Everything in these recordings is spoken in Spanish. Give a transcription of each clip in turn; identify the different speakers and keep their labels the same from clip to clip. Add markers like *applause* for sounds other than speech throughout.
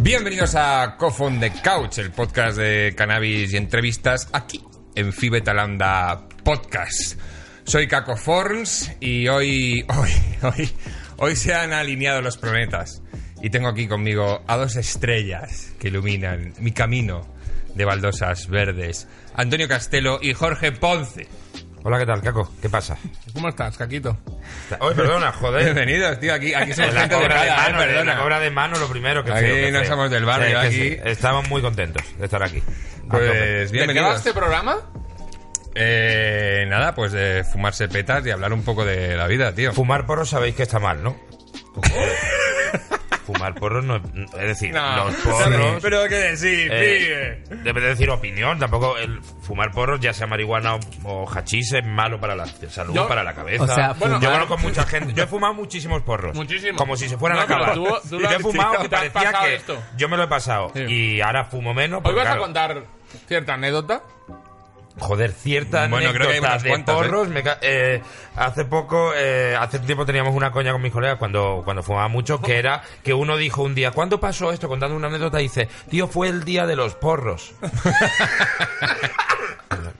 Speaker 1: Bienvenidos a Cough on the Couch, el podcast de cannabis y entrevistas aquí en Fibetalanda Podcast. Soy Caco Forns y hoy, hoy, hoy, hoy se han alineado los planetas. Y tengo aquí conmigo a dos estrellas que iluminan mi camino de baldosas verdes. Antonio Castelo y Jorge Ponce.
Speaker 2: Hola, ¿qué tal, Caco? ¿Qué pasa?
Speaker 3: ¿Cómo estás, Caquito?
Speaker 2: Oye, perdona,
Speaker 1: *laughs*
Speaker 2: joder.
Speaker 1: Bienvenidos, tío, aquí, aquí *laughs* somos
Speaker 2: la
Speaker 1: gente de
Speaker 2: cobra de
Speaker 1: cada,
Speaker 2: mano,
Speaker 1: eh, perdona.
Speaker 2: la cobra de mano lo primero que
Speaker 1: Aquí
Speaker 2: feo, que
Speaker 1: no
Speaker 2: feo.
Speaker 1: somos del barrio,
Speaker 2: Sí, que
Speaker 1: aquí.
Speaker 2: sí. Estamos muy contentos de estar aquí. A tope.
Speaker 1: Pues
Speaker 3: ¿De qué va
Speaker 1: bienvenidos.
Speaker 3: este programa?
Speaker 1: Eh, nada, pues de fumarse petas y hablar un poco de la vida, tío.
Speaker 2: Fumar porros sabéis que está
Speaker 1: *laughs*
Speaker 2: mal, ¿no? Fumar porros no es... Es decir, los porros...
Speaker 1: pero qué decir,
Speaker 2: eh, debe de decir opinión, tampoco el fumar porros, ya sea marihuana o, o hachís, es malo para la salud,
Speaker 3: Yo-
Speaker 2: para la cabeza.
Speaker 4: o sea,
Speaker 2: bueno, yo
Speaker 3: fumar-
Speaker 2: conozco mucha gente. Yo he fumado muchísimos porros.
Speaker 3: Muchísimos.
Speaker 2: Como si se fueran
Speaker 3: No,
Speaker 2: a acabar.
Speaker 3: pero tú- tú
Speaker 2: Y
Speaker 3: lo
Speaker 2: yo he
Speaker 3: has-
Speaker 2: fumado
Speaker 3: tío,
Speaker 2: que
Speaker 3: te has
Speaker 2: parecía
Speaker 3: pasado
Speaker 2: que
Speaker 3: esto.
Speaker 2: yo me lo he pasado.
Speaker 3: Sí.
Speaker 2: Y ahora fumo menos.
Speaker 3: Hoy
Speaker 2: porque,
Speaker 3: vas a
Speaker 2: claro,
Speaker 3: contar cierta anécdota.
Speaker 2: Joder, cierta
Speaker 1: Bueno, creo que hay
Speaker 2: anécdota
Speaker 1: unas
Speaker 2: de
Speaker 1: cuantas,
Speaker 2: porros. me ca- eh, hace poco, eh, hace tiempo teníamos una coña con mis colegas cuando, cuando fumaba mucho, que era que uno dijo un día, ¿cuándo pasó esto? Contando una anécdota, dice, tío, fue el día de
Speaker 1: *laughs*
Speaker 2: los porros.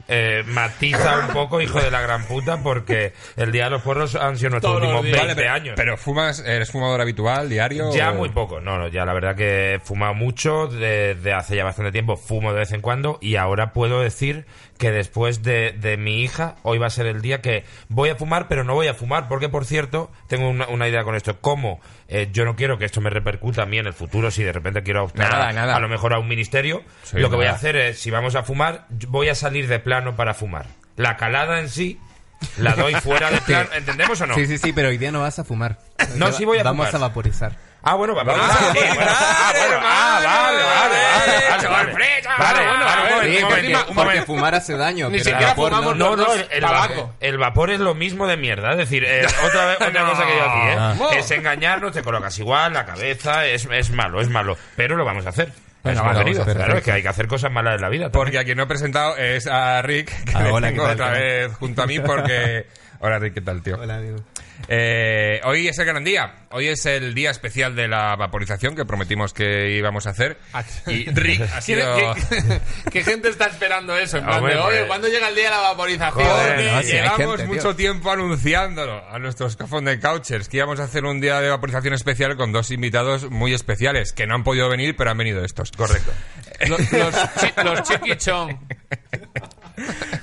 Speaker 2: Eh, matiza un poco, hijo de la gran puta, porque el día de los porros han sido nuestros
Speaker 3: Todos los
Speaker 2: últimos
Speaker 3: días.
Speaker 2: 20
Speaker 1: Vale, pero,
Speaker 2: años.
Speaker 1: pero fumas, eres fumador habitual, diario.
Speaker 2: Ya
Speaker 1: o-
Speaker 2: muy poco, no, no, ya la verdad que he fumado mucho desde hace ya bastante tiempo, fumo de vez en cuando y ahora puedo decir que después de, de mi hija, hoy va a ser el día que voy a fumar, pero no voy a fumar, porque por cierto, tengo una, una idea con esto, como eh, yo no quiero que esto me repercuta a mí en el futuro, si de repente quiero optar
Speaker 1: Nada,
Speaker 2: a,
Speaker 1: nada.
Speaker 2: a lo mejor a un ministerio,
Speaker 1: Sí,
Speaker 2: lo que voy a
Speaker 1: nada.
Speaker 2: hacer es, si vamos a fumar, yo voy a salir de plano para fumar. La calada en sí... La doy
Speaker 1: *laughs*
Speaker 2: fuera de plano, ¿entendemos o no?
Speaker 4: Sí, sí, sí, pero hoy día no vas a fumar.
Speaker 2: *laughs* No,
Speaker 4: Te va-
Speaker 2: sí voy a
Speaker 4: Vamos
Speaker 2: fumar.
Speaker 4: a vaporizar.
Speaker 2: Ah, bueno, vamos
Speaker 1: Vamos a celebrar,
Speaker 2: ah, vale,
Speaker 1: hermano,
Speaker 2: vale,
Speaker 1: eh,
Speaker 2: vale, vale, vale.
Speaker 1: sorpresa,
Speaker 2: Vale,
Speaker 3: bueno,
Speaker 2: vale,
Speaker 3: a
Speaker 2: un
Speaker 3: ver,
Speaker 2: momento,
Speaker 3: sí,
Speaker 2: un
Speaker 3: porque-
Speaker 2: momento, un
Speaker 4: Porque
Speaker 2: momento.
Speaker 4: fumar hace daño.
Speaker 3: Ni
Speaker 4: pero
Speaker 3: siquiera
Speaker 4: el vapor no.
Speaker 3: fumamos
Speaker 2: No,
Speaker 3: los
Speaker 2: no,
Speaker 3: dos
Speaker 2: el, el
Speaker 3: tabaco.
Speaker 2: vapor, el vapor es lo mismo de mierda. Es decir, eh, otra vez, otra cosa que yo aquí,
Speaker 3: No.
Speaker 2: ¿eh? Es engañarnos, te colocas igual, la cabeza, es, es malo, es malo. Pero lo vamos a hacer.
Speaker 4: Venga,
Speaker 2: Es
Speaker 4: vale,
Speaker 2: bienvenido.
Speaker 4: vamos a hacer,
Speaker 2: Claro, es
Speaker 4: perfecto.
Speaker 2: que hay que hacer cosas malas en la vida.
Speaker 1: Porque a quien no he presentado es a Rick, que
Speaker 4: Ah,
Speaker 1: le
Speaker 4: hola,
Speaker 1: tengo
Speaker 4: ¿qué tal,
Speaker 1: otra
Speaker 4: qué tal?
Speaker 1: vez junto a mí
Speaker 4: *laughs*
Speaker 1: porque... Hola Rick, ¿qué tal, tío?
Speaker 4: Hola, amigo.
Speaker 1: Eh, hoy es el gran día. Hoy es el día especial de la vaporización que prometimos que íbamos a hacer.
Speaker 4: Ah,
Speaker 1: Y Rick
Speaker 4: *laughs*
Speaker 1: ha
Speaker 3: ¿Qué,
Speaker 1: sido...
Speaker 3: qué- qué gente está esperando eso? En plan
Speaker 2: Hombre,
Speaker 3: de, oye,
Speaker 2: pues-
Speaker 3: ¿cuándo llega el día de la vaporización?
Speaker 2: Joder,
Speaker 1: Porque
Speaker 4: no, si hay
Speaker 1: llevamos
Speaker 4: gente,
Speaker 1: mucho
Speaker 4: tío.
Speaker 1: tiempo anunciándolo a nuestros cofón de couchers que íbamos a hacer un día de vaporización especial con dos invitados muy especiales que no han podido venir, pero han venido estos.
Speaker 2: Correcto.
Speaker 3: Los, los, chi- los chiquichón.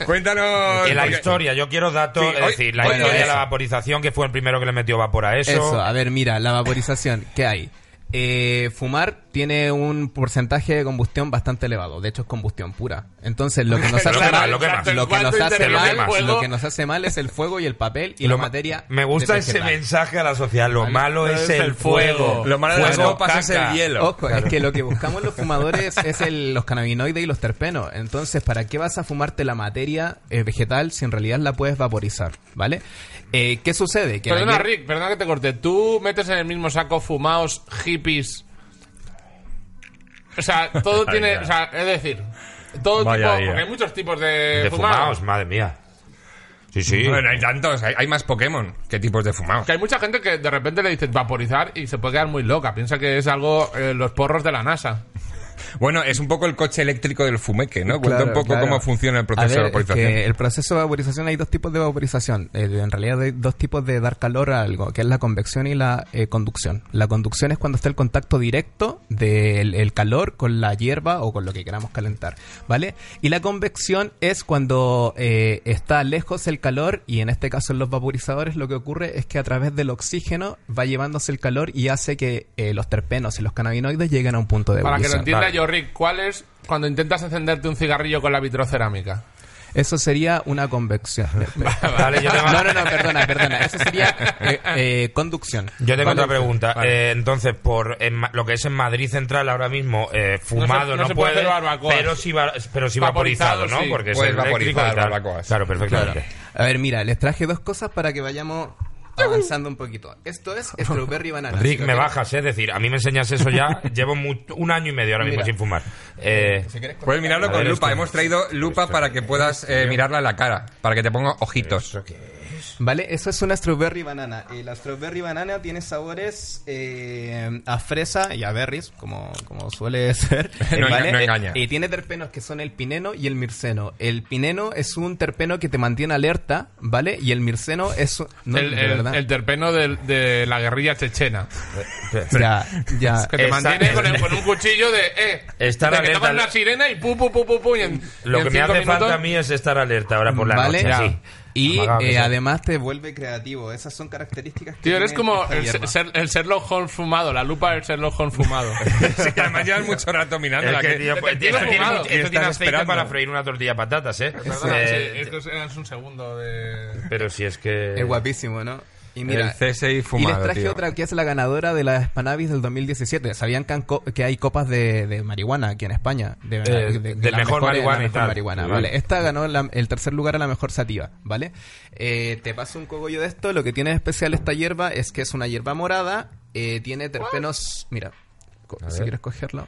Speaker 1: Cuéntanos.
Speaker 2: En la
Speaker 1: porque-
Speaker 2: historia, yo quiero datos,
Speaker 1: Sí,
Speaker 2: es
Speaker 1: hoy-
Speaker 2: decir, la
Speaker 1: hoy
Speaker 2: historia de
Speaker 1: eso.
Speaker 2: la vaporización, que fue el primero que le metió vapor a eso.
Speaker 4: Eso, a ver, mira, la vaporización, ¿qué hay? Eh, fumar tiene un porcentaje de combustión bastante elevado, de hecho es combustión pura. Entonces lo que nos
Speaker 2: *laughs* Lo
Speaker 4: hace
Speaker 2: quema,
Speaker 4: mal,
Speaker 2: lo quema.
Speaker 4: lo que nos
Speaker 3: Cuando
Speaker 4: hace
Speaker 3: interviene
Speaker 2: el
Speaker 4: mal,
Speaker 3: fuego-
Speaker 4: lo que nos hace mal es el fuego y el papel y
Speaker 2: Lo
Speaker 4: la
Speaker 2: ma-
Speaker 4: materia.
Speaker 2: Me gusta
Speaker 4: de
Speaker 2: ese
Speaker 4: vegetal.
Speaker 2: mensaje a la sociedad. Lo malo es, el fuego.
Speaker 1: Lo malo de las
Speaker 2: Fuego,
Speaker 1: copas es
Speaker 2: caca.
Speaker 1: el hielo.
Speaker 4: Ojo, es que lo que buscamos los fumadores es el- los cannabinoides y los terpenos. Entonces, ¿para qué vas a fumarte la materia eh, vegetal si en realidad la puedes vaporizar? ¿Vale? Eh, ¿Qué sucede? Que la
Speaker 3: Perdona,
Speaker 4: hier-
Speaker 3: Rick, perdona que te corte. Tú metes en el mismo saco fumaos, hippies. O sea, todo
Speaker 2: Vaya.
Speaker 3: tiene. O sea, es decir, todo
Speaker 1: Vaya
Speaker 3: tipo.
Speaker 1: día.
Speaker 3: Porque hay muchos tipos de,
Speaker 2: De
Speaker 3: fumaos.
Speaker 2: fumaos, madre mía. Sí, sí.
Speaker 1: Bueno, hay tantos. Hay, hay más Pokémon. ¿Qué tipos de fumados?
Speaker 3: Que hay mucha gente que de repente le dices vaporizar y se puede quedar muy loca. Piensa que es algo, eh, los porros de la NASA.
Speaker 1: Bueno, es un poco el coche eléctrico del fumeque, ¿no? Cuenta
Speaker 4: Claro,
Speaker 1: un poco
Speaker 4: claro.
Speaker 1: cómo funciona el proceso
Speaker 4: A ver,
Speaker 1: de vaporización.
Speaker 4: es que el proceso de vaporización hay dos tipos de vaporización. Eh, en realidad hay dos tipos de dar calor a algo, que es la convección y la eh, conducción. La conducción es cuando está el contacto directo del el calor con la hierba o con lo que queramos calentar, ¿vale? Y la convección es cuando eh, está lejos el calor y en este caso en los vaporizadores lo que ocurre es que a través del oxígeno va llevándose el calor y hace que eh, los terpenos y los cannabinoides lleguen a un punto de
Speaker 3: Para que lo
Speaker 4: ebullición.
Speaker 3: entienda
Speaker 2: vale.
Speaker 3: yo, Rick, ¿cuál es cuando intentas encenderte un cigarrillo con la vitrocerámica?
Speaker 4: Eso sería una convección.
Speaker 2: *laughs* Vale, yo tengo-
Speaker 4: No, no, no, perdona, perdona. Eso sería eh, eh, conducción.
Speaker 2: Yo tengo
Speaker 4: Vale.
Speaker 2: otra pregunta.
Speaker 4: Vale.
Speaker 2: Eh, entonces, por en Ma- lo que es en Madrid Central ahora mismo, eh, fumado
Speaker 3: no
Speaker 2: no,
Speaker 3: se puede
Speaker 2: puede,
Speaker 3: hacer barbacoas.
Speaker 2: pero sí, va- pero sí
Speaker 3: Vaporizado,
Speaker 2: vaporizado, ¿no?
Speaker 3: sí.
Speaker 2: Porque
Speaker 1: Puedes
Speaker 2: es eléctrico y
Speaker 1: vaporizar
Speaker 2: tal.
Speaker 1: barbacoas.
Speaker 2: Claro, perfectamente.
Speaker 4: A ver, mira, les traje dos cosas para que vayamos avanzando un poquito. Esto es Strawberry Banana. Si
Speaker 2: Rick,
Speaker 4: lo
Speaker 2: me
Speaker 4: quieres-
Speaker 2: bajas, ¿eh? es decir, a mí me enseñas eso ya. Llevo mu- un año y medio ahora mismo
Speaker 4: Mira.
Speaker 2: sin fumar. Eh,
Speaker 4: si quieres-
Speaker 1: Puedes mirarlo
Speaker 2: A
Speaker 1: con
Speaker 2: ver,
Speaker 1: lupa.
Speaker 2: esto-
Speaker 1: Hemos traído lupa para que puedas eh, mirarla en la cara, para que te ponga ojitos.
Speaker 2: ¿Eso qué es?
Speaker 4: Vale, eso es una strawberry banana. Y la strawberry banana tiene sabores eh, a fresa y a berries, como, como suele *laughs* ser.
Speaker 1: No enga-
Speaker 4: ¿vale?
Speaker 1: no engaña.
Speaker 4: Y tiene terpenos que son el pineno y el mirceno. El pineno es un terpeno que te mantiene alerta, ¿vale? Y el mirceno es... no,
Speaker 3: el,
Speaker 4: de
Speaker 3: el-
Speaker 4: verdad.
Speaker 3: el terpeno del- de la guerrilla chechena.
Speaker 4: Ya, ya.
Speaker 3: Que te
Speaker 2: Esa-
Speaker 3: mantiene con,
Speaker 2: *laughs*
Speaker 3: el- con un cuchillo de. Eh,
Speaker 2: Estar
Speaker 3: de que
Speaker 2: alerta
Speaker 3: tocan
Speaker 2: al-
Speaker 3: la sirena y pu, pu, pu, pu, pu, y en- y
Speaker 2: Lo
Speaker 3: en
Speaker 2: que me
Speaker 3: cinco
Speaker 2: hace
Speaker 3: minutos-
Speaker 2: falta a mí es estar alerta ahora por la
Speaker 4: ¿Vale?
Speaker 2: noche.
Speaker 4: Ya.
Speaker 2: sí.
Speaker 4: Y
Speaker 2: Amagado que
Speaker 4: eh,
Speaker 2: sea.
Speaker 4: además te vuelve creativo. Esas son características que
Speaker 3: Tío, eres
Speaker 4: tiene
Speaker 3: como
Speaker 4: esta
Speaker 3: el,
Speaker 4: hierba.
Speaker 3: ser- el Sherlock Holmes fumado, la lupa del Sherlock Holmes
Speaker 2: *laughs*
Speaker 3: fumado.
Speaker 1: *laughs* Sí, además llevas mucho rato mirando.
Speaker 2: Es
Speaker 1: la
Speaker 2: que, tío, pues,
Speaker 1: Detective
Speaker 2: esto tiene,
Speaker 1: fumado.
Speaker 2: esto
Speaker 1: Y
Speaker 2: tiene
Speaker 1: estás
Speaker 2: aceite
Speaker 1: esperando.
Speaker 2: para freír una tortilla de patatas, ¿eh? Eh,
Speaker 3: es un segundo de.
Speaker 2: Pero si es que...
Speaker 4: Es guapísimo, ¿no? Y mira,
Speaker 1: El CSI
Speaker 4: Y
Speaker 1: fumado,
Speaker 4: les traje
Speaker 1: tío.
Speaker 4: otra que es la ganadora de la Spanavis del 2017. ¿Sabían que, han co- que hay copas de, de marihuana aquí en España? De,
Speaker 2: Eh, del
Speaker 4: las
Speaker 2: mejor
Speaker 4: mejores-
Speaker 2: marihuana
Speaker 4: la
Speaker 2: y
Speaker 4: mejor
Speaker 2: tal.
Speaker 4: marihuana,
Speaker 2: Sí.
Speaker 4: vale. Esta ganó la- el tercer lugar a la mejor sativa, ¿vale? Eh, te paso un cogollo de esto. Lo que tiene de especial esta hierba es que es una hierba morada. eh, tiene terpenos... Mira, co- si quieres cogerlo.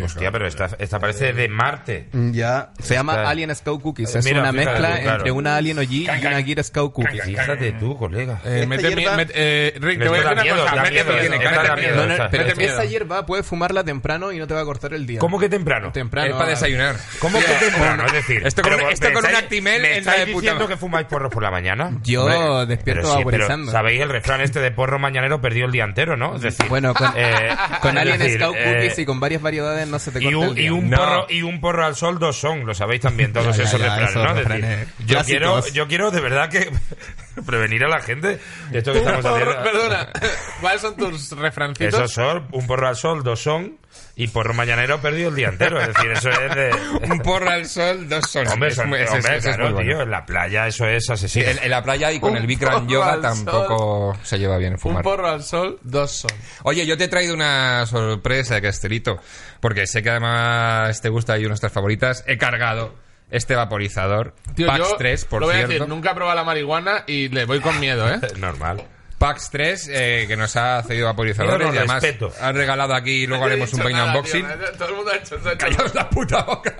Speaker 2: Hostia, pero esta, esta parece de Marte.
Speaker 4: Ya. Se llama
Speaker 2: Está.
Speaker 4: Alien Scout Cookies.
Speaker 2: Eh,
Speaker 4: Es
Speaker 2: mira,
Speaker 4: una
Speaker 2: fíjate,
Speaker 4: mezcla
Speaker 2: claro.
Speaker 4: entre una Alien OG y una Gear Scout Cookies.
Speaker 2: Fíjate tú, colega.
Speaker 3: Eh,
Speaker 4: Esta
Speaker 3: mete mi-
Speaker 4: hierba-
Speaker 3: met- eh, Rick, te
Speaker 2: Esto
Speaker 3: voy a
Speaker 2: da
Speaker 3: decir una
Speaker 2: miedo, da
Speaker 3: cosa. Mete
Speaker 2: miedo,
Speaker 3: miedo,
Speaker 2: esto da
Speaker 3: mete
Speaker 2: miedo.
Speaker 3: miedo.
Speaker 4: No, no,
Speaker 2: Esta-
Speaker 4: pero
Speaker 3: esta
Speaker 4: esa
Speaker 3: mierda.
Speaker 4: hierba puedes fumarla temprano y no te va a cortar el día.
Speaker 2: ¿Cómo que temprano?
Speaker 4: Temprano. ah.
Speaker 1: Es para desayunar.
Speaker 2: ¿Cómo que temprano? Es decir,
Speaker 1: Esto con-
Speaker 2: pero-
Speaker 1: esto
Speaker 2: ¿me
Speaker 1: con un
Speaker 2: estáis-
Speaker 1: Actimel
Speaker 2: ¿me
Speaker 1: entra
Speaker 2: estáis
Speaker 1: de puta
Speaker 2: diciendo
Speaker 1: madre?
Speaker 2: que fumáis porros por la mañana?
Speaker 4: Yo
Speaker 2: Hombre,
Speaker 4: despierto
Speaker 2: pero sí, pero
Speaker 4: vaporizando.
Speaker 2: Sabéis el refrán este de porro mañanero perdió el día entero, ¿no? Es decir,
Speaker 4: Bueno, con,
Speaker 2: eh,
Speaker 4: con
Speaker 2: es
Speaker 4: Alien
Speaker 2: decir,
Speaker 4: Scout
Speaker 2: eh,
Speaker 4: Cookies y con varias variedades no se te
Speaker 2: y
Speaker 4: corta
Speaker 2: un,
Speaker 4: el día.
Speaker 2: y un
Speaker 1: No.
Speaker 2: porro y un porro al sol dos son lo sabéis
Speaker 1: *laughs*
Speaker 2: también todos
Speaker 4: Ya, ya,
Speaker 2: esos
Speaker 4: ya,
Speaker 2: refranes
Speaker 4: esos
Speaker 2: ¿no? Es
Speaker 4: refranes
Speaker 2: decir, yo
Speaker 4: clásicos.
Speaker 2: quiero yo quiero de verdad que *laughs* prevenir a la gente de esto que estamos haciendo
Speaker 3: Perdona, *laughs* ¿cuáles son tus refrancitos?
Speaker 2: esos son un porro al sol dos son y porro mañanero perdido el día entero es decir eso
Speaker 1: *laughs*
Speaker 2: es de
Speaker 1: Un porro al sol, dos son.
Speaker 2: hombre,
Speaker 1: Es
Speaker 2: son-
Speaker 1: muy- ese-
Speaker 2: hombre,
Speaker 1: ese es
Speaker 2: claro,
Speaker 1: muy bueno.
Speaker 2: tío, en la playa eso es asesino *laughs*
Speaker 1: En, en la playa y con
Speaker 3: Un
Speaker 1: el Bikram
Speaker 3: porro
Speaker 1: Yoga
Speaker 3: al
Speaker 1: tampoco se lleva bien
Speaker 3: Un
Speaker 1: fumar.
Speaker 3: porro al sol, dos son.
Speaker 1: Oye, yo te he traído una sorpresa, Castelito, porque sé que además te gusta y una de nuestras favoritas. He cargado este vaporizador,
Speaker 3: Tío,
Speaker 1: Pax
Speaker 3: yo
Speaker 1: 3, por
Speaker 3: lo voy
Speaker 1: cierto.
Speaker 3: a decir, nunca he probado la marihuana y le voy con miedo,
Speaker 2: *laughs*
Speaker 3: ¿eh?
Speaker 2: normal
Speaker 1: Pax 3, eh, que nos ha cedido vaporizadores
Speaker 2: Yo no
Speaker 1: y además
Speaker 2: respeto.
Speaker 1: han regalado aquí, luego
Speaker 3: Nadie ha *laughs*
Speaker 1: haremos un
Speaker 3: dicho
Speaker 1: pequeño
Speaker 3: nada,
Speaker 1: unboxing.
Speaker 3: tío, nadie- todo el mundo ha hecho- se ha hecho-
Speaker 1: Callaos la puta boca.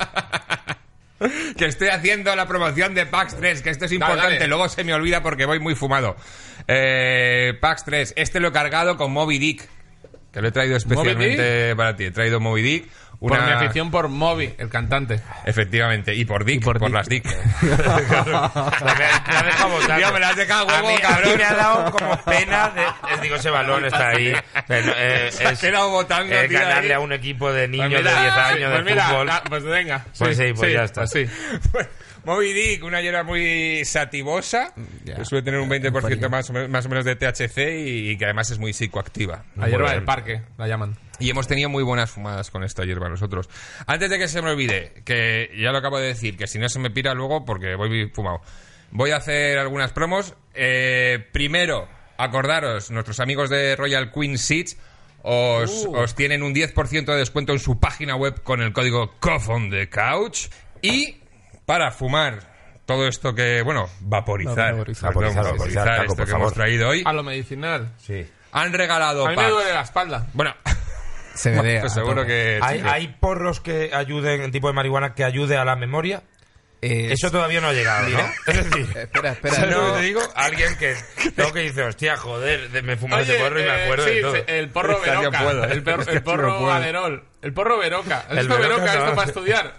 Speaker 1: que estoy haciendo la promoción de Pax 3, que esto es importante,
Speaker 3: dale.
Speaker 1: luego se me olvida porque voy muy fumado. Eh, Pax 3, este lo he cargado con Moby Dick, que lo he traído especialmente para ti. He traído Moby Dick.
Speaker 3: Por mi
Speaker 1: Una...
Speaker 3: afición por Moby, el cantante.
Speaker 1: Efectivamente, y por Dick, por, las Dick.
Speaker 2: me, me ha dejado botando.
Speaker 1: Tío, me la has dejado
Speaker 2: a
Speaker 1: huevo,
Speaker 2: mí, a mí
Speaker 1: cabrón.
Speaker 2: me ha dado como pena de, eh, digo ese balón está ahí Pero, eh,
Speaker 1: *laughs* Se ha quedado botando,
Speaker 2: es
Speaker 1: tío, ahí. Pues
Speaker 2: ganarle a un equipo de niños
Speaker 3: Mira,
Speaker 2: de 10
Speaker 3: sí,
Speaker 2: años de
Speaker 3: pues mira,
Speaker 2: fútbol
Speaker 1: ah,
Speaker 3: na- pues venga.
Speaker 2: Pues sí, pues ya está.
Speaker 3: pues sí.
Speaker 1: Moby Dick, una hierba muy sativosa,
Speaker 4: Ya.
Speaker 1: que suele tener un 20% más o, menos, más o menos de THC y, y que además es muy psicoactiva.
Speaker 3: La hierba del parque, la llaman.
Speaker 1: Y hemos tenido muy buenas fumadas con esta hierba nosotros. Antes de que se me olvide, que ya lo acabo de decir, que si no se me pira luego porque voy fumado. Voy a hacer algunas promos. Eh, primero, acordaros, nuestros amigos de Royal Queen Seeds os,
Speaker 3: Uh.
Speaker 1: os tienen un 10% de descuento en su página web con el código COF on the Couch. Y para fumar todo esto que, bueno, pues vaporizar.
Speaker 4: No, vaporizar.
Speaker 1: Perdón,
Speaker 2: Vaporizar,
Speaker 1: vaporizar
Speaker 2: vaporizar,
Speaker 1: esto
Speaker 2: Paco, por
Speaker 1: que hemos
Speaker 2: favor.
Speaker 1: traído hoy.
Speaker 3: A lo medicinal.
Speaker 2: Sí.
Speaker 1: Han regalado
Speaker 3: A mí me
Speaker 1: packs.
Speaker 3: duele la espalda.
Speaker 1: Bueno, *laughs*
Speaker 4: CBD,
Speaker 1: pues
Speaker 4: a
Speaker 1: seguro
Speaker 4: tope.
Speaker 1: que.
Speaker 2: ¿Hay,
Speaker 1: sí que-
Speaker 2: hay porros que ayuden, en tipo de marihuana que ayude a la memoria?
Speaker 4: Eh,
Speaker 2: Eso todavía no ha llegado, ¿no? Es
Speaker 1: *laughs*
Speaker 2: decir,
Speaker 4: Espera,
Speaker 2: *laughs*
Speaker 4: espera.
Speaker 2: ¿sabes lo
Speaker 4: no.
Speaker 2: que te digo? Alguien que toca y dice, hostia, joder, de- me fumo ese
Speaker 3: Oye,
Speaker 2: porro y me
Speaker 3: eh,
Speaker 2: acuerdo
Speaker 3: sí,
Speaker 2: de todo.
Speaker 3: sí, el porro
Speaker 1: Esta yo
Speaker 3: Veroca,
Speaker 1: puedo, ¿eh?
Speaker 3: el, per-
Speaker 1: Esta
Speaker 3: el
Speaker 1: yo
Speaker 3: porro
Speaker 1: no puedo.
Speaker 3: Aderol, el porro Veroca. ¿Has
Speaker 2: El
Speaker 3: visto
Speaker 2: Veroca
Speaker 3: Veroca
Speaker 2: no.
Speaker 3: esto para estudiar?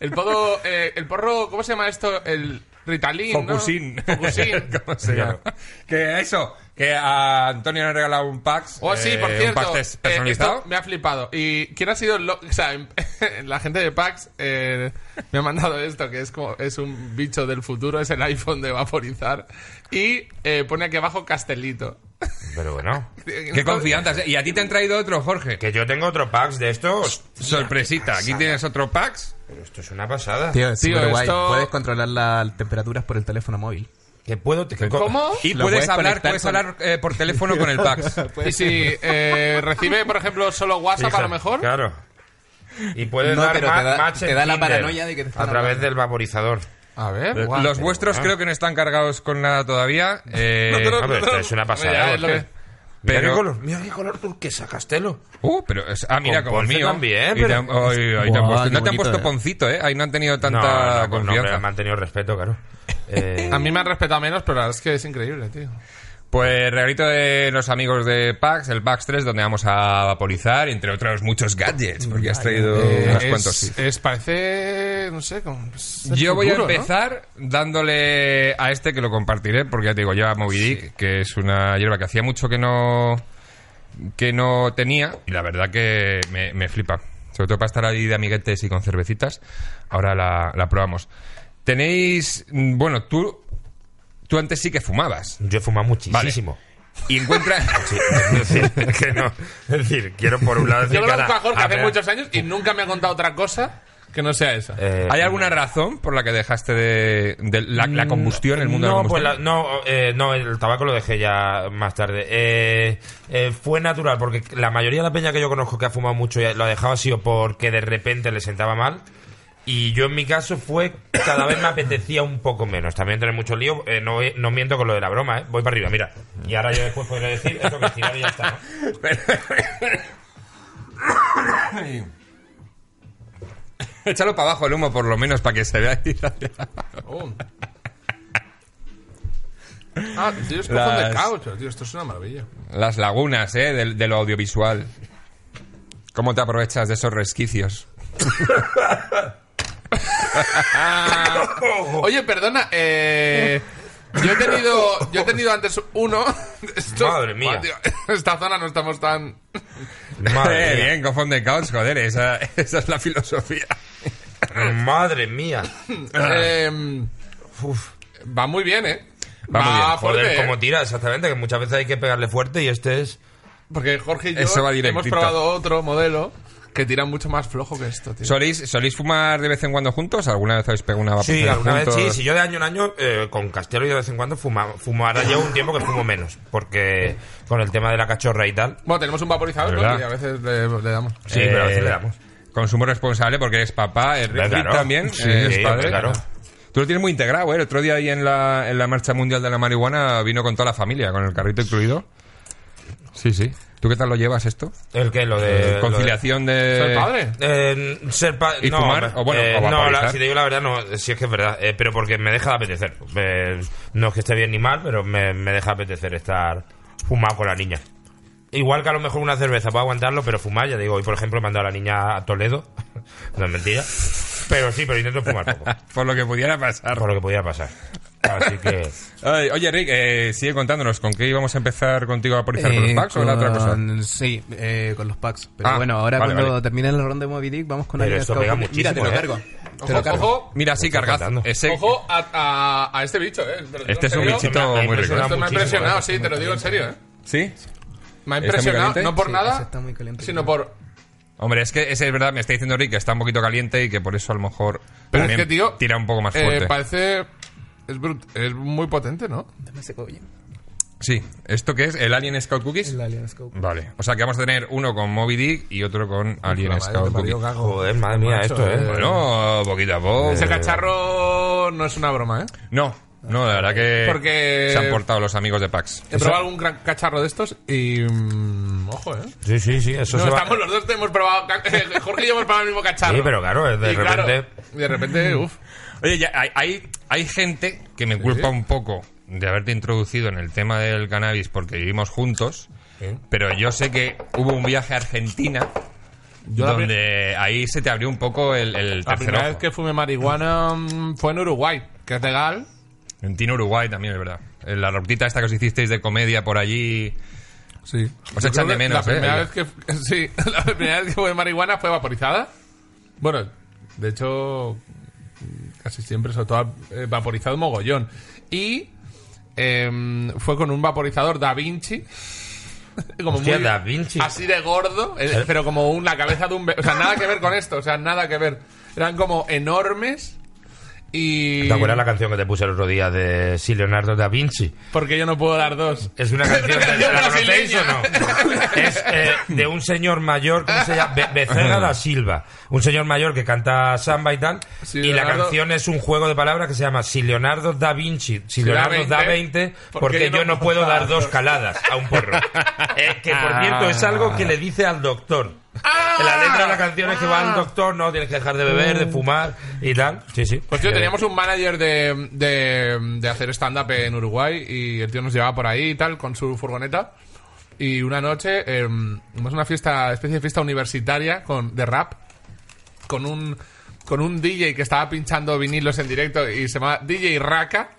Speaker 3: El, podo, eh, el porro, ¿cómo se llama esto? El Ritalin, ¿no? *laughs*
Speaker 1: Focusin. *laughs*
Speaker 3: Focusin.
Speaker 1: ¿Cómo se llama? Que eso, que a Antonio le han regalado un pack.
Speaker 3: Oh, sí, por
Speaker 1: eh, Un
Speaker 3: cierto.
Speaker 1: pack test
Speaker 3: eh,
Speaker 1: personalizado.
Speaker 3: esto me ha flipado. ¿Y quién ha sido el lo- o sea, en- *laughs* la gente de PAX eh, me ha mandado esto, que es como es un bicho del futuro, es el iPhone de vaporizar. Y eh, pone aquí abajo Castelito.
Speaker 2: Pero bueno,
Speaker 1: Qué confianza. ¿eh? Y a ti te han traído otro, Jorge.
Speaker 2: que yo tengo otro packs de estos.
Speaker 1: Sorpresita. Aquí tienes otro pack.
Speaker 2: Pero esto es una pasada.
Speaker 4: Tío, es
Speaker 3: Tío,
Speaker 4: súper guay.
Speaker 3: esto-
Speaker 4: Puedes controlar las temperaturas por el teléfono móvil.
Speaker 2: Que puedo... que co-
Speaker 3: ¿Cómo?
Speaker 1: Y
Speaker 4: Lo
Speaker 1: puedes
Speaker 4: puedes
Speaker 1: hablar,
Speaker 4: conectar
Speaker 1: puedes
Speaker 4: con-
Speaker 1: hablar eh, por teléfono con el
Speaker 4: *laughs*
Speaker 1: pack.
Speaker 3: Y si Pues eh, recibe, por ejemplo, solo WhatsApp, a
Speaker 2: Fija-
Speaker 3: lo mejor.
Speaker 2: Claro. Y puedes
Speaker 4: No,
Speaker 2: dar
Speaker 4: pero
Speaker 2: ma-
Speaker 4: te da-
Speaker 2: match
Speaker 4: te
Speaker 2: en
Speaker 4: da la
Speaker 2: Tinder
Speaker 4: paranoia de que te están
Speaker 2: A través
Speaker 4: hablando.
Speaker 2: del vaporizador.
Speaker 3: A ver, guau.
Speaker 1: Los vuestros creo que *laughs* no están cargados con nada todavía. Eh,
Speaker 2: Ah, pero esto es una
Speaker 3: Mira,
Speaker 2: pasada.
Speaker 3: es lo que-
Speaker 2: porque- Mira
Speaker 1: Pero-
Speaker 2: qué color, mira qué color turquesa, Castelo.
Speaker 1: Uh, pero es- ah, mira,
Speaker 2: Con
Speaker 1: como el
Speaker 2: Ponce
Speaker 1: mío.
Speaker 2: también,
Speaker 1: Y te
Speaker 2: pero-
Speaker 1: han- ay, ay, te han
Speaker 4: Guau,
Speaker 1: puesto- no
Speaker 4: qué
Speaker 1: te han
Speaker 4: bonito,
Speaker 1: puesto
Speaker 4: eh.
Speaker 1: poncito, ¿eh? Ahí no han tenido
Speaker 2: No,
Speaker 1: tanta
Speaker 2: no, no,
Speaker 1: confianza.
Speaker 2: hombre, me han tenido respeto,
Speaker 4: *laughs*
Speaker 2: claro. Eh,
Speaker 3: A mí me han respetado menos, pero la verdad es que es increíble, tío.
Speaker 1: Pues regalito de los amigos de PAX, el PAX 3, donde vamos a vaporizar, entre otros muchos gadgets, porque has traído
Speaker 3: Eh,
Speaker 1: unos
Speaker 3: es-
Speaker 1: cuantos. sí.
Speaker 3: es- parece, no sé, como... es el
Speaker 1: Yo voy a
Speaker 3: futuro, ¿no?
Speaker 1: empezar dándole a este que lo compartiré, porque ya te digo, lleva Moby Dick, que es una hierba que hacía mucho que no que no tenía, y la verdad que me, me flipa. Sobre todo para estar ahí de amiguetes y con cervecitas. Ahora la, la probamos. Tenéis. mm, Bueno, tú. Tú antes sí que fumabas.
Speaker 2: yo he fumado muchísimo. *laughs*
Speaker 1: Y
Speaker 3: *laughs*
Speaker 1: encuentras.
Speaker 2: Sí, es decir, que no. Es decir, quiero por un lado decir
Speaker 3: Yo
Speaker 2: que
Speaker 3: conozco
Speaker 2: ahora-
Speaker 3: a Jorge hace
Speaker 2: ahora-
Speaker 3: muchos años y nunca me ha contado otra cosa que no sea esa.
Speaker 2: eh,
Speaker 1: ¿Hay alguna razón por la que dejaste de, de la, la combustión, el mundo de la
Speaker 2: no, pues
Speaker 1: combustión?
Speaker 2: la- no, eh, no, el tabaco lo dejé ya más tarde. Eh, eh, fue natural, porque la mayoría de la peña que yo conozco que ha fumado mucho y lo ha dejado ha sido porque de repente le sentaba mal. Y yo en mi caso fue cada vez me apetecía un poco menos. También tener mucho lío, eh, no, no miento con lo de la broma, ¿eh? voy para arriba, mira. Y ahora yo después podré decir eso que tirar y ya está. ¿no?
Speaker 1: Échalo para abajo el humo, por lo menos, para que se vea ahí.
Speaker 3: Oh. *laughs* Ah, tío, es cojón de
Speaker 1: Las-
Speaker 3: caucho, tío. Esto es una maravilla.
Speaker 1: Las lagunas, ¿eh? De, de lo audiovisual. ¿Cómo te aprovechas de esos resquicios? *laughs* Oh.
Speaker 3: Oye, perdona, eh, Yo he tenido, yo he tenido antes uno. *laughs* de estos-
Speaker 2: Madre mía.
Speaker 3: Buah, tío, *laughs* esta zona no estamos tan.
Speaker 2: Madre
Speaker 1: Eh,
Speaker 2: mía.
Speaker 1: bien, cofón de couch, joder, esa, esa es la filosofía.
Speaker 2: Madre mía.
Speaker 1: Ah.
Speaker 3: Eh,
Speaker 2: Uf.
Speaker 3: va muy bien, eh.
Speaker 1: Va muy bien.
Speaker 3: fuerte,
Speaker 2: Ah, Joder,
Speaker 3: eh.
Speaker 2: cómo tira, exactamente, que muchas veces hay que pegarle fuerte y este es...
Speaker 3: Porque Jorge y yo
Speaker 1: Eso va
Speaker 3: hemos
Speaker 1: directito.
Speaker 3: probado otro modelo que tira mucho más flojo que esto, tío.
Speaker 1: ¿Soléis, ¿Soléis fumar de vez en cuando juntos? ¿Alguna vez habéis pegado una
Speaker 2: Sí,
Speaker 1: vaporizada
Speaker 2: alguna vez
Speaker 1: juntos?
Speaker 2: sí. Si yo de año en año, eh, con Castelo y de vez en cuando fuma, fumo. Ahora llevo un tiempo que fumo menos, porque con el tema de la cachorra y tal.
Speaker 3: Bueno, tenemos un vaporizador
Speaker 1: ¿Verdad?
Speaker 3: ¿no? y a veces le, le damos.
Speaker 1: Eh,
Speaker 2: Sí, pero a veces le damos.
Speaker 1: Consumo responsable porque eres papá, eres
Speaker 2: Claro.
Speaker 1: también,
Speaker 2: Sí,
Speaker 1: eh, es
Speaker 2: sí,
Speaker 1: padre.
Speaker 2: claro.
Speaker 1: Tú lo tienes muy integrado, ¿eh? El otro día ahí en la, en la Marcha Mundial de la Marihuana vino con toda la familia, con el carrito incluido. Sí, sí. ¿Tú qué tal lo llevas esto?
Speaker 2: ¿El qué? Lo
Speaker 1: Eh,
Speaker 2: de.
Speaker 1: Conciliación de...
Speaker 3: Eh, ¿Soy padre?
Speaker 2: lo de- eh, ser pa-
Speaker 1: ¿Y
Speaker 2: no,
Speaker 1: fumar? O bueno,
Speaker 2: eh,
Speaker 1: o
Speaker 2: no,
Speaker 1: vaporizar.
Speaker 2: la- si te digo la verdad, no, si es que es verdad, eh, pero porque me deja de apetecer. Eh, no es que esté bien ni mal, pero me, me deja apetecer estar fumado con la niña. Igual que a lo mejor una cerveza para aguantarlo, pero fumar, ya digo, hoy por ejemplo he mandado a la niña a Toledo, *laughs* no es mentira, pero sí, pero intento fumar poco.
Speaker 1: Por lo que pudiera pasar.
Speaker 2: por lo que podía pasar. Así que.
Speaker 1: Ay, oye, Rick, eh, sigue contándonos. ¿Con qué íbamos a empezar contigo a vaporizar? ¿Con los
Speaker 4: Eh,
Speaker 1: packs o la otra cosa?
Speaker 4: con- Sí, eh, con los packs. Pero
Speaker 1: Ah,
Speaker 4: bueno, ahora
Speaker 1: vale,
Speaker 4: cuando
Speaker 1: vale.
Speaker 4: termine la ronda de Moby Dick, vamos con
Speaker 2: Pero
Speaker 4: Alien
Speaker 2: esto
Speaker 4: Scout.
Speaker 2: pega
Speaker 4: Mira, te
Speaker 2: muchísimo,
Speaker 4: lo
Speaker 2: ¿eh?
Speaker 4: cargo. Te
Speaker 3: Ojo,
Speaker 4: lo cargo.
Speaker 3: ojo,
Speaker 1: Mira, sí,
Speaker 2: Está
Speaker 1: cargaz.
Speaker 2: contando.
Speaker 1: Ese-
Speaker 3: ojo a, a- a este bicho, eh. Te lo digo
Speaker 1: Este
Speaker 3: en
Speaker 1: es un
Speaker 3: serio.
Speaker 1: bichito muy rico.
Speaker 3: Esto me ha
Speaker 2: Muchísimo,
Speaker 3: impresionado,
Speaker 2: eh.
Speaker 3: sí, te lo digo en serio, eh.
Speaker 1: ¿Sí?
Speaker 3: Me ha
Speaker 1: ¿Está muy
Speaker 3: impresionado,
Speaker 1: caliente?
Speaker 3: no por
Speaker 4: Sí,
Speaker 3: nada,
Speaker 4: ese está muy caliente.
Speaker 3: sino por...
Speaker 1: Hombre, es que ese es verdad, me está diciendo Rick que está un poquito caliente y que por eso a lo mejor
Speaker 3: Pero es
Speaker 1: también
Speaker 3: que, tío...
Speaker 1: tira un poco más
Speaker 3: eh,
Speaker 1: fuerte.
Speaker 3: parece... Es, brut- es muy potente, ¿no?
Speaker 4: Dame ese cobillo.
Speaker 1: sí, ¿esto qué es? ¿El Alien Scout Cookies?
Speaker 4: El Alien Scout.
Speaker 1: Vale, o sea que vamos a tener uno con Moby Dick y otro con Alien
Speaker 3: La madre que
Speaker 1: Scout
Speaker 3: parió,
Speaker 1: Cookies.
Speaker 3: cago.
Speaker 2: Joder, madre mía,
Speaker 3: Macho,
Speaker 2: esto, ¿eh?
Speaker 3: eh.
Speaker 1: Bueno, poquito a poco.
Speaker 3: Ese cacharro no es una broma, ¿eh?
Speaker 1: No, no, la verdad que
Speaker 3: Porque-
Speaker 1: se han portado los amigos de PAX.
Speaker 3: He probado algún gran cacharro de estos y... mm, ojo, ¿eh?
Speaker 2: Sí, sí, sí, eso
Speaker 3: No,
Speaker 2: se va.
Speaker 3: estamos los dos, te hemos probado... ca- *laughs* eh, Jorge y yo hemos probado el mismo cacharro.
Speaker 2: Sí, pero claro, de
Speaker 3: Y claro,
Speaker 2: repente.
Speaker 3: de repente, uff.
Speaker 1: Oye, ya, hay, hay, hay gente que me culpa un poco de haberte introducido en el tema del cannabis porque vivimos juntos, pero yo sé que hubo un viaje a Argentina
Speaker 3: la
Speaker 1: donde ahí se te abrió un poco el, el
Speaker 3: La
Speaker 1: tercer
Speaker 3: primera vez
Speaker 1: ojo.
Speaker 3: que fumé marihuana mm, fue en Uruguay, que es legal.
Speaker 1: En Tino Uruguay también, es verdad. En La rotita esta que os hicisteis de comedia por allí...
Speaker 3: Sí.
Speaker 1: Os
Speaker 2: Pues
Speaker 1: echan de menos,
Speaker 3: la
Speaker 1: ¿eh?
Speaker 3: primera vez que *laughs* Sí, la primera vez que fumé marihuana fue vaporizada. Bueno, de hecho, casi siempre, sobre todo eh, vaporizado mogollón. Y em, fue con un vaporizador Da Vinci. *laughs* Como
Speaker 2: Hostia, Da Vinci.
Speaker 3: Así de gordo, eh, pero como una cabeza de un... be- O sea, nada que ver con esto, o sea, nada que ver. Eran como enormes Y.
Speaker 2: ¿Te acuerdas la canción que te puse el otro día de Si Leonardo da Vinci?
Speaker 3: Porque yo no puedo dar dos.
Speaker 2: Es una *laughs* canción de
Speaker 3: canción
Speaker 2: ¿la conocéis o
Speaker 3: brasileña.
Speaker 2: no? Es eh, de un señor mayor, ¿cómo se llama? Be- Becega da Silva. Un señor mayor que canta samba y tal.
Speaker 3: Sí,
Speaker 2: y la
Speaker 3: Leonardo-
Speaker 2: canción es un juego de palabras que se llama Si Leonardo da Vinci, si
Speaker 3: Si da
Speaker 2: Leonardo da
Speaker 3: 20,
Speaker 2: 20, porque yo no puedo dar dos caladas a un *laughs* porro. Eh, que por cierto es algo que le dice al doctor. La letra de la canción es que va al doctor, no tienes que dejar de beber, de fumar y tal. Sí, sí.
Speaker 3: Pues tío,
Speaker 2: Eh,
Speaker 3: teníamos un manager de, de, de hacer stand-up en Uruguay y el tío nos llevaba por ahí y tal con su furgoneta. Y una noche, eh, más una fiesta, especie de fiesta universitaria con, de rap, con un, con un DJ que estaba pinchando vinilos en directo y se llamaba DJ Raka.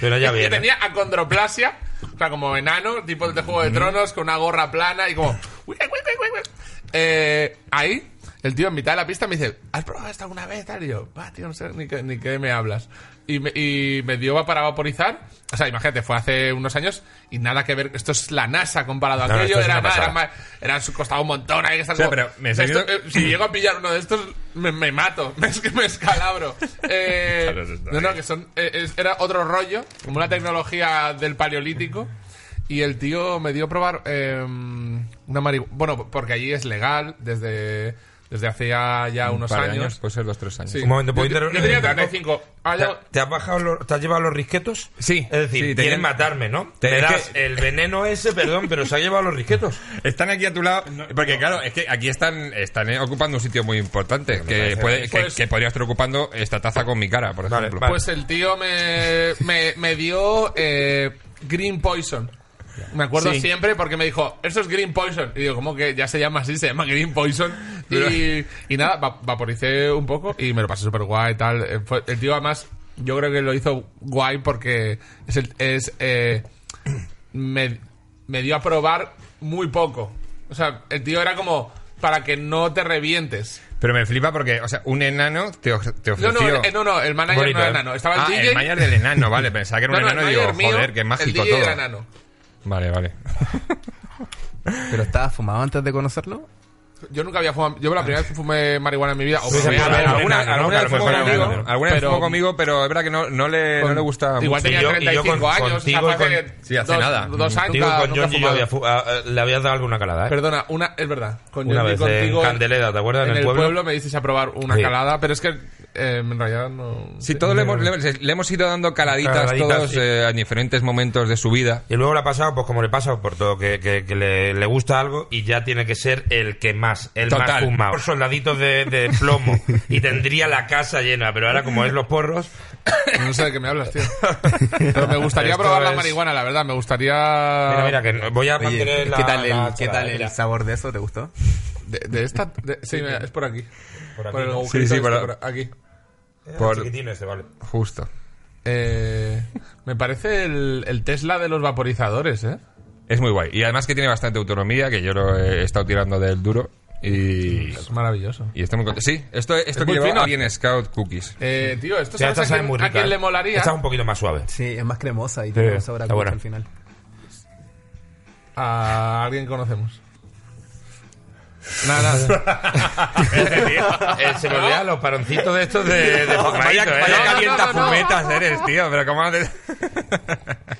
Speaker 2: Pero ya
Speaker 3: que
Speaker 2: viene.
Speaker 3: tenía acondroplasia, o sea, como enano, tipo de Juego de Tronos, con una gorra plana
Speaker 2: *laughs*
Speaker 3: y como... Eh, ahí, el tío en mitad de la pista me dice, ¿has probado esto alguna vez? Tal? Y yo, va, tío, no sé ni qué, ni qué me hablas. Y me, y me dio para vaporizar. O sea, imagínate, fue hace unos años y nada que ver. Esto es la NASA comparado a
Speaker 2: No, no, esto
Speaker 3: aquello.
Speaker 2: es
Speaker 3: Era,
Speaker 2: una
Speaker 3: nada, era,
Speaker 2: pasada.
Speaker 3: más- era- costaba un montón. Ahí está
Speaker 1: sea,
Speaker 3: como-
Speaker 1: pero me
Speaker 3: esto-
Speaker 1: seguido-
Speaker 3: eh, si llego a pillar uno de estos, me, me mato. *laughs* Es que me escalabro. Eh,
Speaker 1: Claro, eso está
Speaker 3: no, no, que son, eh, es- era otro rollo, como una tecnología del paleolítico. Y el tío me dio a probar eh, una marihuana. Bueno, porque allí es legal desde, desde hace ya, ya unos
Speaker 1: par de
Speaker 3: años.
Speaker 1: puede ser dos, tres años.
Speaker 3: Sí.
Speaker 2: Un momento, ¿puedo
Speaker 3: Yo te-
Speaker 2: inter-
Speaker 3: yo tenía
Speaker 2: eh,
Speaker 3: 35. Ah,
Speaker 2: ¿Te,
Speaker 3: ya-
Speaker 2: te has bajado los- te has llevado los risquetos?
Speaker 1: Sí,
Speaker 2: Es decir,
Speaker 1: sí,
Speaker 2: quieren
Speaker 1: tenían-
Speaker 2: matarme, ¿no?
Speaker 1: Te-
Speaker 2: Me
Speaker 1: es
Speaker 2: das
Speaker 1: que-
Speaker 2: el veneno ese, perdón, pero se ha llevado los risquetos.
Speaker 1: Están aquí a tu lado, porque claro, es que aquí están, están eh, ocupando un sitio muy importante, que, puede, que,
Speaker 3: Pues-
Speaker 1: que podría estar ocupando esta taza con mi cara, por
Speaker 2: Vale,
Speaker 1: ejemplo.
Speaker 2: vale.
Speaker 3: Pues el tío me, me, me dio eh, Green Poison. Me acuerdo
Speaker 1: Sí.
Speaker 3: siempre porque me dijo, esto es Green Poison. Y digo, ¿cómo que ya se llama así? Se llama Green Poison. Y, y nada, va- vaporicé un poco y me lo pasé súper guay y tal. Eh, fue- El tío además, yo creo que lo hizo guay porque es... el- es, eh, me, me dio a probar muy poco. O sea, el tío era como para que no te revientes.
Speaker 1: Pero me flipa porque, o sea, un enano te, of- te
Speaker 3: No, no,
Speaker 1: ofreció...
Speaker 3: el, no, no, el manager
Speaker 2: Bonito,
Speaker 3: no era
Speaker 2: ¿eh?
Speaker 3: enano. Estaba el
Speaker 1: ah,
Speaker 3: DJ.
Speaker 1: eh, el manager del enano, vale, pensaba que *laughs* era un
Speaker 3: No, no,
Speaker 1: enano y
Speaker 3: el
Speaker 1: digo,
Speaker 3: manager mío,
Speaker 1: joder, qué mágico
Speaker 3: el DJ
Speaker 1: todo.
Speaker 3: era enano.
Speaker 1: Vale, *laughs* vale.
Speaker 4: ¿Pero estaba fumado antes de conocerlo?
Speaker 3: Yo nunca había fumado. Yo la primera vez que fumé marihuana en mi vida. O
Speaker 2: Sí,
Speaker 3: probé
Speaker 2: sí,
Speaker 3: a
Speaker 2: sí,
Speaker 3: ver,
Speaker 2: sí.
Speaker 3: alguna-
Speaker 1: alguna
Speaker 2: enano, ¿no?
Speaker 1: alguna vez
Speaker 2: Claro,
Speaker 1: fumó
Speaker 2: fue un
Speaker 1: conmigo,
Speaker 2: enano.
Speaker 1: alguna vez
Speaker 3: Pero-
Speaker 1: fumó conmigo, pues pero es verdad que no, no, le, no le gusta
Speaker 3: Igual
Speaker 1: mucho.
Speaker 3: tenía
Speaker 2: Y yo- y yo
Speaker 3: 35
Speaker 2: con-
Speaker 3: años.
Speaker 2: contigo
Speaker 3: capaz
Speaker 2: y con-
Speaker 3: de-
Speaker 1: Sí, hace
Speaker 3: dos,
Speaker 1: nada.
Speaker 3: Dos años.
Speaker 2: Digo,
Speaker 3: nunca-
Speaker 2: con
Speaker 3: nunca he
Speaker 2: John G yo
Speaker 3: fumado.
Speaker 2: había fu- a- a- le habías dado alguna calada, ¿eh?
Speaker 3: Perdona, una, es verdad. Con
Speaker 2: Una
Speaker 3: John G
Speaker 2: vez
Speaker 3: contigo,
Speaker 2: en Candeleda, ¿te acuerdas?
Speaker 3: en el pueblo, me dices a probar una
Speaker 2: Sí.
Speaker 3: calada, pero es que eh, en realidad no.
Speaker 1: Sí, todos le hemos, le, le hemos ido dando caladitas,
Speaker 2: Caladitas,
Speaker 1: todos
Speaker 2: sí.
Speaker 1: eh, en diferentes momentos de su vida.
Speaker 2: Y luego le ha pasado, pues como le pasa por todo, que, que- que le, le gusta algo y ya tiene que ser el que más, el más
Speaker 1: Total.
Speaker 2: fumado. Por soldaditos de, de plomo y tendría la casa llena, pero ahora como es los porros,
Speaker 3: *laughs* No sé de qué me
Speaker 2: *laughs*
Speaker 3: hablas, tío. Pero me gustaría
Speaker 2: Esto
Speaker 3: probar la
Speaker 2: es-
Speaker 3: marihuana, la verdad. Me gustaría.
Speaker 2: mira, mira, que no- voy a mantener la-
Speaker 4: ¿qué tal el,
Speaker 2: la
Speaker 4: qué
Speaker 2: charla,
Speaker 4: tal el
Speaker 2: mira.
Speaker 4: sabor de eso? ¿Te gustó?
Speaker 3: De, de esta. de- sí, mira, es por aquí.
Speaker 2: Por aquí,
Speaker 3: el
Speaker 2: ¿no?
Speaker 3: agujerito
Speaker 1: Sí, sí,
Speaker 3: este,
Speaker 1: por-
Speaker 3: por aquí.
Speaker 2: Era
Speaker 1: por-
Speaker 2: chiquitino este, vale.
Speaker 1: Justo.
Speaker 3: Eh, me parece el, el Tesla de los vaporizadores, ¿eh?
Speaker 1: Es muy guay. Y además que tiene bastante autonomía, que yo lo he estado tirando del duro. Y,
Speaker 3: Es maravilloso.
Speaker 1: y estoy muy contento. Sí, esto, esto
Speaker 3: Es
Speaker 1: que
Speaker 3: muy
Speaker 1: llevaba
Speaker 3: fino.
Speaker 1: alguien Scout Cookies.
Speaker 3: Eh, tío, esto
Speaker 2: O sea,
Speaker 3: sabes
Speaker 2: esta
Speaker 3: a,
Speaker 2: sabe
Speaker 3: quién,
Speaker 2: muy
Speaker 3: a
Speaker 2: rica,
Speaker 3: quién
Speaker 2: ¿eh?
Speaker 3: le molaría.
Speaker 2: Esta es un poquito más suave.
Speaker 4: Sí, es más cremosa y
Speaker 2: Sí,
Speaker 4: tiene un sabor a
Speaker 2: está
Speaker 4: coco
Speaker 2: buena.
Speaker 4: al final.
Speaker 3: A alguien que conocemos. Nada,
Speaker 1: *laughs*
Speaker 3: nada.
Speaker 2: Eh, se me olvidan los paroncitos de estos de, de
Speaker 3: *laughs*
Speaker 2: fumadito, ¿eh?
Speaker 3: vaya calienta
Speaker 1: fumetas eres, tío. Pero cómo *laughs*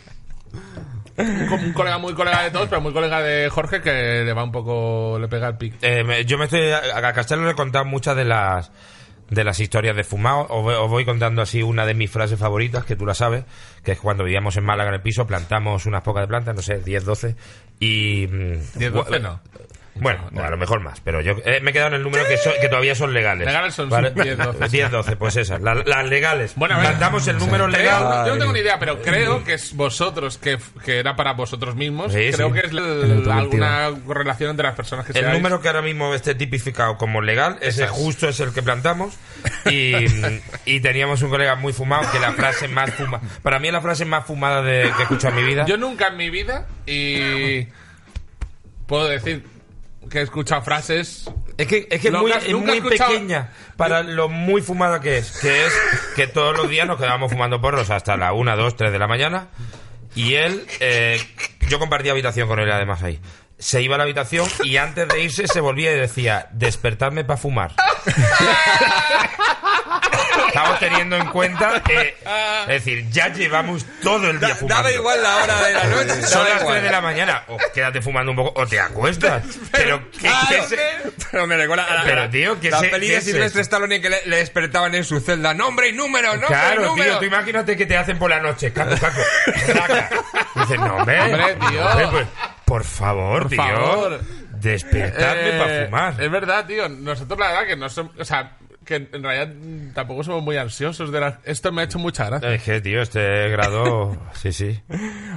Speaker 3: Como un colega muy colega de todos, pero muy colega de Jorge que le va un poco, le pega el pic.
Speaker 2: Eh, me- yo me estoy. A, a Castelo le he contado muchas de las de las historias de fumado. Os, voy- os voy contando así una de mis frases favoritas, que tú la sabes, que es cuando vivíamos en Málaga en el piso, plantamos unas pocas de plantas, no sé, 10, 12. Y. mm,
Speaker 3: 10, 12
Speaker 2: gua-
Speaker 3: no.
Speaker 2: Bueno, a lo mejor más, pero yo eh, me he quedado en el número que, so- que todavía son legales.
Speaker 3: Legales son 10, 12.
Speaker 2: 10, 12, pues esas, la- las legales.
Speaker 3: Bueno, a ver.
Speaker 2: plantamos el número legal.
Speaker 3: Creo- yo no tengo ni idea, pero creo que es vosotros, que, que era para vosotros mismos.
Speaker 2: Sí,
Speaker 3: creo
Speaker 2: sí.
Speaker 3: que es la-
Speaker 4: autocultivo.
Speaker 3: alguna correlación entre las personas que
Speaker 2: El
Speaker 3: seáis.
Speaker 2: número que ahora mismo esté tipificado como legal, ese
Speaker 3: Esas.
Speaker 2: justo es el que plantamos. Y, y teníamos un colega muy fumado que la frase más fumada. Para mí es la frase más fumada de, que he escuchado en mi vida.
Speaker 3: Yo nunca en mi vida y puedo decir que he escuchado frases.
Speaker 2: es que es, que es
Speaker 3: Lo
Speaker 2: muy,
Speaker 3: que-
Speaker 2: es
Speaker 3: nunca he
Speaker 2: muy
Speaker 3: escuchado-
Speaker 2: pequeña para lo muy fumada que es. Que es que todos los días nos quedábamos fumando porros hasta la 1, 2, 3 de la mañana. Y él, eh, yo compartí habitación con él además ahí. se iba a la habitación y antes de irse se volvía y decía, despertadme para fumar. Estamos teniendo en cuenta que, es decir, ya llevamos todo el día
Speaker 1: Da-
Speaker 2: fumando.
Speaker 1: daba igual la hora de la noche.
Speaker 2: Son
Speaker 1: daba
Speaker 2: las
Speaker 1: igual.
Speaker 2: 3 de la mañana, o quédate fumando un poco, o
Speaker 1: *laughs*
Speaker 2: te acuestas. Pero, ¿qué, qué se-
Speaker 1: Pero me recuerda a la,
Speaker 2: Pero, tío, ¿qué
Speaker 1: la
Speaker 2: se-
Speaker 1: peli
Speaker 2: qué
Speaker 1: de
Speaker 2: es
Speaker 1: Silvestre
Speaker 2: eso?
Speaker 1: Stallone que le, le despertaban en su celda. Nombre y número, nombre y
Speaker 2: Claro,
Speaker 1: número.
Speaker 2: tío, tú imagínate que te hacen por la noche, caco, caco. Saca. Y Dices, no, hombre,
Speaker 3: Hombre, tío.
Speaker 2: hombre, pues, por favor,
Speaker 3: Por
Speaker 2: tío.
Speaker 3: favor.
Speaker 2: Despertadme
Speaker 3: Eh,
Speaker 2: para fumar.
Speaker 3: Es verdad, tío. Nosotros, la verdad, que no somos. O sea, que en realidad mm, tampoco somos muy ansiosos. de la- Esto me ha hecho mucha gracia.
Speaker 2: Es que, tío, este grado. Sí, sí.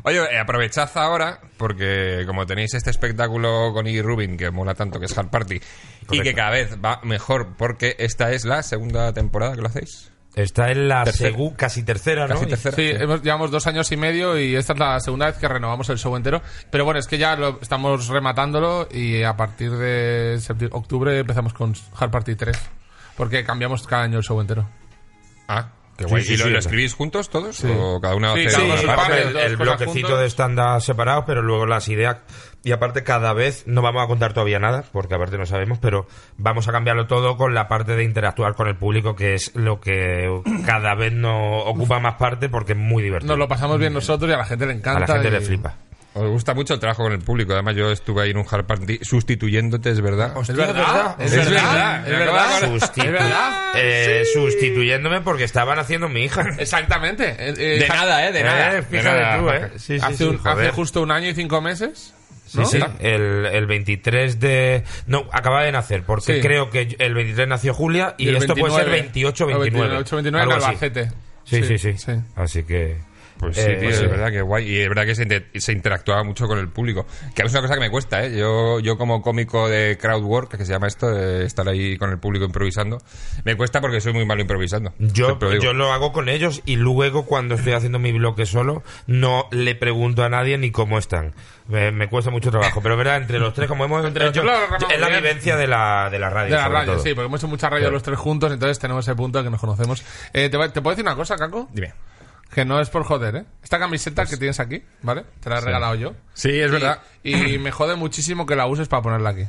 Speaker 1: Oye, eh, aprovechad ahora, porque como tenéis este espectáculo con Iggy Rubin, que mola tanto, que es Hard Party, y
Speaker 2: Correcto.
Speaker 1: que cada vez va mejor, porque esta es la segunda temporada que lo hacéis.
Speaker 2: Esta es la
Speaker 1: Tercera.
Speaker 2: segu- casi tercera, ¿no?
Speaker 1: Casi tercera.
Speaker 3: Eh, Sí, hemos- llevamos dos años y medio y esta es la segunda vez que renovamos el show entero. Pero bueno, es que ya lo, estamos rematándolo y a partir de septi- octubre empezamos con Hard Party 3. Porque cambiamos cada año el show entero.
Speaker 1: Ah, qué
Speaker 2: Sí,
Speaker 1: guay.
Speaker 2: sí,
Speaker 1: ¿Y lo,
Speaker 2: sí,
Speaker 1: lo
Speaker 2: sí.
Speaker 1: escribís juntos todos? ¿O cada uno
Speaker 3: Sí,
Speaker 1: hace
Speaker 3: cada uno
Speaker 1: una
Speaker 2: Sí,
Speaker 3: su
Speaker 1: parte?
Speaker 3: parte,
Speaker 2: el,
Speaker 3: todas
Speaker 2: el
Speaker 3: cosas
Speaker 2: bloquecito
Speaker 3: juntas.
Speaker 2: de estándar separados, pero luego las ideas. Y aparte, cada vez no vamos a contar todavía nada, porque aparte no sabemos, pero vamos a cambiarlo todo con la parte de interactuar con el público, que es lo que cada vez nos ocupa más parte, porque es muy divertido.
Speaker 3: Nos lo pasamos bien nosotros y a la gente le
Speaker 2: a
Speaker 3: encanta.
Speaker 2: la gente le
Speaker 3: y-
Speaker 2: flipa.
Speaker 1: Os gusta mucho el trabajo con el público. Además, yo estuve ahí en un Hard Party sustituyéndote, es verdad.
Speaker 3: ¿Es verdad?
Speaker 1: Es verdad, es verdad.
Speaker 2: Sustitu-
Speaker 3: ¿Es verdad?
Speaker 2: eh, Sustituyéndome porque estaban haciendo mi hija.
Speaker 3: Exactamente. Eh, eh,
Speaker 1: De
Speaker 3: ja-
Speaker 1: nada, ¿eh? De
Speaker 2: Eh,
Speaker 1: nada.
Speaker 2: fíjate tú, ¿eh? Sí, sí,
Speaker 3: hace,
Speaker 2: sí,
Speaker 3: un-
Speaker 2: joder.
Speaker 3: hace justo un año y cinco meses.
Speaker 2: Sí,
Speaker 3: ¿no? Ah.
Speaker 2: sí, el, el 23 de... No, acaba de nacer, porque
Speaker 3: Sí.
Speaker 2: creo que el 23 nació Julia y,
Speaker 3: el Ah,
Speaker 2: esto puede ser
Speaker 3: 29.
Speaker 2: 28
Speaker 3: No,
Speaker 2: 29.
Speaker 3: 28, 29 en
Speaker 2: algo así.
Speaker 3: Albacete.
Speaker 2: Sí sí, sí,
Speaker 3: sí.
Speaker 2: Así que...
Speaker 1: Pues sí,
Speaker 2: eh,
Speaker 1: tío,
Speaker 2: pues sí.
Speaker 1: es verdad que guay. Y es verdad que se, inter- se interactuaba mucho con el público. Que a mí es una cosa que me cuesta, ¿eh? Yo, yo como cómico de crowd work, que se llama esto, de estar ahí con el público improvisando, me cuesta porque soy muy malo improvisando.
Speaker 2: Yo,
Speaker 1: Siempre lo digo.
Speaker 2: yo lo hago con ellos y luego cuando estoy haciendo mi bloque solo no le pregunto a nadie ni cómo están. Me, me cuesta mucho trabajo, pero verdad, entre los tres, como hemos
Speaker 3: Entre los
Speaker 2: hecho,
Speaker 3: tres lo arreglamos
Speaker 2: es la
Speaker 3: bien.
Speaker 2: vivencia de la, de la radio.
Speaker 3: De la
Speaker 2: sobre
Speaker 3: radio,
Speaker 2: todo.
Speaker 3: sí, porque hemos hecho mucha radio
Speaker 2: Claro.
Speaker 3: los tres juntos, entonces tenemos ese punto de que nos conocemos. Eh, ¿te, va- te puedo decir una cosa, Caco?
Speaker 1: Dime.
Speaker 3: Que no es por joder, ¿eh? Esta camiseta
Speaker 2: Pues
Speaker 3: que tienes aquí, ¿vale? Te la he regalado yo.
Speaker 1: Sí, es
Speaker 3: Y-
Speaker 1: verdad.
Speaker 3: Y me jode muchísimo que la uses para ponerla aquí.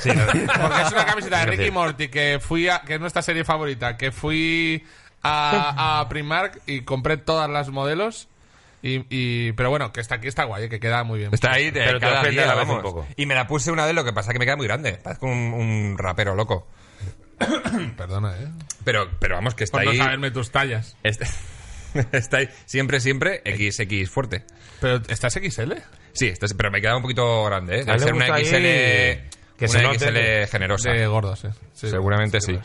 Speaker 2: Sí,
Speaker 3: *laughs*
Speaker 2: no-
Speaker 3: Porque es una camiseta
Speaker 2: Gracias.
Speaker 3: de Ricky y Morty que fui a, que es nuestra serie favorita, que fui a, a Primark y compré todas las modelos. Y, y- pero bueno, que está aquí está guay, que queda muy bien.
Speaker 1: Está ahí de
Speaker 2: Pero te
Speaker 1: cada
Speaker 2: ofende
Speaker 1: día,
Speaker 2: a la vez
Speaker 1: vamos.
Speaker 2: un poco.
Speaker 1: Y me la puse una vez, lo que pasa es que me queda muy grande. Parezco un, un rapero loco.
Speaker 3: Perdona, eh.
Speaker 1: Pero, pero vamos, que está
Speaker 3: Por no
Speaker 1: ahí...
Speaker 3: saberme tus tallas.
Speaker 1: Está, *laughs* está ahí siempre, siempre XX fuerte.
Speaker 3: Pero estás XL.
Speaker 1: Sí, está- pero me queda un poquito grande, ¿eh?
Speaker 2: A
Speaker 1: Debe
Speaker 2: él le
Speaker 1: ser una
Speaker 2: gusta
Speaker 1: XL...
Speaker 2: ahí que se
Speaker 1: una
Speaker 2: note
Speaker 1: XL
Speaker 2: que-
Speaker 1: generosa.
Speaker 3: De gordos, eh. Sí.
Speaker 1: Pues Seguramente sí.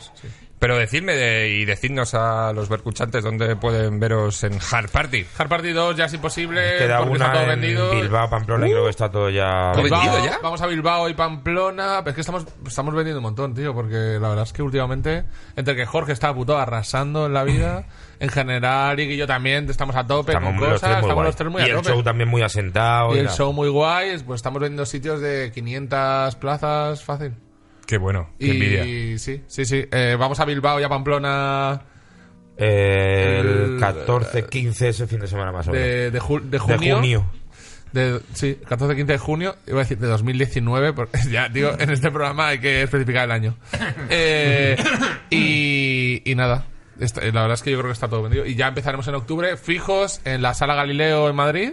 Speaker 1: Pero decidme de- y decidnos a los vercuchantes dónde pueden veros en Hard Party.
Speaker 3: Hard Party 2 ya es imposible.
Speaker 2: Queda
Speaker 3: porque está
Speaker 2: una
Speaker 3: todo
Speaker 2: en
Speaker 3: vendido.
Speaker 2: Bilbao, Pamplona, y creo que está todo Pues ya...
Speaker 1: ¿Todo
Speaker 3: Bilbao,
Speaker 1: vendido ya?
Speaker 3: Vamos a Bilbao y Pamplona. Pero es que estamos, estamos vendiendo un montón, tío. Porque la verdad es que últimamente, entre que Jorge está puto arrasando en
Speaker 2: *laughs*
Speaker 3: la vida, en general, y yo también estamos a tope
Speaker 2: Estamos
Speaker 3: con
Speaker 2: los
Speaker 3: cosas.
Speaker 2: tres muy
Speaker 3: estamos
Speaker 2: guay.
Speaker 3: los tres muy
Speaker 2: y
Speaker 3: a
Speaker 2: el
Speaker 3: tope.
Speaker 2: show también muy asentado.
Speaker 3: y el
Speaker 2: la-
Speaker 3: show muy guay. es- Pues estamos vendiendo sitios de 500 plazas fácil.
Speaker 1: Qué bueno, qué
Speaker 3: Y
Speaker 1: envidia.
Speaker 3: sí, sí, sí. Eh, vamos a Bilbao y a Pamplona
Speaker 2: eh,
Speaker 3: el-
Speaker 2: el 14, 15 ese fin de semana más o menos.
Speaker 3: de, de, ju- de
Speaker 2: De
Speaker 3: junio.
Speaker 2: junio.
Speaker 3: De, sí, 14-15 de junio, iba a decir de 2019, porque *laughs* ya digo, en este programa hay que especificar el año. Eh, y, y nada, Esta- la verdad es que yo creo que está todo vendido. Y ya empezaremos en octubre, fijos en la Sala Galileo en Madrid,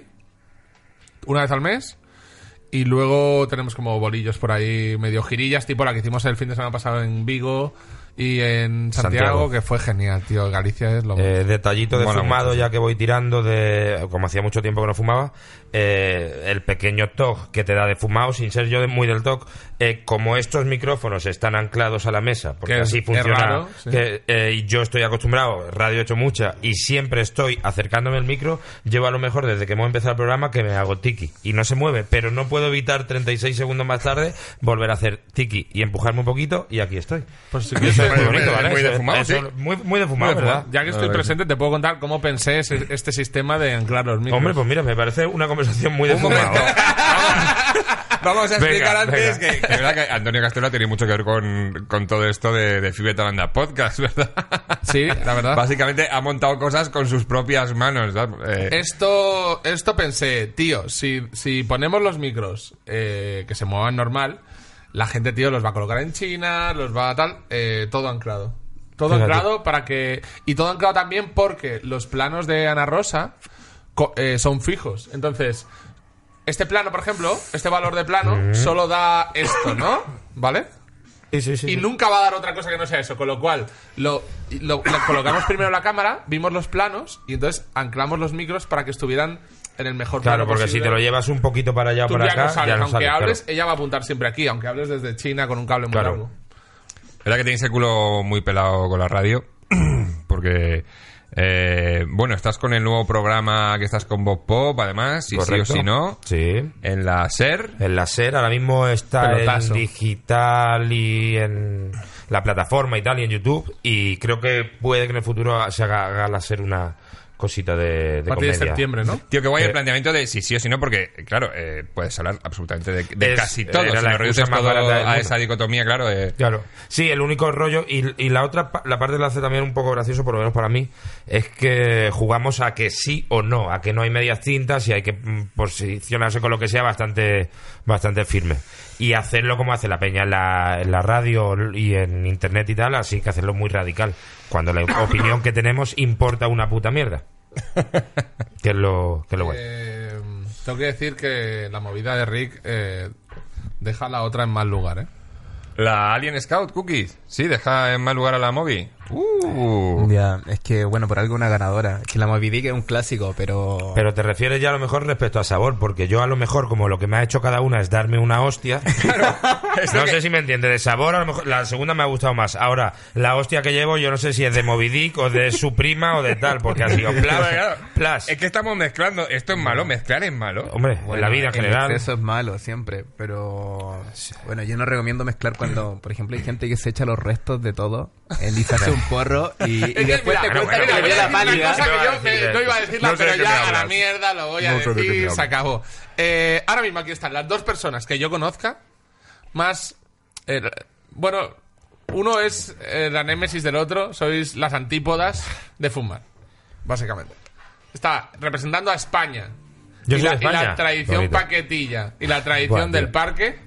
Speaker 3: una vez al mes. Y luego tenemos como bolillos por ahí, medio girillas, tipo la que hicimos el fin de semana pasado en Vigo y en Santiago,
Speaker 2: Santiago.
Speaker 3: que fue genial, tío. Galicia es lo mejor.
Speaker 2: Eh, detallito de
Speaker 1: Mola
Speaker 2: fumado, ya que voy tirando de. Como hacía mucho tiempo que no fumaba, eh, el pequeño TOC que te da de fumado, sin ser yo de- muy del TOC, eh, como estos micrófonos están anclados a la mesa, porque
Speaker 3: Que es-
Speaker 2: así
Speaker 3: es
Speaker 2: funciona.
Speaker 3: raro, sí.
Speaker 2: que, eh, y yo estoy acostumbrado, radio he hecho mucha, y siempre estoy acercándome al micro. Llevo a lo mejor desde que hemos empezado el programa que me hago tiki y no se mueve, pero no puedo evitar 36 segundos más tarde volver a hacer tiki y empujarme un poquito, y aquí estoy.
Speaker 3: Pues si quieres
Speaker 2: Eso es muy
Speaker 1: Muy-
Speaker 2: bonito, ¿vale?
Speaker 1: muy
Speaker 2: Eso-
Speaker 1: defumado,
Speaker 2: eso-
Speaker 1: sí.
Speaker 2: Muy, muy defumado,
Speaker 3: Bueno,
Speaker 2: ¿verdad?
Speaker 3: Ya que estoy
Speaker 1: Claro que
Speaker 3: presente, te puedo contar cómo pensé ese- este sistema de anclar los micros.
Speaker 2: Hombre, pues mira, me parece una conversación muy
Speaker 1: Un momento.
Speaker 2: defumada.
Speaker 1: Vamos a
Speaker 2: Venga,
Speaker 1: explicar antes
Speaker 2: venga.
Speaker 1: que, que verdad que Antonio Castelo tiene mucho que ver con, con todo esto de, de Fibeta Banda Podcast, *laughs* ¿verdad?
Speaker 3: Sí, la verdad.
Speaker 1: Básicamente ha montado cosas con sus propias manos. ¿verdad? Eh,
Speaker 3: Esto, esto pensé, tío, si, si ponemos los micros eh, que se muevan normal, la gente, tío, los va a colocar en China, los va a tal, eh, todo anclado. Todo
Speaker 2: Fíjate.
Speaker 3: anclado para que... Y todo anclado también porque los planos de Ana Rosa co- eh, son fijos. Entonces, este plano, por ejemplo, este valor de plano, solo da esto, ¿no? ¿Vale?
Speaker 2: Sí, sí, sí.
Speaker 3: Y nunca va a dar otra cosa que no sea eso. Con lo cual, lo, lo- lo- colocamos primero la cámara, vimos los planos y entonces anclamos los micros para que estuvieran en el mejor
Speaker 2: Claro,
Speaker 3: plano
Speaker 2: porque si
Speaker 3: posible.
Speaker 2: te lo llevas un poquito para allá o
Speaker 3: Tú
Speaker 2: para
Speaker 3: ya no
Speaker 2: acá,
Speaker 3: sales.
Speaker 2: ya no
Speaker 3: aunque
Speaker 2: sales. claro.
Speaker 3: hables, ella va a apuntar siempre aquí, aunque hables desde China con un cable muy
Speaker 2: Claro.
Speaker 3: largo.
Speaker 1: verdad que tenéis el culo muy pelado con la radio. *clears throat* Porque, eh, bueno, estás con el nuevo programa que estás con Bob Pop, además, si sí
Speaker 2: Correcto.
Speaker 1: o si no.
Speaker 2: Sí.
Speaker 1: En la SER.
Speaker 2: El láser ahora mismo está
Speaker 3: Pelotazo.
Speaker 2: en digital y en la plataforma y tal, y en YouTube. Y creo que puede que en el futuro se haga, haga láser una cosita de,
Speaker 3: A
Speaker 2: de
Speaker 3: partir de
Speaker 2: comedia.
Speaker 3: septiembre, ¿no?
Speaker 1: Tío, que guay el
Speaker 2: Eh,
Speaker 1: planteamiento de si sí o si no, porque, claro, eh, puedes hablar absolutamente de, de
Speaker 2: Es-
Speaker 1: casi todo.
Speaker 2: era
Speaker 1: Si
Speaker 2: la
Speaker 1: lo reduces
Speaker 2: excusa más
Speaker 1: todo
Speaker 2: barata del
Speaker 1: a
Speaker 2: mundo.
Speaker 1: esa dicotomía, claro. eh,
Speaker 2: Claro. Sí, el único rollo y, y la otra pa- la parte del hace también un poco gracioso, por lo menos para mí, es que jugamos a que sí o no, a que no hay medias tintas y hay que mm, posicionarse con lo que sea bastante bastante firme y hacerlo como hace la peña en la, en la radio y en internet y tal, así que hacerlo muy radical cuando la opinión que tenemos importa una puta mierda. Que es lo que es lo bueno.
Speaker 3: Eh, tengo que decir que la movida de Rick eh, deja a la otra en mal lugar, ¿eh?
Speaker 1: La Alien Scout Cookies. Sí, deja en mal lugar a la Moby. Uh.
Speaker 4: Ya, es que bueno, por algo una ganadora. Que la Moby Dick es un clásico, pero.
Speaker 2: Pero te refieres ya a lo mejor respecto a sabor, porque yo a lo mejor, como lo que me ha hecho cada una es darme una hostia.
Speaker 3: *laughs*
Speaker 2: no sé si me entiende. De sabor, a lo mejor la segunda me ha gustado más. Ahora, la hostia que llevo, yo no sé si es de Moby Dick o de su prima o de tal,
Speaker 3: *laughs*
Speaker 2: porque ha sido plas.
Speaker 1: Claro, claro.
Speaker 2: plas.
Speaker 1: Es que estamos mezclando. Esto es malo, mezclar es malo.
Speaker 2: Hombre, en la vida en general.
Speaker 4: Eso es malo siempre, pero bueno, yo no recomiendo mezclar cuando, por ejemplo, hay gente que se echa los restos de todo, él y se hace un porro y, y
Speaker 3: Es que,
Speaker 4: después te
Speaker 2: mira,
Speaker 4: cuenta
Speaker 2: bueno,
Speaker 4: que
Speaker 2: bueno,
Speaker 4: le dio
Speaker 3: voy a
Speaker 4: la
Speaker 3: decir una
Speaker 4: pálida.
Speaker 3: cosa que yo
Speaker 2: No iba a decir
Speaker 3: me- no iba a
Speaker 2: eso.
Speaker 3: decirla,
Speaker 1: No sé
Speaker 3: pero
Speaker 1: de qué me
Speaker 3: ya a la
Speaker 1: hablas.
Speaker 3: mierda lo voy a
Speaker 1: No sé de qué me
Speaker 3: decir y
Speaker 1: hablas.
Speaker 3: se acabó. Eh, ahora mismo aquí están las dos personas que yo conozca, más... eh, bueno, uno es eh, la némesis del otro, sois las antípodas de fumar, básicamente. Está representando a España.
Speaker 2: Yo
Speaker 3: y,
Speaker 2: soy
Speaker 3: la,
Speaker 2: de
Speaker 3: y la
Speaker 2: España.
Speaker 3: tradición
Speaker 2: Bonito.
Speaker 3: paquetilla y la tradición
Speaker 2: Buah,
Speaker 3: del
Speaker 2: tío.
Speaker 3: parque.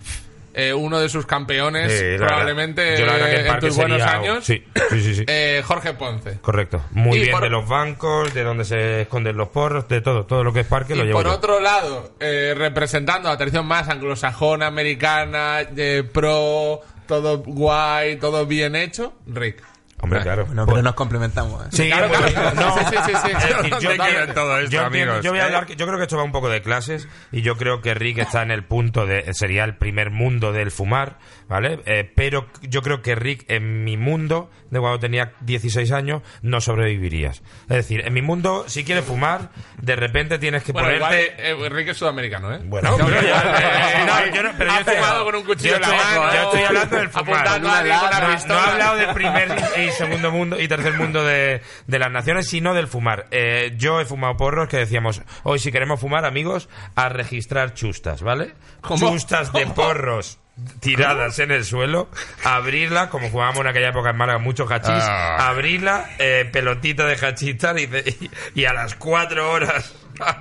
Speaker 3: eh, uno de sus campeones,
Speaker 2: Sí, la verdad.
Speaker 3: probablemente
Speaker 2: Yo la verdad que el
Speaker 3: en
Speaker 2: parque
Speaker 3: tus buenos
Speaker 2: sería-
Speaker 3: años,
Speaker 2: Sí, sí, sí. sí.
Speaker 3: eh, Jorge Ponce.
Speaker 2: Correcto. Muy
Speaker 3: y
Speaker 2: bien
Speaker 3: por-
Speaker 2: de los bancos, de donde se esconden los porros, de todo. Todo lo que es parque lo
Speaker 3: Y
Speaker 2: llevo
Speaker 3: por
Speaker 2: yo.
Speaker 3: otro lado, eh, representando a la tradición más anglosajona, americana, eh, pro, todo guay, todo bien hecho, Rick.
Speaker 2: Hombre, claro.
Speaker 4: Bueno, pero nos complementamos. ¿eh?
Speaker 2: Sí,
Speaker 3: Claro,
Speaker 2: bueno,
Speaker 3: claro.
Speaker 2: no,
Speaker 3: Sí, sí, sí, sí.
Speaker 2: es decir,
Speaker 1: No
Speaker 2: yo
Speaker 1: te
Speaker 2: creo-
Speaker 1: quiero en todo esto,
Speaker 2: yo entiendo-
Speaker 1: amigos,
Speaker 2: yo voy a
Speaker 1: ¿eh?
Speaker 2: hablar, yo creo que esto va un poco de clases y yo creo que Rick está en el punto de sería el primer mundo del fumar, ¿vale? Eh, pero yo creo que Rick en mi mundo de cuando tenía 16 años no sobrevivirías. Es decir, en mi mundo si quieres fumar, de repente tienes que
Speaker 3: Bueno, igual,
Speaker 2: ponerte
Speaker 3: eh, Rick es sudamericano, ¿eh?
Speaker 2: bueno, pero yo- eh, no, yo no- pero yo
Speaker 3: ha
Speaker 2: estoy-
Speaker 3: fumado con un cuchillo
Speaker 2: yo
Speaker 3: en la
Speaker 2: estoy-
Speaker 3: mano.
Speaker 2: yo estoy hablando del fumar.
Speaker 3: Apuntando a alguien con una
Speaker 2: No,
Speaker 3: pistola.
Speaker 2: No he hablado del primer y segundo mundo y tercer mundo de, de las naciones, sino del fumar. Eh, yo he fumado porros que decíamos, hoy si queremos fumar, amigos, a registrar chustas, ¿vale?
Speaker 3: ¿Cómo?
Speaker 2: Chustas de porros tiradas en el suelo, abrirla, como jugábamos en aquella época en Málaga, mucho hachís,
Speaker 1: Ah.
Speaker 2: abrirla, eh, pelotita de hachís tal, y, de- y- y a las cuatro horas... *laughs*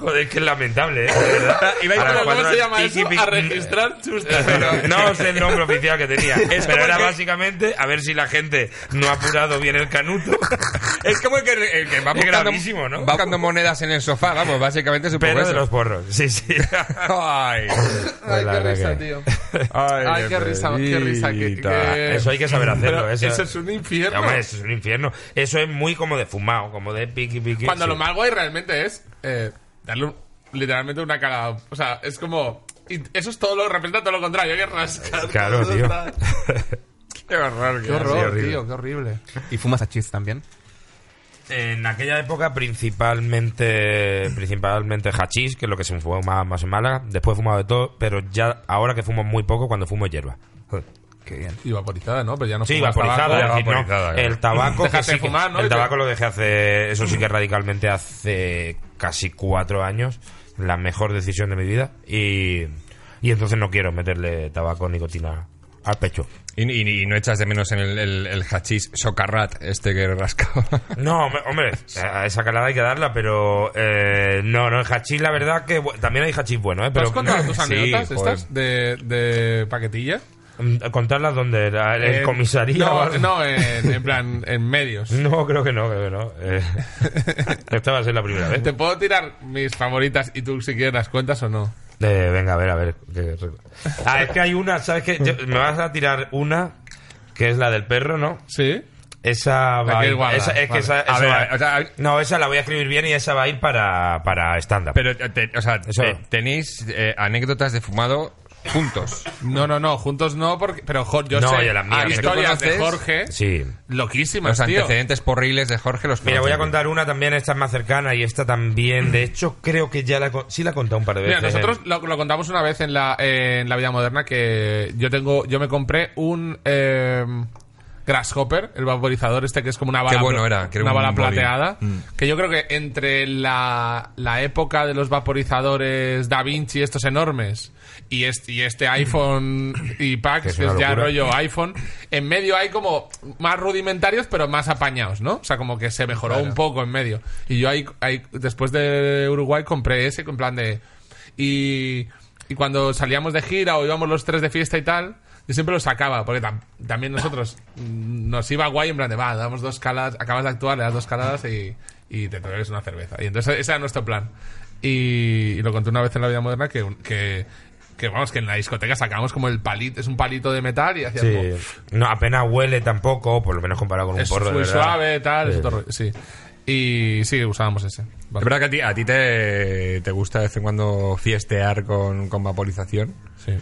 Speaker 2: Joder, que es lamentable, ¿eh? De
Speaker 3: *laughs*
Speaker 2: verdad.
Speaker 1: Iba a ir
Speaker 2: A
Speaker 1: con
Speaker 2: las
Speaker 1: el-
Speaker 3: ¿Cómo
Speaker 2: cuatro
Speaker 3: se llama
Speaker 2: horas,
Speaker 3: eso?
Speaker 2: tiki,
Speaker 3: A
Speaker 2: pic,
Speaker 3: registrar
Speaker 2: *laughs*
Speaker 3: chustas. *laughs*
Speaker 2: pero no sé el nombre oficial que tenía. pero
Speaker 1: como
Speaker 2: era
Speaker 1: el que-
Speaker 2: básicamente a ver si la gente no ha apurado bien el
Speaker 3: *laughs*
Speaker 2: canuto.
Speaker 1: Es como el que, el que va,
Speaker 2: Es
Speaker 1: buscando,
Speaker 2: gravísimo, ¿no?
Speaker 1: va buscando monedas en el sofá, vamos, básicamente es un poco
Speaker 2: Pero de
Speaker 1: eso.
Speaker 2: los porros. Sí,
Speaker 3: *laughs*
Speaker 2: sí.
Speaker 1: Ay,
Speaker 3: Ay,
Speaker 2: La
Speaker 3: qué
Speaker 2: verdad
Speaker 3: risa,
Speaker 2: que-
Speaker 3: tío.
Speaker 1: ay,
Speaker 3: Ay, qué risa, qué risa. que-
Speaker 1: Pedrita.
Speaker 3: que-
Speaker 2: Eso hay que saber hacerlo.
Speaker 3: Eh, Pero
Speaker 2: eso.
Speaker 3: eso es un infierno.
Speaker 2: Hombre, eso es un infierno. Eso es muy como de fumado, como de piqui piqui.
Speaker 3: Cuando
Speaker 2: sí.
Speaker 3: lo más guay realmente es eh, darle un- literalmente una cagada. O sea, es como. y Eso es todo lo. Representa todo lo contrario. Hay que rascar.
Speaker 2: Claro,
Speaker 3: Eso
Speaker 2: tío.
Speaker 3: está-
Speaker 1: Qué horror,
Speaker 3: Qué
Speaker 2: Sí,
Speaker 3: horror,
Speaker 2: horrible.
Speaker 3: tío. Qué horrible.
Speaker 4: Y fumas a chis también.
Speaker 2: En aquella época principalmente principalmente hachís, que es lo que se fumaba más en Málaga. Después he fumado de todo, pero ya ahora que fumo muy poco, cuando fumo hierba.
Speaker 4: qué bien.
Speaker 3: Y vaporizada, ¿no? Pero ya no
Speaker 2: Sí,
Speaker 3: fumas
Speaker 2: vaporizada.
Speaker 3: tabaco.
Speaker 2: es decir, no,
Speaker 1: vaporizada, claro.
Speaker 2: el tabaco. que
Speaker 3: Dejaste
Speaker 2: sí
Speaker 3: de
Speaker 2: que-
Speaker 3: fumar, ¿no?
Speaker 2: El
Speaker 3: Y te-
Speaker 2: tabaco lo dejé hace. Eso sí que radicalmente hace casi cuatro años. La mejor decisión de mi vida. Y, y entonces no quiero meterle tabaco, nicotina al pecho.
Speaker 1: Y, y- y no echas de menos en el, el, el hachís socarrat este que rascaba.
Speaker 2: No, hombre, hombre, *laughs* a esa calada hay que darla, pero eh, no, no, el hachís, la verdad que bu- también hay hachís bueno, ¿eh?
Speaker 3: ¿Tú
Speaker 2: Pero,
Speaker 3: has
Speaker 2: *laughs*
Speaker 3: contado tus
Speaker 1: Sí,
Speaker 3: anécdotas
Speaker 1: joder.
Speaker 3: estas de, de paquetilla?
Speaker 2: Mm, Contarlas donde la en
Speaker 3: En-
Speaker 2: comisaría. Mm. o
Speaker 3: Eh, No,
Speaker 2: algo.
Speaker 3: no en, en plan, en medios.
Speaker 2: *laughs* No, creo que no, creo que no. Eh, *laughs* esta va a ser la primera vez.
Speaker 3: ¿Te puedo tirar mis favoritas y tú si quieres las cuentas o no?
Speaker 2: Eh, venga, a ver, a ver. que- Ah, es que hay una, ¿sabes qué? Yo- me vas a tirar una, que es la del perro, ¿no?
Speaker 3: ¿Sí.
Speaker 2: Esa va a
Speaker 3: quieres
Speaker 2: ir-
Speaker 3: guardar,
Speaker 2: esa- es que
Speaker 3: vale.
Speaker 2: esa,
Speaker 1: A
Speaker 2: esa
Speaker 1: ver,
Speaker 2: va-
Speaker 1: o sea,
Speaker 2: no, esa la voy a escribir bien y esa va a ir para, para stand-up.
Speaker 1: Pero, eh, te- o sea,
Speaker 2: Eso.
Speaker 1: te- tenéis eh, anécdotas de fumado juntos.
Speaker 3: No, no, no, juntos no, porque, pero jo- yo
Speaker 2: No,
Speaker 3: sé
Speaker 2: yo las mías,
Speaker 3: hay
Speaker 2: ¿me
Speaker 3: historias de
Speaker 1: conoces?
Speaker 3: Jorge
Speaker 2: Sí.
Speaker 3: loquísimas,
Speaker 1: Los
Speaker 3: tío.
Speaker 1: antecedentes porriles de Jorge los
Speaker 2: Mira, voy a
Speaker 1: conocemos.
Speaker 2: contar una también, esta es más cercana y esta también. De hecho, creo que ya la, he con- sí la he contado un par de
Speaker 3: Mira,
Speaker 2: veces. ¿eh?
Speaker 3: nosotros lo, lo contamos una vez en la, eh, en la vida moderna que yo tengo, yo me compré un eh, grasshopper, el vaporizador este que es como una bala,
Speaker 1: bueno
Speaker 3: pla-
Speaker 1: era, que era
Speaker 3: una
Speaker 1: un
Speaker 3: bala
Speaker 1: bolín.
Speaker 3: plateada,
Speaker 2: Mm.
Speaker 3: que yo creo que entre la, la época de los vaporizadores Da Vinci estos enormes y este, y este iPhone
Speaker 2: Mm.
Speaker 3: y
Speaker 2: Que
Speaker 3: Pax
Speaker 2: es
Speaker 3: que
Speaker 2: una
Speaker 3: es ya
Speaker 2: locura.
Speaker 3: rollo iPhone, en medio hay como más rudimentarios pero más apañados, ¿no? O sea, como que se mejoró un poco en medio. Y yo ahí, ahí después de Uruguay compré ese en plan de y, y cuando salíamos de gira o íbamos los tres de fiesta y tal, yo siempre lo sacaba, porque tam- también nosotros mm, nos iba guay en plan de, va, damos dos caladas, acabas de actuar, le das dos caladas y, y te traes una cerveza. Y entonces ese era nuestro plan. Y, y lo conté una vez en la vida moderna que, un- que, que, vamos, que en la discoteca sacábamos como el palito, es un palito de metal y hacíamos...
Speaker 2: Sí. No, apenas huele tampoco, por lo menos comparado con un
Speaker 3: Es
Speaker 2: porro. de
Speaker 3: muy
Speaker 2: verdad.
Speaker 3: suave, tal, es
Speaker 2: Sí.
Speaker 3: otro rollo, sí. Y sí, usábamos ese.
Speaker 1: Es verdad que a ti, a ti te, te gusta de vez en cuando fiestear con, con vaporización.
Speaker 3: Sí.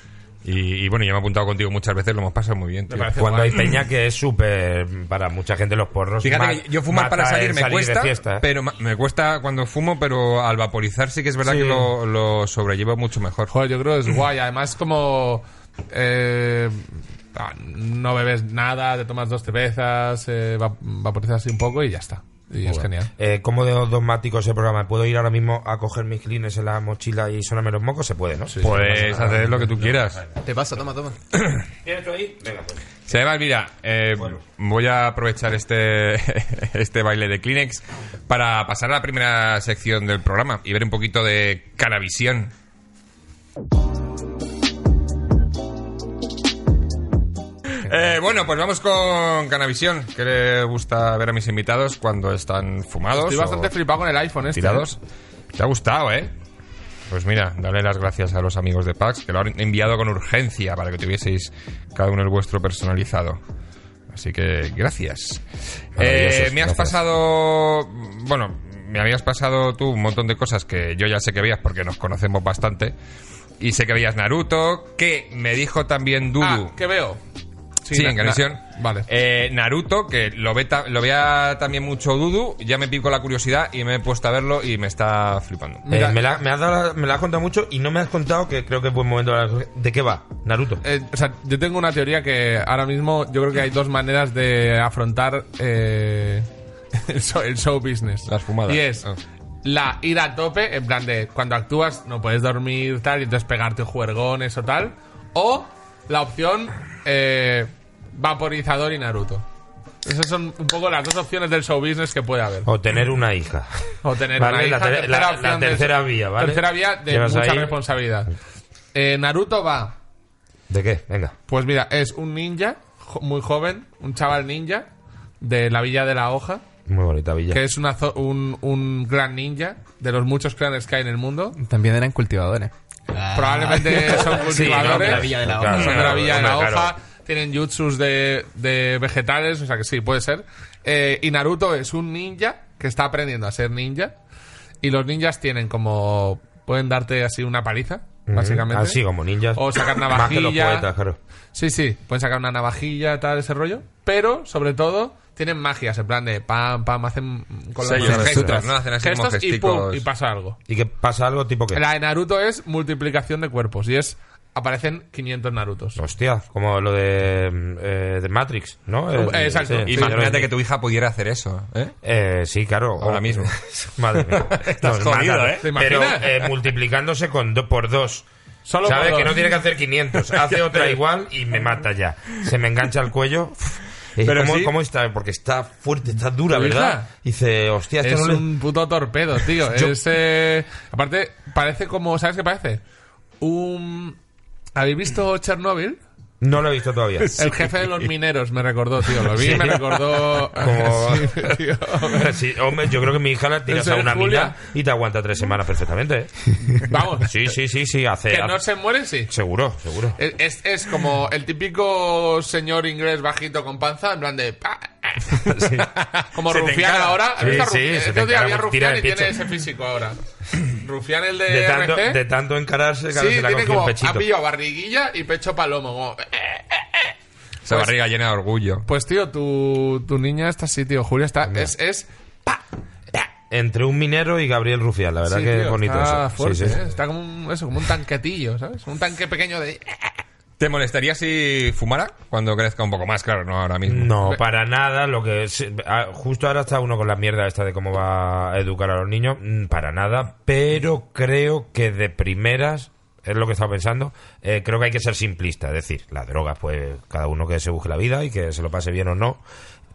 Speaker 1: Y, y bueno, ya me he apuntado contigo muchas veces, lo hemos pasado muy bien. tío.
Speaker 3: Me parece
Speaker 2: Cuando hay
Speaker 3: guay.
Speaker 2: peña que es súper para mucha gente los porros. ma-
Speaker 1: Fíjate que yo fumar
Speaker 2: mata
Speaker 1: para salir
Speaker 2: el
Speaker 1: me
Speaker 2: de
Speaker 1: cuesta,
Speaker 2: fiesta, ¿eh?
Speaker 1: pero ma- me cuesta cuando fumo, pero al vaporizar sí que es verdad
Speaker 2: Sí.
Speaker 1: que lo, lo sobrellevo mucho mejor.
Speaker 3: Joder, yo creo que es guay. Además, como. eh, ah, no bebes nada, te tomas dos cervezas, eh, va- vaporizas así un poco y ya está. Y es genial.
Speaker 2: Eh, ¿Cómo de dogmático ese programa? ¿Puedo ir ahora mismo a coger mis clines en la mochila y sonarme los mocos? Se puede, ¿no?
Speaker 1: Pues haces lo que tú quieras.
Speaker 5: Te pasa, toma, toma.
Speaker 2: ¿Tienes tú ahí? Venga, pues.
Speaker 1: Se llama Elvira. Eh, Voy a aprovechar este, *laughs* este baile de Kleenex para pasar a la primera sección del programa y ver un poquito de Canavisión. Eh, bueno, pues vamos con Canavisión, que le gusta ver a mis invitados cuando están fumados.
Speaker 3: Estoy
Speaker 1: o
Speaker 3: bastante flipado con el iPhone este.
Speaker 1: tirados. Te ha gustado, ¿eh? Pues mira, dale las gracias a los amigos de PAX que lo han enviado con urgencia para que tuvieseis cada uno el vuestro personalizado. Así que gracias.
Speaker 2: Maravillosos,
Speaker 1: Eh, me has
Speaker 2: gracias.
Speaker 1: pasado. Bueno, me habías pasado tú un montón de cosas que yo ya sé que veías porque nos conocemos bastante. Y sé que veías Naruto, que me dijo también Dudu.
Speaker 3: Ah, ¿qué veo?
Speaker 1: Sí, en
Speaker 3: na-
Speaker 1: Canavisión.
Speaker 3: na- Vale.
Speaker 1: Eh, Naruto, que lo, ve ta- lo vea también mucho Dudu, ya me pico la curiosidad y me he puesto a verlo y me está flipando.
Speaker 2: Eh, me, la, me has dado la- me la has contado mucho y no me has contado que creo que es buen momento. de- ¿De qué va? Naruto.
Speaker 3: Eh, o sea, yo tengo una teoría que ahora mismo yo creo que hay dos maneras de afrontar eh, *laughs* el, show, el show business.
Speaker 1: Las fumadas.
Speaker 3: Y es
Speaker 1: Ah.
Speaker 3: la ir a tope, en plan de cuando actúas no puedes dormir tal, y entonces pegarte juergones o tal. O la opción eh, vaporizador y Naruto. Esas son un poco las dos opciones del show business que puede haber.
Speaker 2: O tener una hija.
Speaker 3: O tener
Speaker 2: Vale,
Speaker 3: una hija,
Speaker 2: la ter-
Speaker 3: tercera
Speaker 2: la-
Speaker 3: opción
Speaker 2: la
Speaker 3: de-
Speaker 2: tercera vía, ¿vale?
Speaker 3: Tercera vía de
Speaker 2: Llevas
Speaker 3: mucha
Speaker 2: ahí-
Speaker 3: responsabilidad. Eh, Naruto va
Speaker 2: ¿De qué? Venga.
Speaker 3: pues mira, es un ninja, jo- muy joven, un chaval ninja de la Villa de la Hoja,
Speaker 2: Muy bonita villa.
Speaker 3: que es una zo- un, un gran ninja de los muchos clanes que hay en el mundo.
Speaker 4: También eran cultivadores.
Speaker 2: Ah. *laughs*
Speaker 3: Probablemente son cultivadores,
Speaker 5: no, la Villa de la
Speaker 2: Claro,
Speaker 5: Hoja.
Speaker 3: son de la Villa de la
Speaker 2: hombre, claro.
Speaker 3: Hoja, tienen jutsus de, de vegetales, o sea que sí, puede ser. Eh, y Naruto es un ninja que está aprendiendo a ser ninja. Y los ninjas tienen como... Pueden darte así una paliza, básicamente.
Speaker 2: Así Mm-hmm. Ah, como ninjas.
Speaker 3: O sacar
Speaker 2: Más que los
Speaker 3: navajilla.
Speaker 2: poetas, claro.
Speaker 3: Sí, sí, pueden sacar una navajilla, tal, ese rollo. Pero, sobre todo, tienen magias, en plan de pam, pam, hacen con las
Speaker 1: Sellos,
Speaker 3: manos
Speaker 1: gestos,
Speaker 3: gestos,
Speaker 1: ¿no? Hacen así como
Speaker 3: gestos y pum,
Speaker 1: gesticos.
Speaker 3: y pasa algo.
Speaker 2: ¿Y qué pasa algo tipo que?
Speaker 3: La de Naruto es multiplicación de cuerpos y es aparecen 500 Narutos.
Speaker 2: Hostia, como lo de, eh, de Matrix, ¿no?
Speaker 3: Uh,
Speaker 2: El-
Speaker 3: exacto.
Speaker 2: sí.
Speaker 1: Imagínate
Speaker 2: Sí.
Speaker 1: que tu hija pudiera hacer eso, ¿eh?
Speaker 2: Eh, sí, claro.
Speaker 1: Ahora
Speaker 2: O-
Speaker 1: mismo.
Speaker 2: *laughs* Madre mía.
Speaker 1: *laughs* Estás
Speaker 2: Nos
Speaker 1: jodido,
Speaker 2: matan.
Speaker 1: ¿eh?
Speaker 3: ¿Te
Speaker 2: Pero
Speaker 3: imaginas?
Speaker 2: eh, multiplicándose con do- por dos.
Speaker 3: Solo
Speaker 2: ¿Sabes?
Speaker 3: por
Speaker 2: Que
Speaker 3: dos.
Speaker 2: no tiene que hacer *laughs* 500. Hace otra igual y me mata ya. Se me engancha al cuello. Y
Speaker 1: Pero
Speaker 2: Eh, ¿cómo,
Speaker 1: sí.
Speaker 2: cómo está? Porque está fuerte, está dura,
Speaker 3: ¿Tu
Speaker 2: ¿verdad?
Speaker 3: hija?
Speaker 2: Dice, hostia, esto
Speaker 3: Es
Speaker 2: no le-
Speaker 3: un puto torpedo,
Speaker 2: *laughs*
Speaker 3: tío.
Speaker 2: Yo-
Speaker 3: Es, eh, Aparte, parece como... ¿Sabes qué parece? Un... ¿Habéis visto Chernobyl?
Speaker 2: No lo he visto todavía. *laughs*
Speaker 3: El jefe de los mineros me recordó, tío. Lo vi y me
Speaker 2: Sí. *laughs*
Speaker 3: recordó...
Speaker 2: Como-
Speaker 3: *laughs* Sí,
Speaker 2: *laughs*
Speaker 3: tío.
Speaker 2: Sí, hombre, yo creo que mi hija la tiras
Speaker 3: Ese
Speaker 2: a una
Speaker 3: Julia.
Speaker 2: mina y te aguanta tres semanas perfectamente. ¿eh? *laughs*
Speaker 3: Vamos.
Speaker 2: Sí, sí, sí, sí, hace.
Speaker 3: Que no se muere, sí.
Speaker 2: Seguro, seguro.
Speaker 3: Es, es- es como el típico señor inglés bajito con panza, en plan de... pa,
Speaker 2: *laughs* Sí.
Speaker 3: Como
Speaker 1: Se te
Speaker 3: Rufián
Speaker 1: encara.
Speaker 3: ahora.
Speaker 2: Sí,
Speaker 3: ¿Has visto a
Speaker 2: sí,
Speaker 3: Rufián?
Speaker 2: se te
Speaker 3: Estos días
Speaker 2: encara
Speaker 3: había
Speaker 2: por tirar
Speaker 3: Rufián y
Speaker 2: el
Speaker 3: tiene
Speaker 2: pecho.
Speaker 3: ese
Speaker 2: *laughs*
Speaker 3: físico ahora. Rufián el de,
Speaker 2: De tanto,
Speaker 3: RC.
Speaker 2: de tanto encararse, claro,
Speaker 3: sí,
Speaker 2: se le ha
Speaker 3: tiene
Speaker 2: cogido
Speaker 3: como...
Speaker 2: el
Speaker 3: Ha
Speaker 2: pechito.
Speaker 3: pillado barriguilla y pecho palomo. como, eh.
Speaker 1: Esa
Speaker 3: Pues-
Speaker 1: barriga llena de orgullo.
Speaker 3: Pues tío, tu, tu niña está así, tío. Julia está... Es... es
Speaker 2: Entre un minero y Gabriel Rufián, la verdad
Speaker 3: sí,
Speaker 2: que
Speaker 3: tío,
Speaker 2: es bonito
Speaker 3: está
Speaker 2: eso. Sí,
Speaker 3: fuerte,
Speaker 2: sí.
Speaker 3: ¿eh? Está como un, eso, como un tanquetillo, ¿sabes? Un tanque pequeño de...
Speaker 1: ¿Te molestaría si fumara cuando crezca un poco más? Claro, no ahora mismo.
Speaker 2: No, para nada. Lo que es- ah, justo ahora está uno con la mierda esta de cómo va a educar a los niños, mm, para nada. Pero creo que de primeras es lo que estaba pensando. eh, creo que hay que ser simplista, es decir, las drogas, pues cada uno que se busque la vida y que se lo pase bien o no.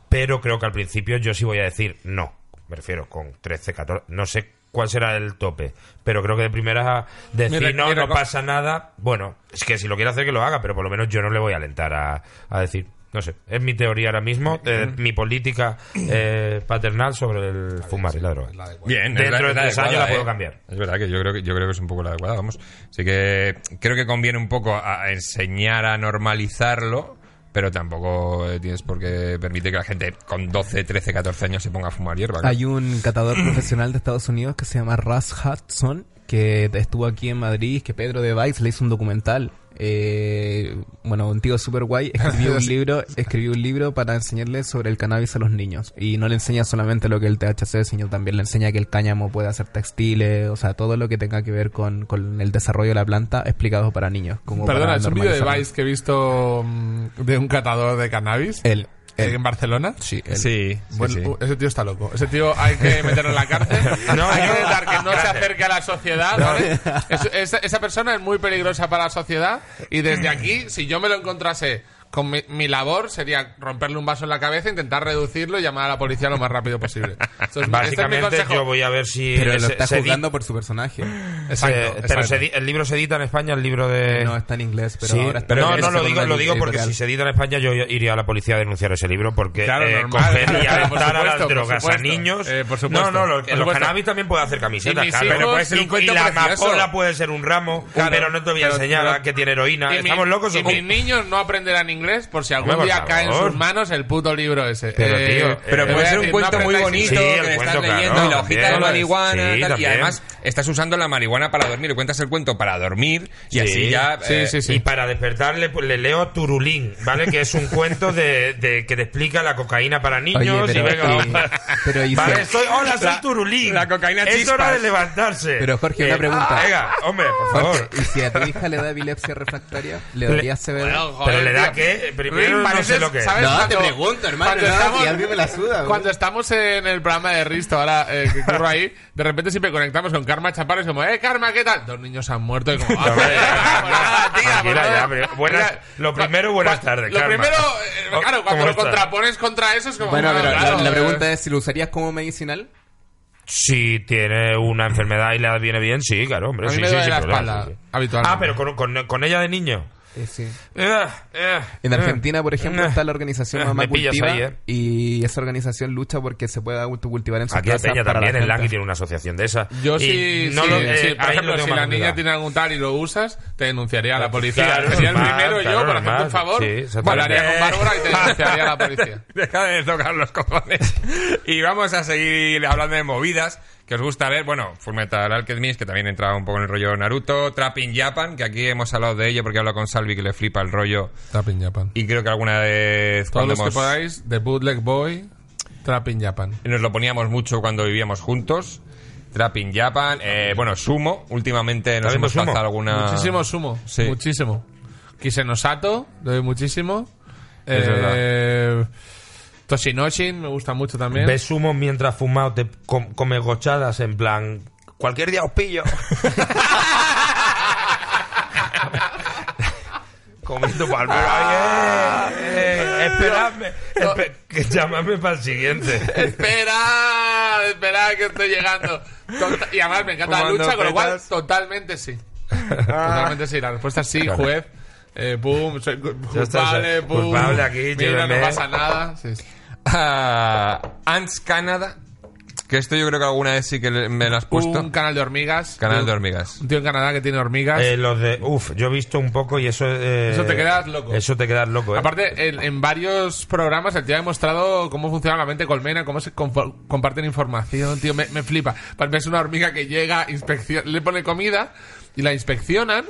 Speaker 2: Pero creo que al principio yo sí voy a decir no. Me refiero con 13, 14, no sé cuál será el tope, pero creo que de primeras decir
Speaker 1: Mira,
Speaker 2: no,
Speaker 1: mira,
Speaker 2: no
Speaker 1: co-
Speaker 2: pasa nada. Bueno, es que si lo quiere hacer que lo haga, pero por lo menos yo no le voy a alentar a, a decir. No sé, es mi teoría ahora mismo, eh, mi política eh, paternal sobre el fumar y la droga.
Speaker 3: Pues
Speaker 1: Bien,
Speaker 2: Dentro
Speaker 1: es la-
Speaker 2: de
Speaker 1: es la
Speaker 2: tres años
Speaker 1: adecuada,
Speaker 2: la puedo
Speaker 1: ¿eh?
Speaker 2: cambiar.
Speaker 1: Es verdad que yo creo que yo creo que es un poco la adecuada, vamos. Así que creo que conviene un poco a, a enseñar a normalizarlo, pero tampoco eh, tienes por qué permitir que la gente con 12, 13, 14 años se ponga a fumar hierba. ¿no?
Speaker 4: Hay un
Speaker 2: *clears throat*
Speaker 4: catador profesional de Estados Unidos que se llama Russ Hudson, que estuvo aquí en Madrid, que Pedro de Weiss le hizo un documental. Eh, bueno, un tío super guay
Speaker 2: *laughs*
Speaker 4: escribió un libro, escribió un libro para enseñarle sobre el cannabis a los niños. Y no le enseña solamente lo que el THC, sino también le enseña que el cáñamo puede hacer textiles, o sea, todo lo que tenga que ver con, con el desarrollo de la planta explicado para niños. Como
Speaker 3: Perdona,
Speaker 4: para
Speaker 3: es un vídeo de
Speaker 4: normalizarlo.
Speaker 3: Vice que he visto mm, de un catador de cannabis.
Speaker 4: Él,
Speaker 3: ¿Sigue en Barcelona?
Speaker 4: sí, él.
Speaker 1: Sí, sí,
Speaker 3: Bueno,
Speaker 1: sí.
Speaker 3: uh, Ese tío está loco. Ese tío hay que meterlo en la
Speaker 2: *laughs*
Speaker 3: cárcel.
Speaker 2: No,
Speaker 3: hay que
Speaker 2: no.
Speaker 3: evitar que no se acerque a la
Speaker 2: *laughs*
Speaker 3: sociedad. ¿vale? Es- esa, esa persona es muy peligrosa para la sociedad. Y desde aquí, si yo me lo encontrase con mi, mi labor, sería romperle un vaso en la cabeza, intentar reducirlo y llamar a la policía lo más rápido posible. Entonces,
Speaker 2: Básicamente
Speaker 3: este es mi consejo.
Speaker 2: yo voy a ver si...
Speaker 4: Pero lo
Speaker 2: Eh, se-
Speaker 4: está
Speaker 2: se edi-
Speaker 4: jugando por su personaje.
Speaker 2: se-
Speaker 3: Exacto,
Speaker 2: eh, pero
Speaker 3: exacto.
Speaker 2: se edi- el libro se edita en España, el libro de...
Speaker 4: No está en inglés, pero
Speaker 2: Eh, Sí,
Speaker 4: ahora está
Speaker 2: no,
Speaker 1: que
Speaker 2: no,
Speaker 1: es
Speaker 2: lo
Speaker 1: con
Speaker 2: digo,
Speaker 1: una
Speaker 2: lo digo porque
Speaker 4: editorial.
Speaker 2: si se edita en España yo iría a la policía a denunciar ese libro porque
Speaker 3: Claro,
Speaker 2: eh,
Speaker 3: normal,
Speaker 2: coger y
Speaker 3: claro, por
Speaker 2: aventar a las
Speaker 3: supuesto, por
Speaker 2: drogas a
Speaker 3: supuesto.
Speaker 2: niños.
Speaker 3: Eh, por supuesto,
Speaker 2: no, no, lo-
Speaker 3: por
Speaker 2: los
Speaker 3: supuesto.
Speaker 2: cannabis también puede hacer camisetas,
Speaker 3: Y mis
Speaker 2: claro,
Speaker 3: hijos,
Speaker 2: pero puede ser
Speaker 3: y-
Speaker 2: un
Speaker 3: y
Speaker 2: cuento
Speaker 3: la
Speaker 2: la
Speaker 3: amapola
Speaker 2: amapola puede ser un ramo, pero no te voy a
Speaker 3: pero-
Speaker 2: enseñar
Speaker 3: pero-
Speaker 2: a que tiene heroína.
Speaker 3: Y mi-
Speaker 2: ¿Estamos locos
Speaker 3: Y
Speaker 2: o
Speaker 3: mis
Speaker 2: cómo?
Speaker 3: niños no aprenderán inglés por si algún
Speaker 2: Hombre, por
Speaker 3: día cae en
Speaker 2: favor.
Speaker 3: sus manos el puto libro ese.
Speaker 2: Pero,
Speaker 3: Eh,
Speaker 2: tío,
Speaker 1: Pero
Speaker 3: te
Speaker 1: puede
Speaker 2: Eh,
Speaker 3: voy a
Speaker 1: ser
Speaker 3: decir,
Speaker 1: un
Speaker 3: no
Speaker 1: cuento muy
Speaker 3: aprendáis
Speaker 1: bonito
Speaker 2: Sí,
Speaker 1: que
Speaker 2: el
Speaker 1: le estás
Speaker 2: cuento, claro,
Speaker 1: leyendo y la hojita de
Speaker 2: también.
Speaker 1: la marihuana
Speaker 2: Sí,
Speaker 1: tal, y
Speaker 2: también.
Speaker 1: además estás usando la marihuana para dormir y cuentas el cuento para dormir y
Speaker 2: Sí.
Speaker 1: así ya
Speaker 3: Sí,
Speaker 1: eh,
Speaker 3: sí, sí.
Speaker 2: Y para despertar le, le leo Turulín, ¿vale? Que es un cuento de, de- que te explica la cocaína para niños
Speaker 4: Oye, pero,
Speaker 2: y venga,
Speaker 4: y-
Speaker 2: vamos.
Speaker 4: pero, y
Speaker 2: Vale,
Speaker 4: si-
Speaker 2: soy, hola, soy
Speaker 1: La-
Speaker 2: Turulín.
Speaker 1: la cocaína
Speaker 2: Es hora
Speaker 1: chispas.
Speaker 2: de levantarse.
Speaker 4: Pero, Jorge, una pregunta.
Speaker 2: ah, venga, hombre, por
Speaker 4: Jorge,
Speaker 2: favor.
Speaker 4: *laughs* ¿y si a tu hija le da epilepsia refractaria? ¿Le daría CBD?
Speaker 3: Bueno, joder,
Speaker 2: Pero le da
Speaker 3: tío.
Speaker 2: que primero
Speaker 3: Ring,
Speaker 2: no sé
Speaker 3: pareces-
Speaker 2: lo que es.
Speaker 3: ¿sabes? cuando- cuando estamos-
Speaker 4: la suda.
Speaker 3: Cuando estamos en el programa de Risto, ahora eh, que curro ahí, de repente siempre conectamos con Karma Chaparro y es como, eh, Karma, ¿qué tal? Dos niños han muerto y
Speaker 2: *laughs*
Speaker 3: como, ah,
Speaker 2: hombre,
Speaker 3: pues nada, pues nada, tía,
Speaker 2: tranquila
Speaker 3: pues nada.
Speaker 2: ya, pero buenas- lo primero, buenas tardes,
Speaker 3: Lo
Speaker 2: Karma.
Speaker 3: primero, eh,
Speaker 2: ¿Cómo-
Speaker 3: claro,
Speaker 2: cómo
Speaker 3: cuando lo
Speaker 2: estás?
Speaker 3: contrapones contra eso es como,
Speaker 4: Bueno, pero
Speaker 3: claro,
Speaker 4: la, la
Speaker 3: eh,
Speaker 4: pregunta es si lo usarías como medicinal.
Speaker 2: Si tiene una enfermedad y le viene bien, sí, claro, hombre.
Speaker 3: A mí
Speaker 2: sí,
Speaker 3: me
Speaker 2: sí,
Speaker 3: duele
Speaker 2: sin
Speaker 3: la
Speaker 2: problema,
Speaker 3: espalda,
Speaker 2: sí, sí.
Speaker 3: habitualmente.
Speaker 2: Ah, pero con, con- con ella de niño.
Speaker 4: Eh, sí.
Speaker 2: Eh, eh,
Speaker 4: En
Speaker 2: eh,
Speaker 4: Argentina, por ejemplo,
Speaker 2: eh.
Speaker 4: está la organización
Speaker 2: Eh,
Speaker 4: Mamá
Speaker 2: me pillas
Speaker 4: Cultiva
Speaker 2: ahí, eh.
Speaker 4: y esa organización lucha porque se pueda autocultivar en su
Speaker 2: Aquí en
Speaker 4: casa
Speaker 2: Peña
Speaker 4: para la
Speaker 2: también, el
Speaker 4: gente.
Speaker 2: Langui tiene una asociación de esa.
Speaker 3: Yo
Speaker 2: Y
Speaker 3: sí,
Speaker 2: no
Speaker 3: sí,
Speaker 2: lo-
Speaker 3: sí,
Speaker 2: eh,
Speaker 3: por
Speaker 2: ahí lo
Speaker 3: ejemplo,
Speaker 2: tengo más
Speaker 3: si la
Speaker 2: complicado.
Speaker 3: niña tiene algún tal y lo usas, te denunciaría a la policía.
Speaker 2: Claro,
Speaker 3: Sería el
Speaker 2: normal,
Speaker 3: primero yo
Speaker 2: claro,
Speaker 3: para hacerte un
Speaker 2: normal.
Speaker 3: favor,
Speaker 2: Sí, exactamente.
Speaker 3: hablaría con Bárbara y te denunciaría a la policía.
Speaker 1: *laughs* Deja de tocar los cojones. Y vamos a seguir hablando de movidas que os gusta ver. Bueno, Fullmetal Alchemist, que también entraba un poco en el rollo Naruto. Trapping Japan, que aquí hemos hablado de ello porque hablo con Salvi que le flipa el rollo.
Speaker 3: Trapping Japan.
Speaker 1: Y creo que alguna vez
Speaker 3: Todos
Speaker 1: cuando
Speaker 3: los que
Speaker 1: hemos-
Speaker 3: podáis, The Bootleg Boy, Trapping Japan.
Speaker 1: nos lo poníamos mucho cuando vivíamos juntos. Trapping Japan, eh, bueno, Sumo, últimamente nos
Speaker 2: viendo
Speaker 1: hemos
Speaker 2: Sumo?
Speaker 1: pasado
Speaker 2: Ah.
Speaker 1: alguna...
Speaker 3: Muchísimo sumo.
Speaker 1: Sí.
Speaker 3: Muchísimo. Kisenosato, lo doy muchísimo.
Speaker 2: Es
Speaker 3: Eh, Toshinoshin, me gusta mucho también.
Speaker 2: Ves sumo mientras fumado, te com- come gochadas en plan. Cualquier día os
Speaker 1: *laughs*
Speaker 2: pillo.
Speaker 3: *laughs*
Speaker 2: Comiendo
Speaker 3: *laughs* Ah.
Speaker 2: palmera. ¡Eh! eh, esperadme. espe- que llamadme para el
Speaker 3: *laughs*
Speaker 2: siguiente.
Speaker 3: Espera, espera que estoy llegando. Tota- Y además me encanta la
Speaker 1: Fumando
Speaker 3: lucha, con lo cual
Speaker 1: petas. Ah.
Speaker 3: totalmente sí. Totalmente sí. La respuesta es sí, juez. Eh, pum, soy cu-
Speaker 2: Ya está,
Speaker 3: culpable,
Speaker 1: eh,
Speaker 2: soy
Speaker 3: pum.
Speaker 2: culpable aquí,
Speaker 3: Mira, no
Speaker 2: llévenme.
Speaker 3: pasa nada. Sí, sí.
Speaker 1: Ah, Ants Canada, que esto yo creo que alguna vez sí que le- me lo has puesto.
Speaker 3: Un canal de hormigas.
Speaker 1: Canal de
Speaker 3: Un-
Speaker 1: hormigas.
Speaker 3: Un tío en Canadá que tiene hormigas.
Speaker 2: Eh, los de. Uf, yo he visto un poco y eso. eh,
Speaker 3: Eso te quedas loco.
Speaker 2: Eso te quedas loco, eh.
Speaker 3: Aparte, en, en varios programas el tío ha demostrado cómo funciona la mente colmena, cómo se confo- comparten información, tío, me, me flipa. Para mí es una hormiga que llega, inspeccion- le pone comida y la inspeccionan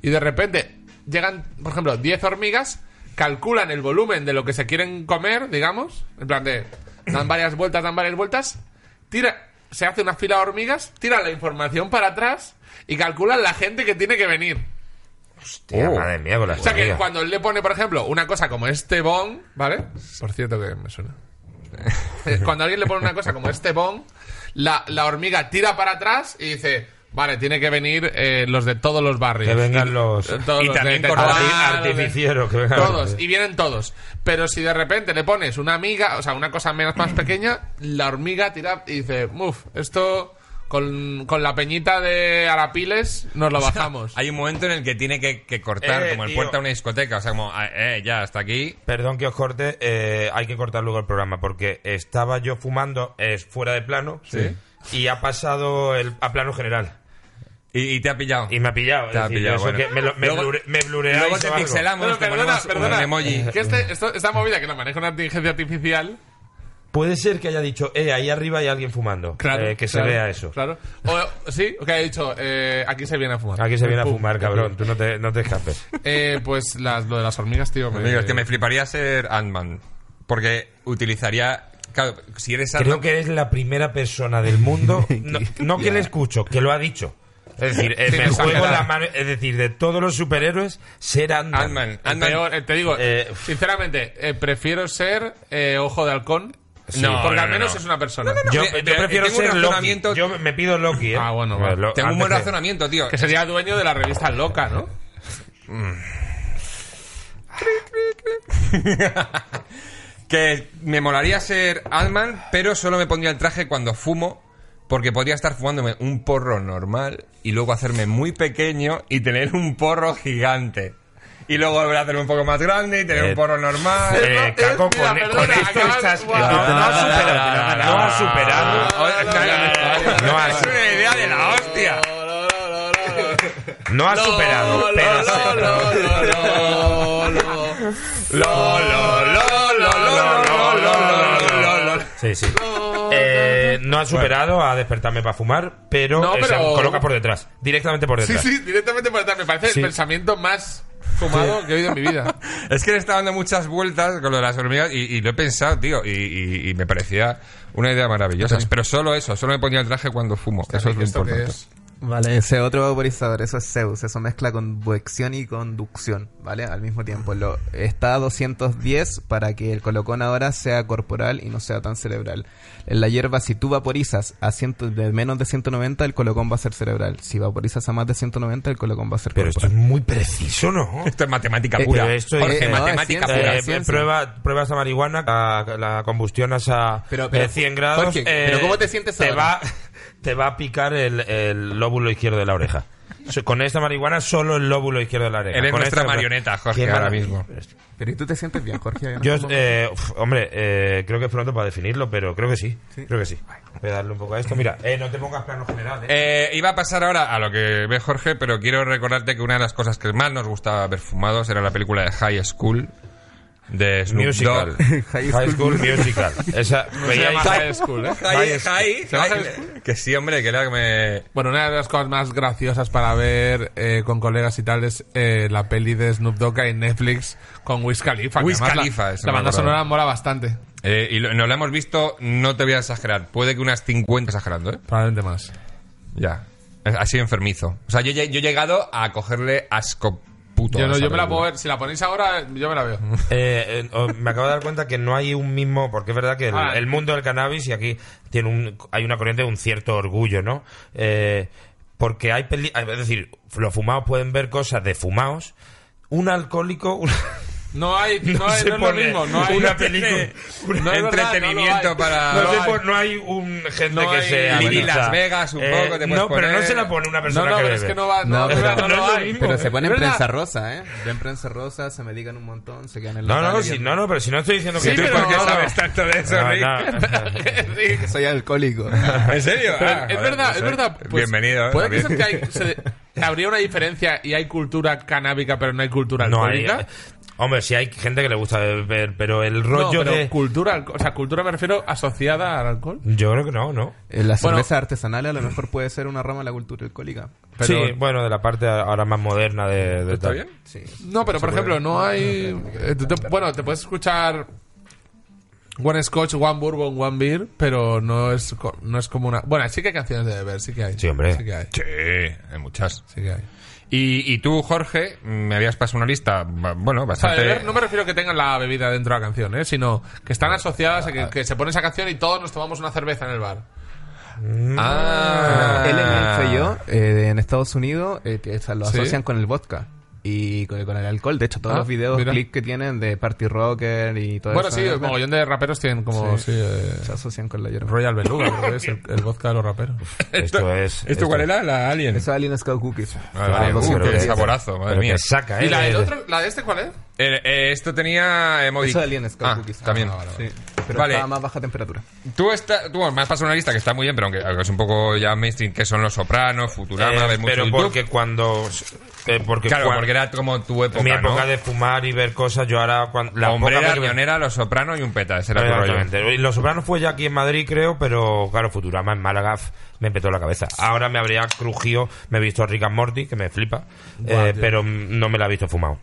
Speaker 3: y de repente llegan, por ejemplo, 10 hormigas, calculan el volumen de lo que se quieren comer, digamos, en plan de, dan varias vueltas, dan varias vueltas, tira, se hace una fila de hormigas, tiran la información para atrás y calculan la gente que tiene que venir.
Speaker 2: Hostia,
Speaker 1: Oh.
Speaker 2: madre mía, con las
Speaker 3: O sea que
Speaker 2: hormigas.
Speaker 3: cuando él le pone, por ejemplo, una cosa como este bon, ¿vale? Por cierto que
Speaker 1: *laughs*
Speaker 3: me suena. Eh, Cuando alguien le pone una cosa como este bon, la, la hormiga tira para atrás y dice, vale, tiene que venir eh, los de todos los barrios.
Speaker 2: Que
Speaker 3: *laughs*
Speaker 2: vengan los.
Speaker 3: Eh, todos
Speaker 1: Y
Speaker 3: los
Speaker 1: también
Speaker 3: de
Speaker 1: con
Speaker 3: Tetuán,
Speaker 2: arti-
Speaker 3: los de-
Speaker 2: artificieros, que vengan
Speaker 1: *laughs*
Speaker 3: Todos,
Speaker 2: los-
Speaker 3: y vienen todos. Pero si de repente le pones una amiga, o sea, una cosa menos más pequeña, la hormiga tira y dice, uff, esto con, con la peñita de Arapiles
Speaker 1: *laughs*
Speaker 3: nos lo bajamos.
Speaker 1: Hay un momento en el que tiene que, que cortar,
Speaker 2: Eh,
Speaker 1: como el
Speaker 2: tío.
Speaker 1: puerta a una discoteca. O sea, como, ah, eh, ya, hasta aquí.
Speaker 2: Perdón que os corte, eh, hay que cortar luego el programa porque estaba yo fumando, es fuera de plano, y ha pasado el, a plano general.
Speaker 1: Y, y te ha pillado.
Speaker 2: Y me ha
Speaker 1: Te
Speaker 2: pillado. es
Speaker 1: ha
Speaker 2: decir,
Speaker 1: pillado,
Speaker 2: eso
Speaker 1: bueno.
Speaker 2: que me, lo- me,
Speaker 1: Luego-
Speaker 2: blure- me blureáis
Speaker 1: Luego
Speaker 2: o
Speaker 1: te
Speaker 2: algo.
Speaker 1: pixelamos,
Speaker 3: Bueno,
Speaker 1: te
Speaker 3: perdona,
Speaker 1: ponemos un
Speaker 3: perdona.
Speaker 1: emoji.
Speaker 3: Que este, esto- esta movida que la maneja una inteligencia artificial.
Speaker 2: Puede ser que haya dicho, eh, ahí arriba hay alguien fumando. eh, que
Speaker 3: claro,
Speaker 2: se vea eso.
Speaker 3: Claro. O, sí, o que ha dicho, eh, aquí se viene a fumar.
Speaker 2: Aquí se viene a
Speaker 3: Pum.
Speaker 2: fumar, cabrón, tú no te, no te escapes.
Speaker 3: Eh, pues las, lo de las hormigas, tío. me-
Speaker 1: Amigos, Pues, que me fliparía ser Ant-Man. Porque utilizaría. Claro, si eres
Speaker 2: Creo
Speaker 1: Ant-Man.
Speaker 2: que eres la primera persona
Speaker 1: *laughs*
Speaker 2: del mundo, no, no que le escucho, que lo ha dicho. Es decir, eh,
Speaker 3: Sí,
Speaker 2: me
Speaker 3: no
Speaker 2: juego
Speaker 3: exagerar.
Speaker 2: la mano, es decir, de todos los superhéroes, ser Ant-Man.
Speaker 1: Ant-Man.
Speaker 3: El
Speaker 1: Ant-Man-
Speaker 3: peor, eh, te digo,
Speaker 2: Eh,
Speaker 3: sinceramente, eh, prefiero ser eh, ojo de halcón.
Speaker 1: Sí.
Speaker 3: No, porque
Speaker 1: no,
Speaker 3: al
Speaker 1: no,
Speaker 3: menos
Speaker 1: no.
Speaker 3: es una persona.
Speaker 1: no.
Speaker 2: Yo,
Speaker 1: Ve-
Speaker 2: yo
Speaker 1: ve-
Speaker 2: prefiero
Speaker 1: tengo un
Speaker 2: ser Loki.
Speaker 1: razonamiento-
Speaker 2: Yo me pido Loki, ¿eh?
Speaker 3: Ah, bueno, vale.
Speaker 2: Lo-
Speaker 1: Tengo un buen
Speaker 2: antes de-
Speaker 1: razonamiento, tío.
Speaker 3: Que sería dueño de la revista Loca, ¿no?
Speaker 1: Que me molaría ser Ant-Man, pero solo me pondría el traje cuando fumo. Porque podría estar fumándome un porro normal y luego hacerme muy pequeño y tener un porro gigante. Y luego volver a hacerme un poco más grande y tener
Speaker 2: Eh,
Speaker 1: un porro normal.
Speaker 2: Eh, Caco,
Speaker 3: Mira,
Speaker 2: con, este-
Speaker 3: perdona,
Speaker 2: con esto
Speaker 3: acabas-
Speaker 2: estás. No,
Speaker 3: Guau.
Speaker 2: no has
Speaker 1: No, no,
Speaker 2: superado.
Speaker 1: no, no,
Speaker 2: No has superado. *laughs* No has,
Speaker 1: Es una idea de la hostia.
Speaker 2: no has superado. Pero
Speaker 3: No, no, no, no, no, no.
Speaker 2: Sí, sí. Eh, no has superado a despertarme para fumar, pero,
Speaker 3: No,
Speaker 2: eh, se
Speaker 3: pero-
Speaker 2: coloca por detrás. Directamente por
Speaker 3: Sí,
Speaker 2: detrás.
Speaker 3: sí, directamente por detrás. Me parece
Speaker 2: Sí.
Speaker 3: el pensamiento más fumado que he oído en mi vida.
Speaker 1: Es que le estaba dando muchas vueltas con lo de las hormigas y, y lo he pensado, tío, y, y- y me parecía una idea maravillosa. Pero solo eso, solo me ponía el traje cuando fumo. eso es lo
Speaker 3: ¿Esto qué
Speaker 1: importante.
Speaker 3: es?
Speaker 4: Vale, ese otro vaporizador, eso es Zeus, eso mezcla convección y conducción, ¿vale? Al mismo tiempo, lo, está a 210 para que el colocón ahora sea corporal y no sea tan cerebral. En la hierba, si tú vaporizas a 100 de menos de 190, el colocón va a ser cerebral. Si vaporizas a más de 190, el colocón va a ser
Speaker 2: Pero esto es
Speaker 4: corporal.
Speaker 2: muy preciso, ¿no?
Speaker 1: Esto es matemática
Speaker 4: Eh,
Speaker 1: pura.
Speaker 2: pero esto es-
Speaker 1: Jorge,
Speaker 2: eh, no, es
Speaker 1: matemática
Speaker 4: ciencia.
Speaker 1: pura.
Speaker 2: Eh,
Speaker 4: ciencia.
Speaker 2: prueba, pruebas a marihuana, a- la combustionas a
Speaker 4: Pero- pero,
Speaker 2: eh, 100 grados.
Speaker 4: Jorge,
Speaker 2: eh,
Speaker 4: pero ¿cómo te sientes
Speaker 2: te Va,
Speaker 4: ahora?
Speaker 2: *laughs* te va a picar el, el lóbulo izquierdo de la oreja. O sea, Con esta marihuana, solo el lóbulo izquierdo de la oreja.
Speaker 1: Eres
Speaker 2: Con
Speaker 1: nuestra
Speaker 2: esta-
Speaker 1: marioneta, Jorge,
Speaker 2: Qué
Speaker 1: ahora
Speaker 2: maravilla.
Speaker 1: mismo.
Speaker 4: Pero ¿y tú te sientes bien, Jorge?
Speaker 2: Yo, eh, uf, hombre, eh, creo que es pronto para definirlo, pero creo que sí. Creo que sí. Voy a darle un poco a esto. Mira, eh, no te pongas plano general, eh.
Speaker 1: Eh, iba a pasar ahora a lo que ve Jorge, pero quiero recordarte que una de las cosas que más nos gustaba haber fumado era la película de High School. de Snoop *laughs*
Speaker 2: Musical.
Speaker 1: Dogg.
Speaker 2: High School Musical. Esa,
Speaker 3: Se
Speaker 2: veíais-
Speaker 3: llama High School, ¿eh?
Speaker 1: Jai- *laughs* Jai-
Speaker 3: ¿Se llama
Speaker 1: Jai-
Speaker 3: High School?
Speaker 1: Que sí, hombre, que era que me...
Speaker 3: Bueno, una de las cosas más graciosas para ver eh, con colegas y tal es eh, la peli de Snoop Dogg en Netflix con Wiz Khalifa. que
Speaker 1: Wiz
Speaker 3: además
Speaker 1: Khalifa,
Speaker 3: la,
Speaker 1: eso
Speaker 3: la
Speaker 1: me
Speaker 3: banda
Speaker 1: acordaba.
Speaker 3: sonora mola bastante.
Speaker 1: Eh, y lo- no lo hemos visto, no te voy a exagerar. Puede que unas 50 exagerando, ¿eh?
Speaker 3: Probablemente más.
Speaker 1: Ya. Es- Así enfermizo. O sea, yo, ye- yo he llegado a cogerle asco puto.
Speaker 3: Yo,
Speaker 1: a
Speaker 3: no,
Speaker 1: esa
Speaker 3: yo me la
Speaker 1: película.
Speaker 3: puedo ver. Si la ponéis ahora, yo me la veo.
Speaker 2: Eh, eh, oh, me acabo de dar cuenta que no hay un mismo, porque es verdad que el,
Speaker 3: Ah.
Speaker 2: el mundo del cannabis y aquí tiene un, hay una corriente de un cierto orgullo, ¿no? Eh, porque hay peli, hay- es decir, los fumados pueden ver cosas de fumados. Un alcohólico,
Speaker 3: *laughs*
Speaker 2: un-
Speaker 3: No hay, no, hay,
Speaker 2: se
Speaker 3: no es lo
Speaker 2: pone
Speaker 3: mismo. No *laughs* hay
Speaker 2: una película.
Speaker 3: No es verdad,
Speaker 1: entretenimiento
Speaker 3: no lo hay.
Speaker 1: para-
Speaker 2: no,
Speaker 3: No
Speaker 2: sé
Speaker 3: hay.
Speaker 2: por- no hay un gente
Speaker 3: No
Speaker 2: que
Speaker 3: hay-
Speaker 2: sea
Speaker 1: Lili
Speaker 2: bueno, o sea,
Speaker 1: Las Vegas, un
Speaker 2: eh,
Speaker 1: poco, te puedes
Speaker 2: no, pero no
Speaker 1: poner-
Speaker 2: se la pone una
Speaker 3: No,
Speaker 2: persona
Speaker 3: no,
Speaker 2: que
Speaker 3: pero
Speaker 2: bebe.
Speaker 3: es que no va.
Speaker 4: No,
Speaker 3: No, es
Speaker 4: pero-
Speaker 3: verdad, no,
Speaker 2: no
Speaker 3: lo
Speaker 2: es lo
Speaker 3: hay.
Speaker 2: mismo.
Speaker 4: Pero se ponen
Speaker 3: Es
Speaker 4: en
Speaker 3: verdad.
Speaker 4: prensa rosa, ¿eh? Ven prensa rosa, se medican un montón, se quedan en la
Speaker 2: No, no,
Speaker 4: calle
Speaker 2: si,
Speaker 4: viendo-
Speaker 2: no, no, pero si no estoy diciendo que
Speaker 3: Sí,
Speaker 1: ¿Tú
Speaker 3: pero
Speaker 1: por qué
Speaker 3: no, no.
Speaker 1: sabes tanto de eso,
Speaker 2: No,
Speaker 1: Rick?
Speaker 2: no.
Speaker 3: *laughs*
Speaker 4: Que
Speaker 2: *laughs*
Speaker 4: soy alcohólico.
Speaker 1: ¿En serio?
Speaker 3: Pero
Speaker 1: Ah,
Speaker 3: es
Speaker 1: joder,
Speaker 3: verdad,
Speaker 1: no sé.
Speaker 3: es verdad. Pues,
Speaker 1: Bienvenido. ¿eh?
Speaker 3: Puede que,
Speaker 1: También.
Speaker 3: sea que hay- se- habría una diferencia y hay cultura canábica, pero no hay eh, cultura
Speaker 2: No hay-
Speaker 3: alcohólica.
Speaker 2: Hombre, si hay gente que le gusta beber, pero el
Speaker 3: No,
Speaker 2: rollo
Speaker 3: pero
Speaker 2: de.
Speaker 3: cultura, alco- o sea, cultura me refiero asociada al alcohol.
Speaker 2: Yo creo que no, ¿no?
Speaker 4: Eh, La
Speaker 3: Bueno.
Speaker 4: cerveza artesanal a lo mejor puede ser una rama de la cultura alcohólica.
Speaker 3: Pero-
Speaker 2: sí, bueno, de la parte ahora más moderna de, de
Speaker 1: ¿Está
Speaker 2: tal.
Speaker 1: bien?
Speaker 4: Sí.
Speaker 3: No, pero por ejemplo, no hay. eh, tú te- bueno, te puedes escuchar One Scotch, One Bourbon, One Beer, pero no es, co- no es como una. Bueno, sí que hay canciones de beber, sí que hay.
Speaker 2: Sí, hombre.
Speaker 3: Sí que hay.
Speaker 1: *laughs* Sí, hay muchas.
Speaker 3: Sí que hay.
Speaker 1: Y, y tú, Jorge, me habías pasado una lista, ba- bueno,
Speaker 3: O sea, de
Speaker 1: bastante...
Speaker 3: beber no me refiero a que tengan la bebida dentro de la canción, ¿eh? sino que están asociadas a que, que se pone esa canción y todos nos tomamos una cerveza en el bar.
Speaker 1: Mm. Ah.
Speaker 4: Elements y yo, eh, en Estados Unidos, eh, que, o sea, lo
Speaker 3: Sí.
Speaker 4: asocian con el vodka y con, con el alcohol. De hecho, todos
Speaker 3: Ah,
Speaker 4: los videos,
Speaker 3: mira.
Speaker 4: clips que tienen de Party Rocker y todo
Speaker 3: Bueno,
Speaker 4: eso.
Speaker 3: sí,
Speaker 4: ¿eh?
Speaker 3: el mogollón de raperos tienen como.
Speaker 4: Sí.
Speaker 3: sí, eh,
Speaker 4: Se asocian con la hierba.
Speaker 1: *laughs*
Speaker 3: Royal Beluga, creo que es el, el vodka de los raperos.
Speaker 2: Esto es.
Speaker 1: ¿Esto, cuál era? La Alien.
Speaker 4: Eso es Alien Scout Cookies.
Speaker 1: Ah, vale,
Speaker 4: Ah,
Speaker 1: uh,
Speaker 4: pero
Speaker 1: qué
Speaker 4: que-
Speaker 1: saborazo, madre mía.
Speaker 2: saca, ¿eh?
Speaker 3: ¿Y la, del
Speaker 2: de-
Speaker 3: otro, la de este cuál es?
Speaker 1: Eh, eh, esto tenía... eh, Modi.
Speaker 4: Eso es Alien Scout
Speaker 1: Ah,
Speaker 4: Cookies.
Speaker 1: también.
Speaker 4: Ah, vale, vale. Sí, pero
Speaker 1: Vale.
Speaker 4: está a más baja temperatura.
Speaker 1: Tú, está, tú bueno, me has pasado una lista que está muy bien, pero aunque aunque es un poco ya mainstream, que son Los Sopranos, Futurama,
Speaker 2: Eh,
Speaker 1: ver mucho
Speaker 2: pero
Speaker 1: YouTube.
Speaker 2: porque cuando. eh, porque
Speaker 1: Claro,
Speaker 2: cuan-
Speaker 1: porque era como tu época,
Speaker 2: mi época
Speaker 1: ¿no?
Speaker 2: de fumar y ver cosas, yo ahora. Cuando,
Speaker 1: La hombrera,
Speaker 2: poca vez que me-
Speaker 1: pionera, Los Sopranos y un peta. Ese era tu rollo.
Speaker 2: Exactamente. Y Los Sopranos fue ya aquí en Madrid, creo, pero claro, Futurama en Málaga f- me petó la cabeza. Ahora me habría crujido, me he visto a Rick and Morty, que me flipa, eh, pero mm, no me la he visto fumado.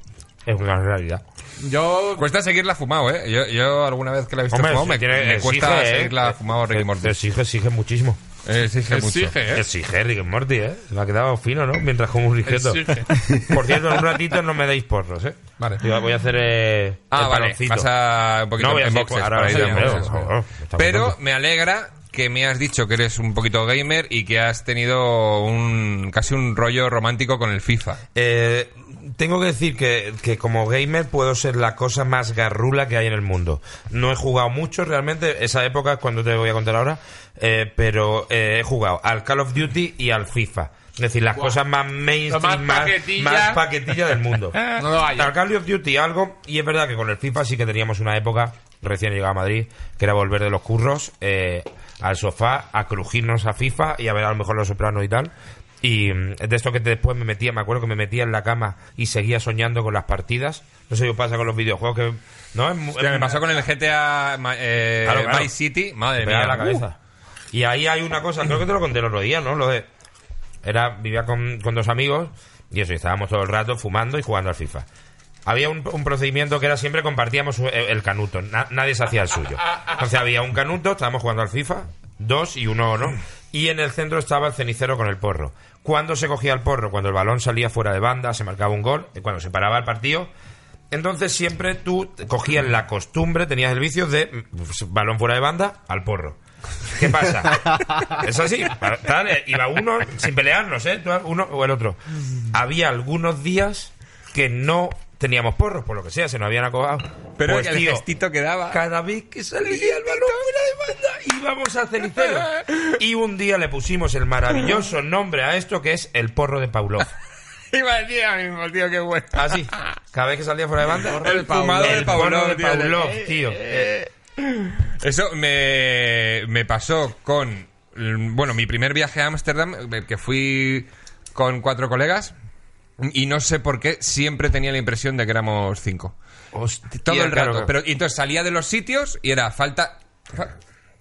Speaker 2: Es una realidad.
Speaker 3: Yo
Speaker 1: Cuesta seguirla fumado, ¿eh? Yo, yo alguna vez que la he visto
Speaker 2: Hombre,
Speaker 1: fumado,
Speaker 2: si
Speaker 1: me,
Speaker 2: tiene-
Speaker 1: me
Speaker 2: exige,
Speaker 1: cuesta
Speaker 2: eh,
Speaker 1: seguirla
Speaker 2: eh,
Speaker 1: fumado Ricky
Speaker 2: eh,
Speaker 1: Morty.
Speaker 2: Exige, exige muchísimo.
Speaker 1: Eh, exige mucho.
Speaker 3: exige, ¿eh?
Speaker 2: Exige Rick and Morty, ¿eh? Me ha quedado fino, ¿no? Mientras como un riqueto.
Speaker 3: Exige.
Speaker 2: *laughs* Por cierto, en un ratito no me deis porros, ¿eh?
Speaker 3: Vale.
Speaker 2: Yo voy a hacer eh,
Speaker 1: Ah,
Speaker 2: el
Speaker 1: vale.
Speaker 2: paloncito.
Speaker 1: Vas a un poquito
Speaker 2: No voy a
Speaker 1: en
Speaker 2: decir
Speaker 1: boxes.
Speaker 2: ahora
Speaker 1: para
Speaker 2: sí,
Speaker 1: ir en
Speaker 2: pero-
Speaker 1: boxes.
Speaker 2: joder, me está
Speaker 1: Pero
Speaker 2: contento.
Speaker 1: me alegra que me has dicho que eres un poquito gamer y que has tenido un casi un rollo romántico con el FIFA.
Speaker 2: Eh, tengo que decir que, que como gamer puedo ser la cosa más garrula que hay en el mundo. No he jugado mucho realmente, esa época es cuando te voy a contar ahora, eh, pero eh, he jugado al Call of Duty y al FIFA. Es decir, las cosas más mainstream,
Speaker 3: Lo más
Speaker 2: más,
Speaker 3: paquetilla.
Speaker 2: más paquetilla del
Speaker 3: *laughs*
Speaker 2: mundo.
Speaker 3: No lo hay.
Speaker 2: Al Call of Duty algo, y es verdad que con el FIFA sí que teníamos una época, recién llegado a Madrid, que era volver de los curros eh, al sofá, a crujirnos a FIFA y a ver a lo mejor los sopranos y tal. Y mm, de esto que después me metía, me acuerdo que me metía en la cama y seguía soñando con las partidas. No sé qué pasa con los videojuegos que... No, es, mu-
Speaker 1: Hostia,
Speaker 2: es-
Speaker 1: me pasó con el GTA ma- eh,
Speaker 2: Claro, claro.
Speaker 1: Vice City. Madre
Speaker 2: me pegaba
Speaker 1: mía.
Speaker 2: la cabeza. Y ahí hay una cosa, creo que te lo conté el otro día, ¿no? Lo de... Era, vivía con, con dos amigos y eso, y estábamos todo el rato fumando y jugando al FIFA. Había un, un procedimiento que era siempre compartíamos el, el canuto, na- nadie se hacía el suyo. Entonces había un canuto, estábamos jugando al FIFA, dos y uno no. Y en el centro estaba el cenicero con el porro. Cuando se cogía el porro, cuando el balón salía fuera de banda, se marcaba un gol, y cuando se paraba el partido, entonces siempre tú te cogías la costumbre, tenías el vicio de mm, balón fuera de banda al porro. ¿Qué pasa?
Speaker 1: *laughs*
Speaker 2: Es así. para- tal, eh, Iba uno sin pelearnos, ¿eh? Tú, Uno o el otro. Había algunos días que no teníamos porros, por lo que sea, se nos habían acogado.
Speaker 1: Pero
Speaker 2: Pues,
Speaker 1: el
Speaker 2: tío,
Speaker 1: gestito que daba.
Speaker 2: cada vez que salía el balón fuera de banda íbamos a cenicero.
Speaker 1: *laughs*
Speaker 2: Y un día le pusimos el maravilloso nombre a esto que es el porro de Pavlov.
Speaker 1: Uh, Iba a decir ahora mismo, tío, qué bueno.
Speaker 2: Así. Cada vez que salía fuera de banda,
Speaker 1: El fumado de
Speaker 2: el porro
Speaker 1: Pavlov,
Speaker 2: de
Speaker 1: tío.
Speaker 2: Pavlov, tío. Eh,
Speaker 1: Eso me, me pasó con, mm, bueno, mi primer viaje a Ámsterdam, eh, que fui con cuatro colegas, y no sé por qué siempre tenía la impresión de que éramos cinco.
Speaker 2: Hostia,
Speaker 1: Todo el
Speaker 2: claro
Speaker 1: rato.
Speaker 2: que-
Speaker 1: Pero, y entonces salía de los sitios y era falta.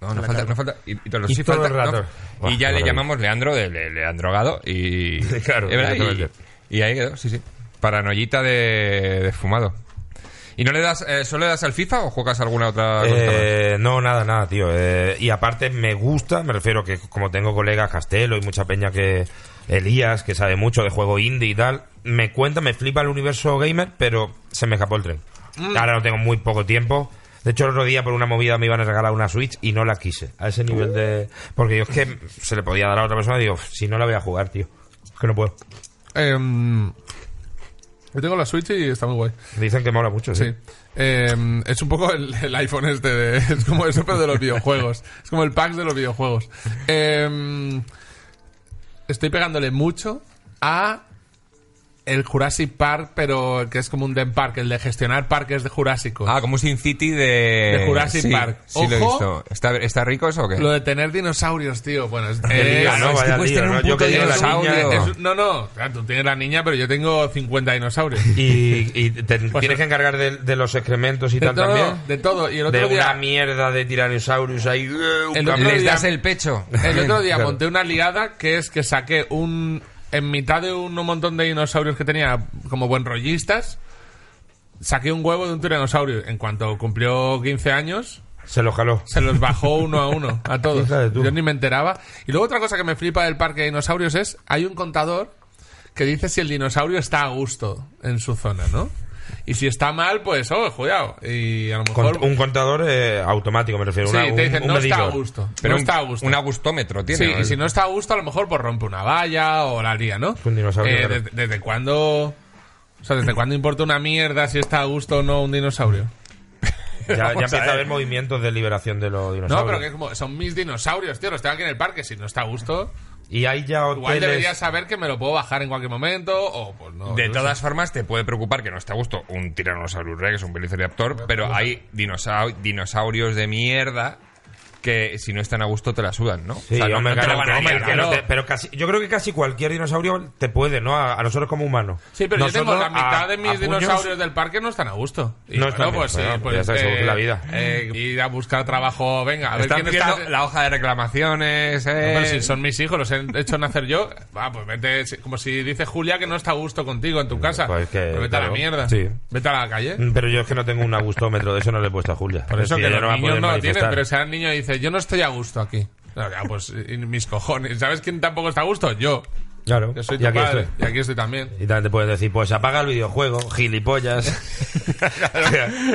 Speaker 1: No, no falta, no falta. Y, y todos los
Speaker 2: Y
Speaker 1: sí,
Speaker 2: todo el
Speaker 1: falta,
Speaker 2: rato.
Speaker 1: no.
Speaker 2: Buah,
Speaker 1: y ya
Speaker 2: qué
Speaker 1: le
Speaker 2: maravilla.
Speaker 1: llamamos Leandro de, de- Leandrogado y.
Speaker 2: Claro,
Speaker 1: es verdad,
Speaker 2: exactamente.
Speaker 1: y, y ahí quedó, sí, sí. Paranoyita de, de fumado. ¿Y no le das, eh, solo le das al FIFA o juegas alguna otra cosa más?
Speaker 2: Eh, no, nada, nada, tío. Eh, y aparte me gusta, me refiero que como tengo colegas Castelo y mucha peña que Elías, que sabe mucho de juego indie y tal, me cuenta, me flipa el universo gamer, pero se me escapó el tren. Ahora no tengo muy poco tiempo. De hecho, el otro día por una movida me iban a regalar una Switch y no la quise. A ese nivel de... Porque yo es que se le podía dar a otra persona y digo, si no la voy a jugar, tío. Es que no puedo.
Speaker 3: Em, yo tengo la Switch y está muy guay.
Speaker 2: Dicen que mola mucho, sí.
Speaker 3: Sí. Eh, es un poco el, el iPhone este, de- *laughs* es como el super de los videojuegos. Es como el pack de los videojuegos. Eh, estoy pegándole mucho a el Jurassic Park, pero que es como un den park, el de gestionar parques de Jurásico.
Speaker 1: Ah, como un Sin City de.
Speaker 3: De Jurassic
Speaker 1: Sí,
Speaker 3: Park.
Speaker 1: Sí, lo he
Speaker 3: Ojo.
Speaker 1: visto. ¿Está, está rico eso o qué?
Speaker 3: Lo de tener dinosaurios, tío.
Speaker 2: *laughs*
Speaker 3: Bueno, es,
Speaker 2: Qué
Speaker 3: es-
Speaker 2: lío,
Speaker 1: es
Speaker 2: ¿no?
Speaker 1: que
Speaker 2: Vaya
Speaker 1: puedes
Speaker 2: lío,
Speaker 1: tener
Speaker 2: ¿no?
Speaker 1: un
Speaker 2: Yo
Speaker 1: puto
Speaker 2: que digo la
Speaker 1: dinosaurio.
Speaker 2: niña-
Speaker 1: Es
Speaker 3: es- no, no. Claro, tú tienes la niña, pero yo tengo 50 dinosaurios.
Speaker 2: *laughs* Y, y
Speaker 3: *laughs*
Speaker 2: te tienes
Speaker 3: no.
Speaker 2: que encargar de, de los excrementos y
Speaker 3: Pues eh. De
Speaker 2: tal
Speaker 3: todo,
Speaker 2: también.
Speaker 3: de todo. Y el
Speaker 2: de
Speaker 3: otro
Speaker 2: una
Speaker 3: día...
Speaker 2: mierda de tiranosaurus ahí. eh, un
Speaker 3: El
Speaker 2: cam-
Speaker 3: otro
Speaker 1: Les
Speaker 3: día-
Speaker 1: das el pecho.
Speaker 3: El otro día
Speaker 2: Claro.
Speaker 3: monté una liada que es que saqué un. En mitad de un, un montón de dinosaurios que tenía como buen rollistas, saqué un huevo de un tiranosaurio. En cuanto cumplió 15 años,
Speaker 2: Se lo jaló.
Speaker 3: se los bajó uno a uno,
Speaker 2: *laughs*
Speaker 3: a todos.
Speaker 2: Hija de tú.
Speaker 3: Yo ni me enteraba. Y luego otra cosa que me flipa del parque de dinosaurios es, hay un contador que dice si el dinosaurio está a gusto en su zona, ¿no? Y si está mal, pues, oh, cuidado. Y a lo
Speaker 2: Con-
Speaker 3: mejor...
Speaker 2: un contador eh, automático, me refiero.
Speaker 3: sí,
Speaker 2: una-
Speaker 3: te
Speaker 2: un,
Speaker 3: dicen,
Speaker 2: un
Speaker 3: no está a
Speaker 2: medidor".
Speaker 3: gusto.
Speaker 1: Pero
Speaker 3: no
Speaker 1: un,
Speaker 3: está a gusto.
Speaker 1: un agustómetro tiene.
Speaker 3: Sí,
Speaker 1: ¿no?
Speaker 3: y si no está a gusto, a lo mejor pues rompe una valla o la lía, ¿no?
Speaker 2: Un dinosaurio,
Speaker 3: Eh,
Speaker 2: claro.
Speaker 3: de- ¿Desde cuándo...? O sea, ¿desde cuándo importa una mierda si está a gusto o no un dinosaurio? *laughs*
Speaker 2: Ya, ya
Speaker 1: Vamos a
Speaker 2: empieza a
Speaker 1: ver.
Speaker 2: haber movimientos de liberación de los
Speaker 3: eh. No,
Speaker 2: dinosaurios.
Speaker 3: pero que es como... Son mis dinosaurios, tío. Los tengo aquí en el parque. Si no está a gusto,
Speaker 2: Y hay ya
Speaker 3: igual
Speaker 2: hoteles.
Speaker 3: debería saber que me lo puedo bajar en cualquier momento o pues
Speaker 2: Oh,
Speaker 3: no.
Speaker 1: De
Speaker 3: no
Speaker 1: todas
Speaker 3: sé.
Speaker 1: formas, te puede preocupar que no esté a gusto un Tyrannosaurus Rex, un Velociraptor, pero hay dinosau- dinosaurios de mierda que si no están a gusto te la sudan, ¿no?
Speaker 2: Sí,
Speaker 1: O sea, no-
Speaker 2: hombre,
Speaker 1: no te
Speaker 2: claro,
Speaker 1: la van a
Speaker 2: hombre,
Speaker 1: liar,
Speaker 2: que no
Speaker 1: ¿no?
Speaker 2: te- pero casi, yo creo que casi cualquier dinosaurio te puede, ¿no? A, a nosotros como humanos.
Speaker 3: Sí, pero yo tengo la
Speaker 2: Nosotros a-
Speaker 3: mitad de
Speaker 2: a
Speaker 3: mis
Speaker 2: puños-
Speaker 3: dinosaurios del parque no están a gusto. Y
Speaker 2: No
Speaker 3: bueno,
Speaker 2: están bien,
Speaker 3: pues sí,
Speaker 2: bueno,
Speaker 3: pues,
Speaker 2: ya sabes, según la vida.
Speaker 3: eh, ir a buscar trabajo, venga, a ver
Speaker 1: Están
Speaker 3: quién está...
Speaker 1: viendo la hoja de reclamaciones, eh.
Speaker 3: Hombre, si son mis hijos, los he hecho nacer yo. Va, pues vete. si- Como si dice Julia que no está a gusto contigo en tu casa.
Speaker 2: pues es que,
Speaker 3: Pues vete a
Speaker 2: claro,
Speaker 3: la mierda.
Speaker 2: sí.
Speaker 3: Vete a la calle.
Speaker 2: Mm, Pero yo es que no tengo un agustómetro, de eso no le he puesto a Julia.
Speaker 3: Por eso
Speaker 2: Sí,
Speaker 3: que
Speaker 2: ella
Speaker 3: los
Speaker 2: va a
Speaker 3: niños
Speaker 2: poder
Speaker 3: no lo tienen,
Speaker 2: manifestar.
Speaker 3: pero si el niño dice, yo no estoy a gusto aquí. Claro, ya, pues y mis cojones. ¿Sabes quién tampoco está a gusto? Yo.
Speaker 2: Claro,
Speaker 3: Que soy
Speaker 2: y
Speaker 3: tu
Speaker 2: aquí
Speaker 3: padre.
Speaker 2: estoy.
Speaker 3: Y aquí estoy también.
Speaker 2: Y también te puedes decir, pues apaga el videojuego, gilipollas.
Speaker 1: *laughs*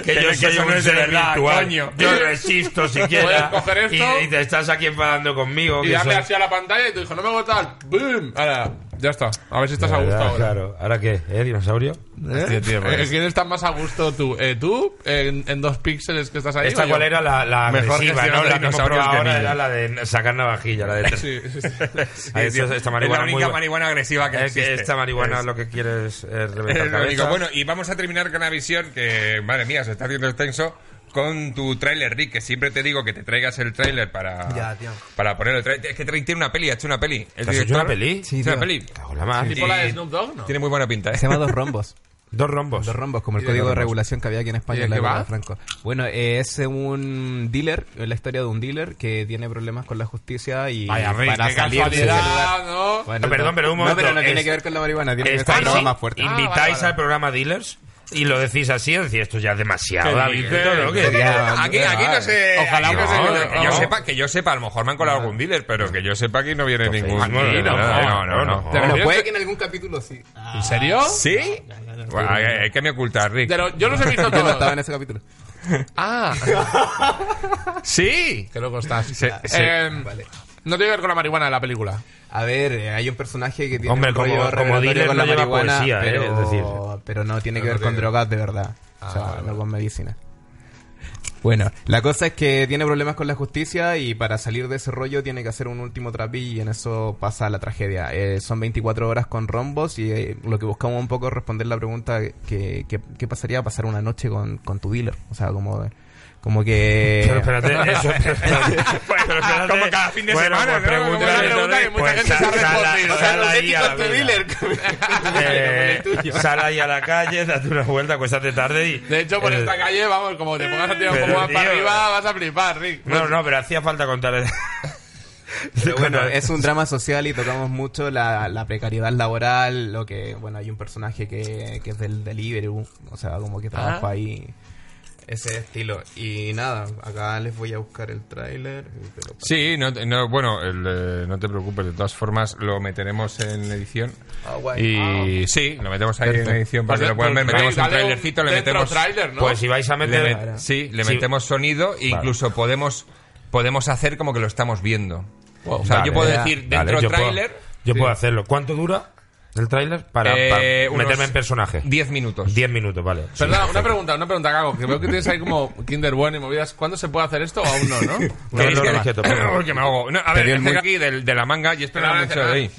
Speaker 2: que yo
Speaker 1: Que
Speaker 2: soy
Speaker 1: eso no
Speaker 2: un
Speaker 1: es de
Speaker 2: ser
Speaker 1: verdad,
Speaker 2: virtual.
Speaker 1: coño.
Speaker 2: Yo no existo siquiera.
Speaker 3: Puedes coger
Speaker 2: y,
Speaker 3: esto
Speaker 2: y te estás aquí enfadando conmigo.
Speaker 3: Y
Speaker 2: que
Speaker 3: darle
Speaker 2: soy-
Speaker 3: así a la pantalla y tu hijo, no me gusta. ¡Bum! Ahora, ya está. A ver si estás a gusto
Speaker 2: Ah,
Speaker 3: ahora.
Speaker 2: Claro. ¿Ahora qué? ¿Eh, dinosaurio?
Speaker 1: Hostia, tío, pues.
Speaker 3: Eh, ¿Quién está más a gusto tú? Eh, ¿Tú? En, en dos píxeles que estás ahí?
Speaker 2: Esta
Speaker 3: o yo?
Speaker 2: cuál era la, la
Speaker 1: Mejor
Speaker 2: agresiva,
Speaker 1: gestión
Speaker 2: ¿no?
Speaker 1: de
Speaker 2: La que hemos
Speaker 1: dinosaurios
Speaker 2: probado
Speaker 1: que
Speaker 2: ahora
Speaker 1: mil.
Speaker 2: era la de sacar
Speaker 1: *laughs*
Speaker 2: navajilla, la de...
Speaker 3: Sí, sí, sí.
Speaker 2: Ah,
Speaker 1: Sí,
Speaker 2: esta-
Speaker 1: tío,
Speaker 2: esta
Speaker 1: es la
Speaker 2: marihuana muy
Speaker 1: única
Speaker 2: bu-
Speaker 1: marihuana agresiva que
Speaker 2: es que
Speaker 1: existe.
Speaker 2: esta marihuana
Speaker 1: Es-
Speaker 2: lo que quiere es, eh,
Speaker 1: *laughs* es
Speaker 2: reventar
Speaker 1: lo único.
Speaker 2: cabezas.
Speaker 1: Bueno, y vamos a terminar con Visión, que madre mía, se está haciendo extenso, con tu tráiler, Rick, que siempre te digo que te traigas el tráiler para,
Speaker 4: Ya, tío.
Speaker 1: para poner el tráiler. Es que Rick tiene una peli, ha hecho una peli. ¿El
Speaker 2: ¿Te ¿Has hecho
Speaker 1: director-
Speaker 2: una peli?
Speaker 1: Sí,
Speaker 4: Sí,
Speaker 1: una
Speaker 4: tío.
Speaker 1: peli.
Speaker 2: Cago en la mar.
Speaker 1: Sí.
Speaker 3: ¿Tipo la de Snoop Dogg? No.
Speaker 1: Tiene muy buena pinta, ¿eh?
Speaker 4: Se llama Dos Rombos.
Speaker 2: Dos rombos.
Speaker 4: Dos rombos, como el
Speaker 3: ¿Y de
Speaker 4: código
Speaker 3: qué
Speaker 4: de
Speaker 3: rombos?
Speaker 4: regulación que había aquí en España
Speaker 3: ¿Y de
Speaker 4: en la
Speaker 3: qué
Speaker 4: época
Speaker 3: va?
Speaker 4: de Franco. Bueno, eh, es un dealer, es la historia de un dealer que tiene problemas con la justicia y
Speaker 3: Vaya, Rick,
Speaker 4: para
Speaker 3: qué
Speaker 4: salir de ese lugar.
Speaker 3: casualidad, ¿no?
Speaker 4: Bueno,
Speaker 2: No, perdón, pero un
Speaker 4: No, pero
Speaker 2: momento,
Speaker 4: no tiene
Speaker 2: es-
Speaker 4: que ver con la marihuana, tiene que ver con
Speaker 2: Estáis,
Speaker 4: algo
Speaker 3: sí.
Speaker 4: más fuerte.
Speaker 3: Ah,
Speaker 2: Invitáis
Speaker 3: vale, vale.
Speaker 2: al programa Dealers y lo decís así, decís esto ya es demasiado.
Speaker 3: ¿Qué
Speaker 2: David,
Speaker 3: dices?
Speaker 2: esto, ¿no? Que-
Speaker 4: Sería-
Speaker 1: Aquí, aquí no sé.
Speaker 3: Ojalá
Speaker 1: aquí
Speaker 3: que se-
Speaker 1: no, que yo
Speaker 3: no.
Speaker 1: sepa, que yo sepa, a lo mejor me han colado algún dealer, pero que yo sepa aquí no viene ningún. ¿eh?
Speaker 2: sí,
Speaker 1: no,
Speaker 2: no,
Speaker 1: no,
Speaker 2: no,
Speaker 1: no.
Speaker 2: no.
Speaker 4: Bueno,
Speaker 3: refieres
Speaker 4: puede
Speaker 3: que-
Speaker 4: que en algún capítulo sí.
Speaker 3: ¿En
Speaker 4: *laughs*
Speaker 3: serio?
Speaker 1: ¿Sí? Bueno, hay, hay que me ocultar, Rick.
Speaker 3: Pero yo los he visto
Speaker 4: Yo no estaba
Speaker 3: todos.
Speaker 4: en ese capítulo.
Speaker 3: Ah,
Speaker 1: Sí.
Speaker 3: qué loco estás.
Speaker 1: Se- se-
Speaker 3: Eh, No tiene que ver con la marihuana de la película.
Speaker 4: A ver, eh, hay un personaje que tiene
Speaker 2: Hombre,
Speaker 4: un
Speaker 2: como-
Speaker 4: rollo
Speaker 2: como
Speaker 4: revelatorio
Speaker 2: dealer
Speaker 4: con la
Speaker 2: no lleva
Speaker 4: marihuana,
Speaker 2: poesía, eh,
Speaker 4: pero,
Speaker 2: es decir.
Speaker 4: pero no tiene que
Speaker 3: No
Speaker 4: ver con
Speaker 3: tiene.
Speaker 4: drogas de verdad, o sea,
Speaker 2: Ah,
Speaker 4: no con medicina. Bueno, la cosa es que tiene problemas con la justicia y para salir de ese rollo tiene que hacer un último trapillo y en eso pasa la tragedia. Eh, son 24 horas con rombos y eh, lo que buscamos un poco es responder la pregunta que, que- qué pasaría pasar una noche con, con tu dealer, o sea, como Como que...
Speaker 2: *laughs* Pero espérate, eso, pero espérate. Pero espérate.
Speaker 1: como cada fin de
Speaker 2: bueno,
Speaker 1: semana,
Speaker 2: pues
Speaker 1: ¿no? Como
Speaker 2: pregúntale,
Speaker 1: una
Speaker 3: pregunta que mucha
Speaker 2: pues,
Speaker 3: gente se ha
Speaker 2: sal- sal-
Speaker 3: respondido.
Speaker 2: sal
Speaker 5: los
Speaker 2: ahí a
Speaker 5: éticos
Speaker 2: la
Speaker 5: de
Speaker 2: vida.
Speaker 5: Miller.
Speaker 2: Eh,
Speaker 5: Con el tuyo.
Speaker 2: sal ahí a la calle, date una vuelta, acuéstate tarde y...
Speaker 3: De hecho, por
Speaker 2: el-
Speaker 3: esta calle, vamos, como te pongas a tirar un
Speaker 2: Eh. Pero,
Speaker 3: poco más para
Speaker 2: tío.
Speaker 3: arriba, vas a flipar, Rick.
Speaker 2: No, no, pero hacía falta contar el...
Speaker 1: *laughs*
Speaker 4: Pero bueno,
Speaker 2: Contar-
Speaker 4: es un drama social y tocamos mucho la, la precariedad laboral, lo que, bueno, hay un personaje que, que es del Deliveroo, o sea, como que
Speaker 1: Ah.
Speaker 4: trabaja ahí ese estilo. Y nada, acá les voy a buscar el tráiler. pero-
Speaker 1: Sí, no, te- no, bueno, el, eh, no te preocupes, de todas formas lo meteremos en edición.
Speaker 4: Ah, guay.
Speaker 1: Y sí, lo metemos ahí en
Speaker 4: Perfecto.
Speaker 1: edición para que lo puedan ver.
Speaker 3: Rick,
Speaker 1: Metemos un
Speaker 3: dale
Speaker 1: trailercito, le
Speaker 3: dentro
Speaker 1: metemos.
Speaker 3: trailer, ¿no?
Speaker 2: Pues si vais a
Speaker 1: le
Speaker 2: meter...
Speaker 1: met- sí, le
Speaker 2: Sí.
Speaker 1: metemos sonido e incluso podemos, podemos hacer como que lo estamos viendo. o sea,
Speaker 2: Vale,
Speaker 1: yo puedo
Speaker 2: ya.
Speaker 1: decir
Speaker 2: Vale,
Speaker 1: dentro
Speaker 2: yo puedo-
Speaker 1: tráiler.
Speaker 2: Yo puedo hacerlo. ¿Cuánto dura el tráiler para, para
Speaker 1: eh, unos
Speaker 2: meterme en personaje?
Speaker 1: 10 minutos.
Speaker 2: 10 minutos, vale. Sí.
Speaker 3: Perdona, una pregunta, una pregunta, Cago, que veo que tienes ahí como Kinder Bueno y movidas. ¿Cuándo se puede hacer esto o aún no,
Speaker 2: *laughs*
Speaker 3: no?
Speaker 2: No, no,
Speaker 1: Es que-
Speaker 2: no, no,
Speaker 3: *laughs*
Speaker 2: no.
Speaker 1: Uy, que me ahogo. No, a ver,
Speaker 4: dio el
Speaker 1: tengo
Speaker 4: muy-
Speaker 1: aquí del- de la manga y esperaba
Speaker 2: Ah,
Speaker 3: Perdona,
Speaker 1: mucho de ahí.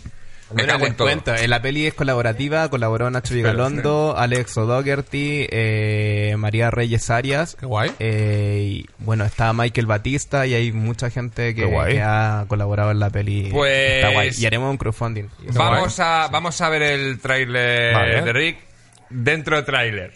Speaker 1: Me
Speaker 4: Bueno,
Speaker 1: cago
Speaker 4: les
Speaker 1: en todo.
Speaker 4: cuento, eh, la peli es colaborativa, colaboró Nacho Vigalondo, Alex O'Dougherty, eh, María Reyes Arias.
Speaker 3: Qué guay.
Speaker 4: Eh, y, bueno, está Michael Batista y hay mucha gente que,
Speaker 2: Qué guay.
Speaker 4: que ha colaborado en la peli.
Speaker 1: Pues-
Speaker 4: Está guay. Y haremos un crowdfunding.
Speaker 1: Vamos a, vamos a ver el tráiler
Speaker 2: Vale.
Speaker 1: de Rick. Dentro tráiler.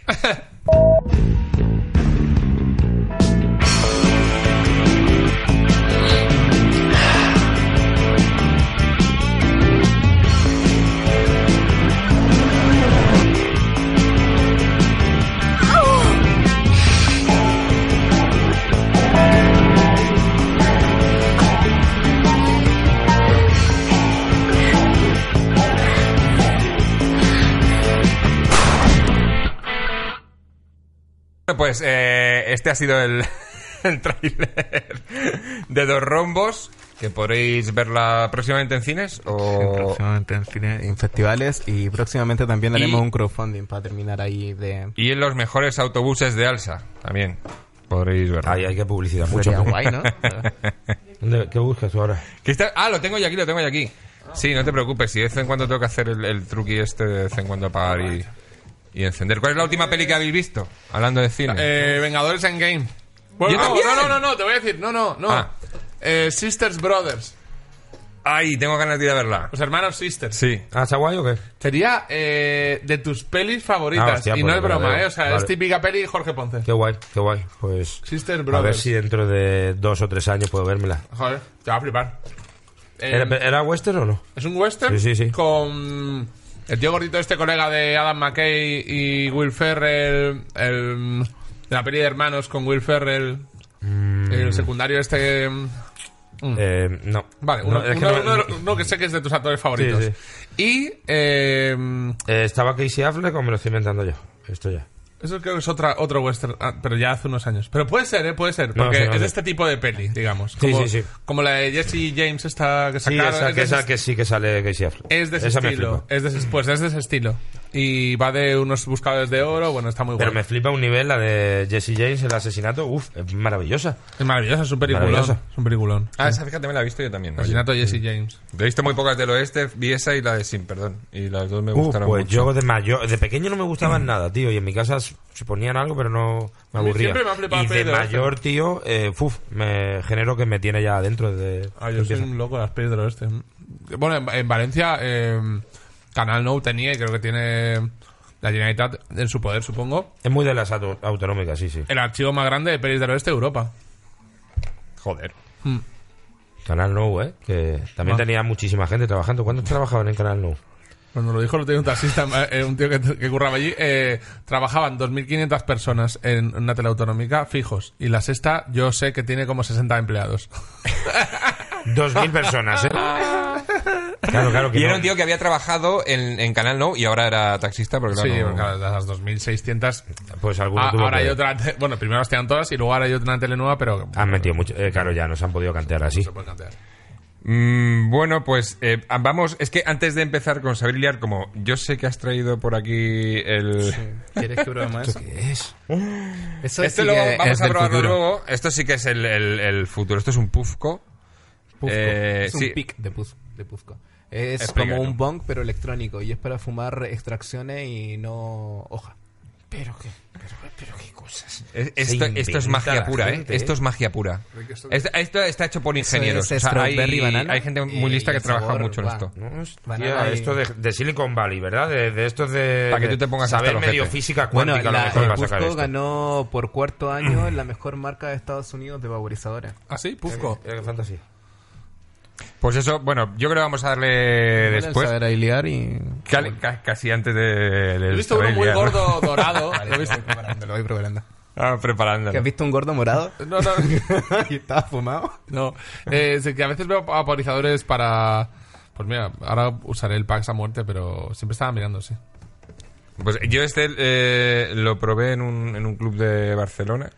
Speaker 1: Bueno, Pues eh, este ha sido el, *laughs* el tráiler de Dos Rombos, que podréis verla próximamente en cines o...
Speaker 4: Próximamente en, cine- en festivales y próximamente también haremos
Speaker 1: Y-
Speaker 4: un crowdfunding para terminar ahí de...
Speaker 1: y en los mejores autobuses de Alsa también podréis verla.
Speaker 2: Ay, hay que publicidad mucho.
Speaker 4: Sería guay, ¿no?
Speaker 2: *laughs* ¿Dónde- ¿Qué buscas tú ahora?
Speaker 1: Que está- Ah, lo tengo ya aquí, lo tengo ya aquí. Sí, no te preocupes, si de vez en cuando tengo que hacer el, el truqui este de vez en cuando apagar y, y encender. ¿Cuál es la última peli que habéis visto? Hablando de cine.
Speaker 3: Eh, Vengadores Endgame.
Speaker 1: Yo
Speaker 3: Bueno, no,
Speaker 1: también.
Speaker 3: no, no, no, no, te voy a decir, no, no, no.
Speaker 1: Ah.
Speaker 3: Eh, Sisters Brothers,
Speaker 1: Ay, tengo ganas de ir a verla.
Speaker 3: los hermanos Sisters.
Speaker 1: Sí.
Speaker 2: ¿Ah, está guay o qué?
Speaker 3: Sería eh, de tus pelis favoritas.
Speaker 2: Ah, hostia,
Speaker 3: y
Speaker 2: pues
Speaker 3: no es
Speaker 2: me la
Speaker 3: broma,
Speaker 2: veo.
Speaker 3: ¿eh? O sea,
Speaker 2: Vale.
Speaker 3: es típica peli Jorge Ponce.
Speaker 2: Qué guay, qué guay. Pues.
Speaker 3: Sisters
Speaker 2: A ver
Speaker 3: Brothers.
Speaker 2: si dentro de dos o tres años puedo vérmela.
Speaker 3: Joder, te va a flipar. Eh,
Speaker 2: ¿Era, era western o no?
Speaker 3: es un western
Speaker 2: Sí, sí, sí.
Speaker 3: con el tío gordito, este colega de Adam McKay y Will Ferrell, el, de la peli de hermanos con Will Ferrell,
Speaker 2: Mm.
Speaker 3: el secundario este... mm,
Speaker 2: Eh, no.
Speaker 3: Vale,
Speaker 2: No,
Speaker 3: uno,
Speaker 2: es que
Speaker 3: uno-
Speaker 2: no-
Speaker 3: uno de los- uno que sé que es de tus actores favoritos.
Speaker 2: Sí,
Speaker 3: Y eh,
Speaker 2: Eh, ¿Estaba Casey Affleck o me lo estoy inventando yo? Esto ya.
Speaker 3: eso creo que es otra, otro western, ah, pero ya hace unos años. Pero puede ser, ¿eh? puede ser,
Speaker 2: No,
Speaker 3: porque
Speaker 2: sí, no
Speaker 3: es
Speaker 2: sé.
Speaker 3: este tipo de peli, digamos.
Speaker 2: Sí,
Speaker 3: Como,
Speaker 2: sí, sí.
Speaker 3: como la de Jesse James esta que
Speaker 2: Sí,
Speaker 3: sacaron.
Speaker 2: esa,
Speaker 3: es
Speaker 2: que,
Speaker 3: de
Speaker 2: esa
Speaker 3: ese-
Speaker 2: que sí que sale Casey Affleck.
Speaker 3: Es de ese
Speaker 2: esa me
Speaker 3: estilo.
Speaker 2: flipa.
Speaker 3: Es de ese- pues es de ese estilo. Y va de unos buscadores de oro. Bueno, está muy
Speaker 2: Pero
Speaker 3: bueno.
Speaker 2: me flipa un nivel, la de Jesse James, el asesinato. Uf, es maravillosa.
Speaker 3: Es maravillosa, es un peliculón.
Speaker 2: Maravillosa.
Speaker 3: Es un peliculón.
Speaker 1: Ah, esa fíjate, me la he visto yo también.
Speaker 2: Pues
Speaker 1: oye.
Speaker 3: Asesinato de Jesse James.
Speaker 1: He visto muy pocas del oeste, vi esa y la de Sin Perdón. Y las dos me
Speaker 2: Uh,
Speaker 1: gustaron
Speaker 2: pues
Speaker 1: mucho. Mm.
Speaker 2: yo de mayor, de pequeño no me gustaban nada, tío. Y en mi casa s- se ponían algo, pero no me
Speaker 3: A mí
Speaker 2: aburría.
Speaker 3: siempre me ha flipado
Speaker 2: y
Speaker 3: el peli
Speaker 2: de
Speaker 3: de
Speaker 2: mayor, tío, eh, fuf, me genero que me tiene ya adentro de.
Speaker 3: Ah, yo soy un loco de las pelis del oeste. Bueno, en, en Valencia, eh, Canal No tenía y creo que tiene la Generalitat en su poder, supongo.
Speaker 2: Es muy de las auto- autonómicas, sí, sí.
Speaker 3: El archivo más grande de pelis del oeste de Europa.
Speaker 1: Joder.
Speaker 2: Canal No, ¿eh? Que también
Speaker 1: Ah.
Speaker 2: tenía muchísima gente trabajando. ¿Cuántos trabajaban en Canal No?
Speaker 3: Cuando lo dijo, lo tenía un taxista, *laughs* eh, un tío que, que curraba allí. eh, trabajaban 2.500 personas en una teleautonómica fijos. Y la sexta, yo sé que tiene como 60 empleados.
Speaker 2: Dos mil
Speaker 1: *laughs*
Speaker 2: personas, ¿eh? Claro, claro que
Speaker 1: Y era
Speaker 2: no.
Speaker 1: un tío que había trabajado en, en Canal No y ahora era taxista porque
Speaker 3: sí,
Speaker 1: claro, no-
Speaker 3: porque a las 2.600.
Speaker 2: Pues alguno
Speaker 3: Ah,
Speaker 2: tuvo
Speaker 3: ahora
Speaker 2: que-
Speaker 3: hay otra. te- Bueno, primero las tenían todas y luego ahora hay otra tele nueva, pero. ah,
Speaker 2: Han metido mucho. eh, claro, ya nos han podido cantear así.
Speaker 3: se puede cambiar.
Speaker 1: Mm, bueno, pues eh, vamos, es que antes de empezar con saber liar, como yo sé que has traído por aquí el...
Speaker 4: ¿Quieres que broma eso?
Speaker 2: ¿Qué es?
Speaker 4: Eso
Speaker 1: Esto
Speaker 4: sí
Speaker 1: lo
Speaker 4: que
Speaker 1: vamos
Speaker 4: es
Speaker 1: a
Speaker 4: del
Speaker 1: probarlo
Speaker 4: futuro.
Speaker 1: luego. Esto sí que es el, el- el futuro. Esto es un pufco.
Speaker 4: Pufco.
Speaker 1: Eh,
Speaker 4: es un
Speaker 1: sí.
Speaker 4: pic de, pus- de Pufco. Es
Speaker 1: Explícalo.
Speaker 4: como un bong, pero electrónico. Y es para fumar extracciones y no hoja.
Speaker 2: Pero qué, pero, pero qué cosas.
Speaker 1: Es- Esto,
Speaker 2: Se
Speaker 1: esto es
Speaker 2: inventa
Speaker 1: magia
Speaker 2: la
Speaker 1: pura,
Speaker 2: gente,
Speaker 1: ¿eh? Esto es magia pura. Esto, esto está hecho por ingenieros.
Speaker 4: es
Speaker 1: O sea, hay,
Speaker 4: strawberry banana
Speaker 1: hay gente muy
Speaker 4: y
Speaker 1: lista que
Speaker 4: el
Speaker 1: trabaja
Speaker 4: sabor
Speaker 1: mucho en
Speaker 4: va.
Speaker 1: esto.
Speaker 2: No, hostia,
Speaker 4: Banana y-
Speaker 2: esto de, de Silicon Valley, ¿verdad? De, de estos de.
Speaker 1: Para que
Speaker 2: de
Speaker 1: tú te pongas hasta
Speaker 2: Saber
Speaker 1: el
Speaker 2: medio
Speaker 1: ojete.
Speaker 2: física
Speaker 4: Bueno,
Speaker 2: cuántica
Speaker 4: la-
Speaker 2: a lo mejor
Speaker 4: el
Speaker 2: va a sacar
Speaker 4: Cusco
Speaker 2: esto.
Speaker 4: ganó por cuarto año la mejor marca de Estados Unidos de vaporizadores.
Speaker 3: Así, Pufco.
Speaker 2: Mira qué Eh, fantasía.
Speaker 1: Pues eso, bueno, yo creo que vamos a darle después.
Speaker 4: saber ailear y...
Speaker 1: Cal- ca- casi antes de, del
Speaker 3: He visto uno muy
Speaker 1: Australia, ¿no?
Speaker 2: *laughs*
Speaker 3: gordo dorado. ¿Lo
Speaker 4: Vale,
Speaker 3: he
Speaker 4: lo
Speaker 3: visto?
Speaker 4: voy preparando, lo voy preparando.
Speaker 1: *laughs* Ah, preparándolo.
Speaker 4: ¿Que has visto un
Speaker 1: *laughs*
Speaker 4: gordo morado?
Speaker 3: No, no.
Speaker 4: *laughs* y estaba fumado.
Speaker 3: No, eh, es que a veces veo vaporizadores para... Pues mira, ahora usaré el Pax a muerte, pero siempre estaba mirando, sí.
Speaker 1: Pues yo este eh, lo probé en un, en un club de Barcelona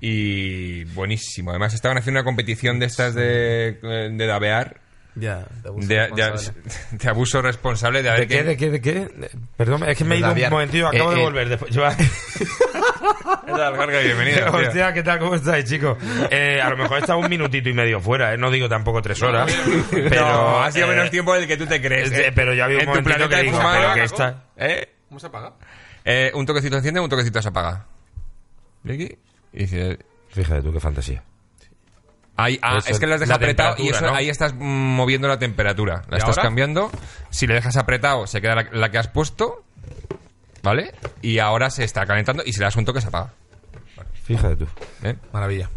Speaker 1: y buenísimo. Además estaban haciendo una competición de estas de, eh, de dabear,
Speaker 4: Ya, te
Speaker 1: de,
Speaker 4: abuso
Speaker 1: de-
Speaker 4: responsable.
Speaker 1: *laughs* de abuso responsable, de a ver
Speaker 2: ¿De qué,
Speaker 1: quién-
Speaker 2: de qué, de qué? De- Perdón, es que me he
Speaker 4: De
Speaker 2: ido un
Speaker 4: Daviar.
Speaker 2: momentito, acabo
Speaker 1: Eh,
Speaker 2: de *laughs*
Speaker 1: eh.
Speaker 2: volver. Después,
Speaker 4: *laughs*
Speaker 2: yo-
Speaker 1: Hola, Gorka,
Speaker 2: *laughs*
Speaker 1: bienvenido, tío.
Speaker 2: Hostia, ¿qué tal? ¿Cómo estáis, chicos? Eh, a lo mejor he estado un minutito y medio fuera, ¿eh? no digo tampoco tres *laughs* horas.
Speaker 4: *laughs*
Speaker 2: Pero
Speaker 1: no, ha sido
Speaker 2: eh,
Speaker 1: menos tiempo del que tú te crees.
Speaker 2: este,
Speaker 1: ¿eh?
Speaker 2: pero ya había un
Speaker 1: en tu
Speaker 2: momentito
Speaker 1: planeta
Speaker 2: que
Speaker 1: hay
Speaker 2: digo,
Speaker 1: fumado,
Speaker 2: pero que
Speaker 1: ¿no?
Speaker 2: está-
Speaker 1: ¿Eh?
Speaker 3: ¿Cómo se apaga?
Speaker 1: Eh, un toquecito enciende, un toquecito se apaga. Ricky, y dice,
Speaker 2: Fíjate tú qué fantasía.
Speaker 1: Ahí- ah,
Speaker 2: Eso,
Speaker 1: es que las dejas
Speaker 2: la
Speaker 1: apretado y
Speaker 2: temperatura,
Speaker 1: eso,
Speaker 2: ¿no?
Speaker 1: ahí estás mm, moviendo la temperatura. La
Speaker 3: ¿Y
Speaker 1: estás
Speaker 3: ahora?
Speaker 1: cambiando. Si le dejas apretado, se queda la, la que has puesto. ¿Vale? Y ahora se está calentando y si le das un toque se apaga.
Speaker 2: Fíjate tú.
Speaker 1: ¿eh?
Speaker 3: Maravilla.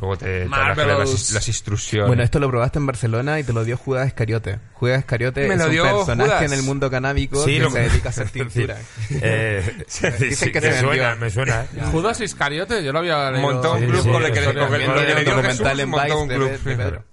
Speaker 1: Luego te, te
Speaker 3: Marvelous.
Speaker 1: harás las, las instrucciones.
Speaker 4: Bueno, esto lo probaste en Barcelona y te lo dio Judas Iscariote. Judas Iscariote
Speaker 1: Me
Speaker 4: es
Speaker 1: lo
Speaker 4: un
Speaker 1: dio
Speaker 4: personaje
Speaker 1: Judas.
Speaker 4: en el mundo canábico que se dedica
Speaker 1: *laughs*
Speaker 2: *laughs*
Speaker 4: a hacer tintura.
Speaker 2: Eh,
Speaker 4: *laughs* Dicen que
Speaker 2: me
Speaker 4: se
Speaker 2: suena,
Speaker 4: vendió.
Speaker 2: me suena. ¿eh?
Speaker 3: Judas Iscariote, yo lo había leído.
Speaker 1: montó un
Speaker 2: Sí,
Speaker 1: club
Speaker 2: sí,
Speaker 1: con el que
Speaker 2: sí,
Speaker 1: le-
Speaker 2: sí,
Speaker 1: con el que
Speaker 2: sí, sí,
Speaker 1: le
Speaker 4: sí,
Speaker 1: dio
Speaker 4: documental
Speaker 1: Jesús,
Speaker 4: en
Speaker 1: montó
Speaker 4: Vice
Speaker 1: un
Speaker 4: de-
Speaker 1: club.
Speaker 4: de
Speaker 1: Sí,
Speaker 4: Pedro.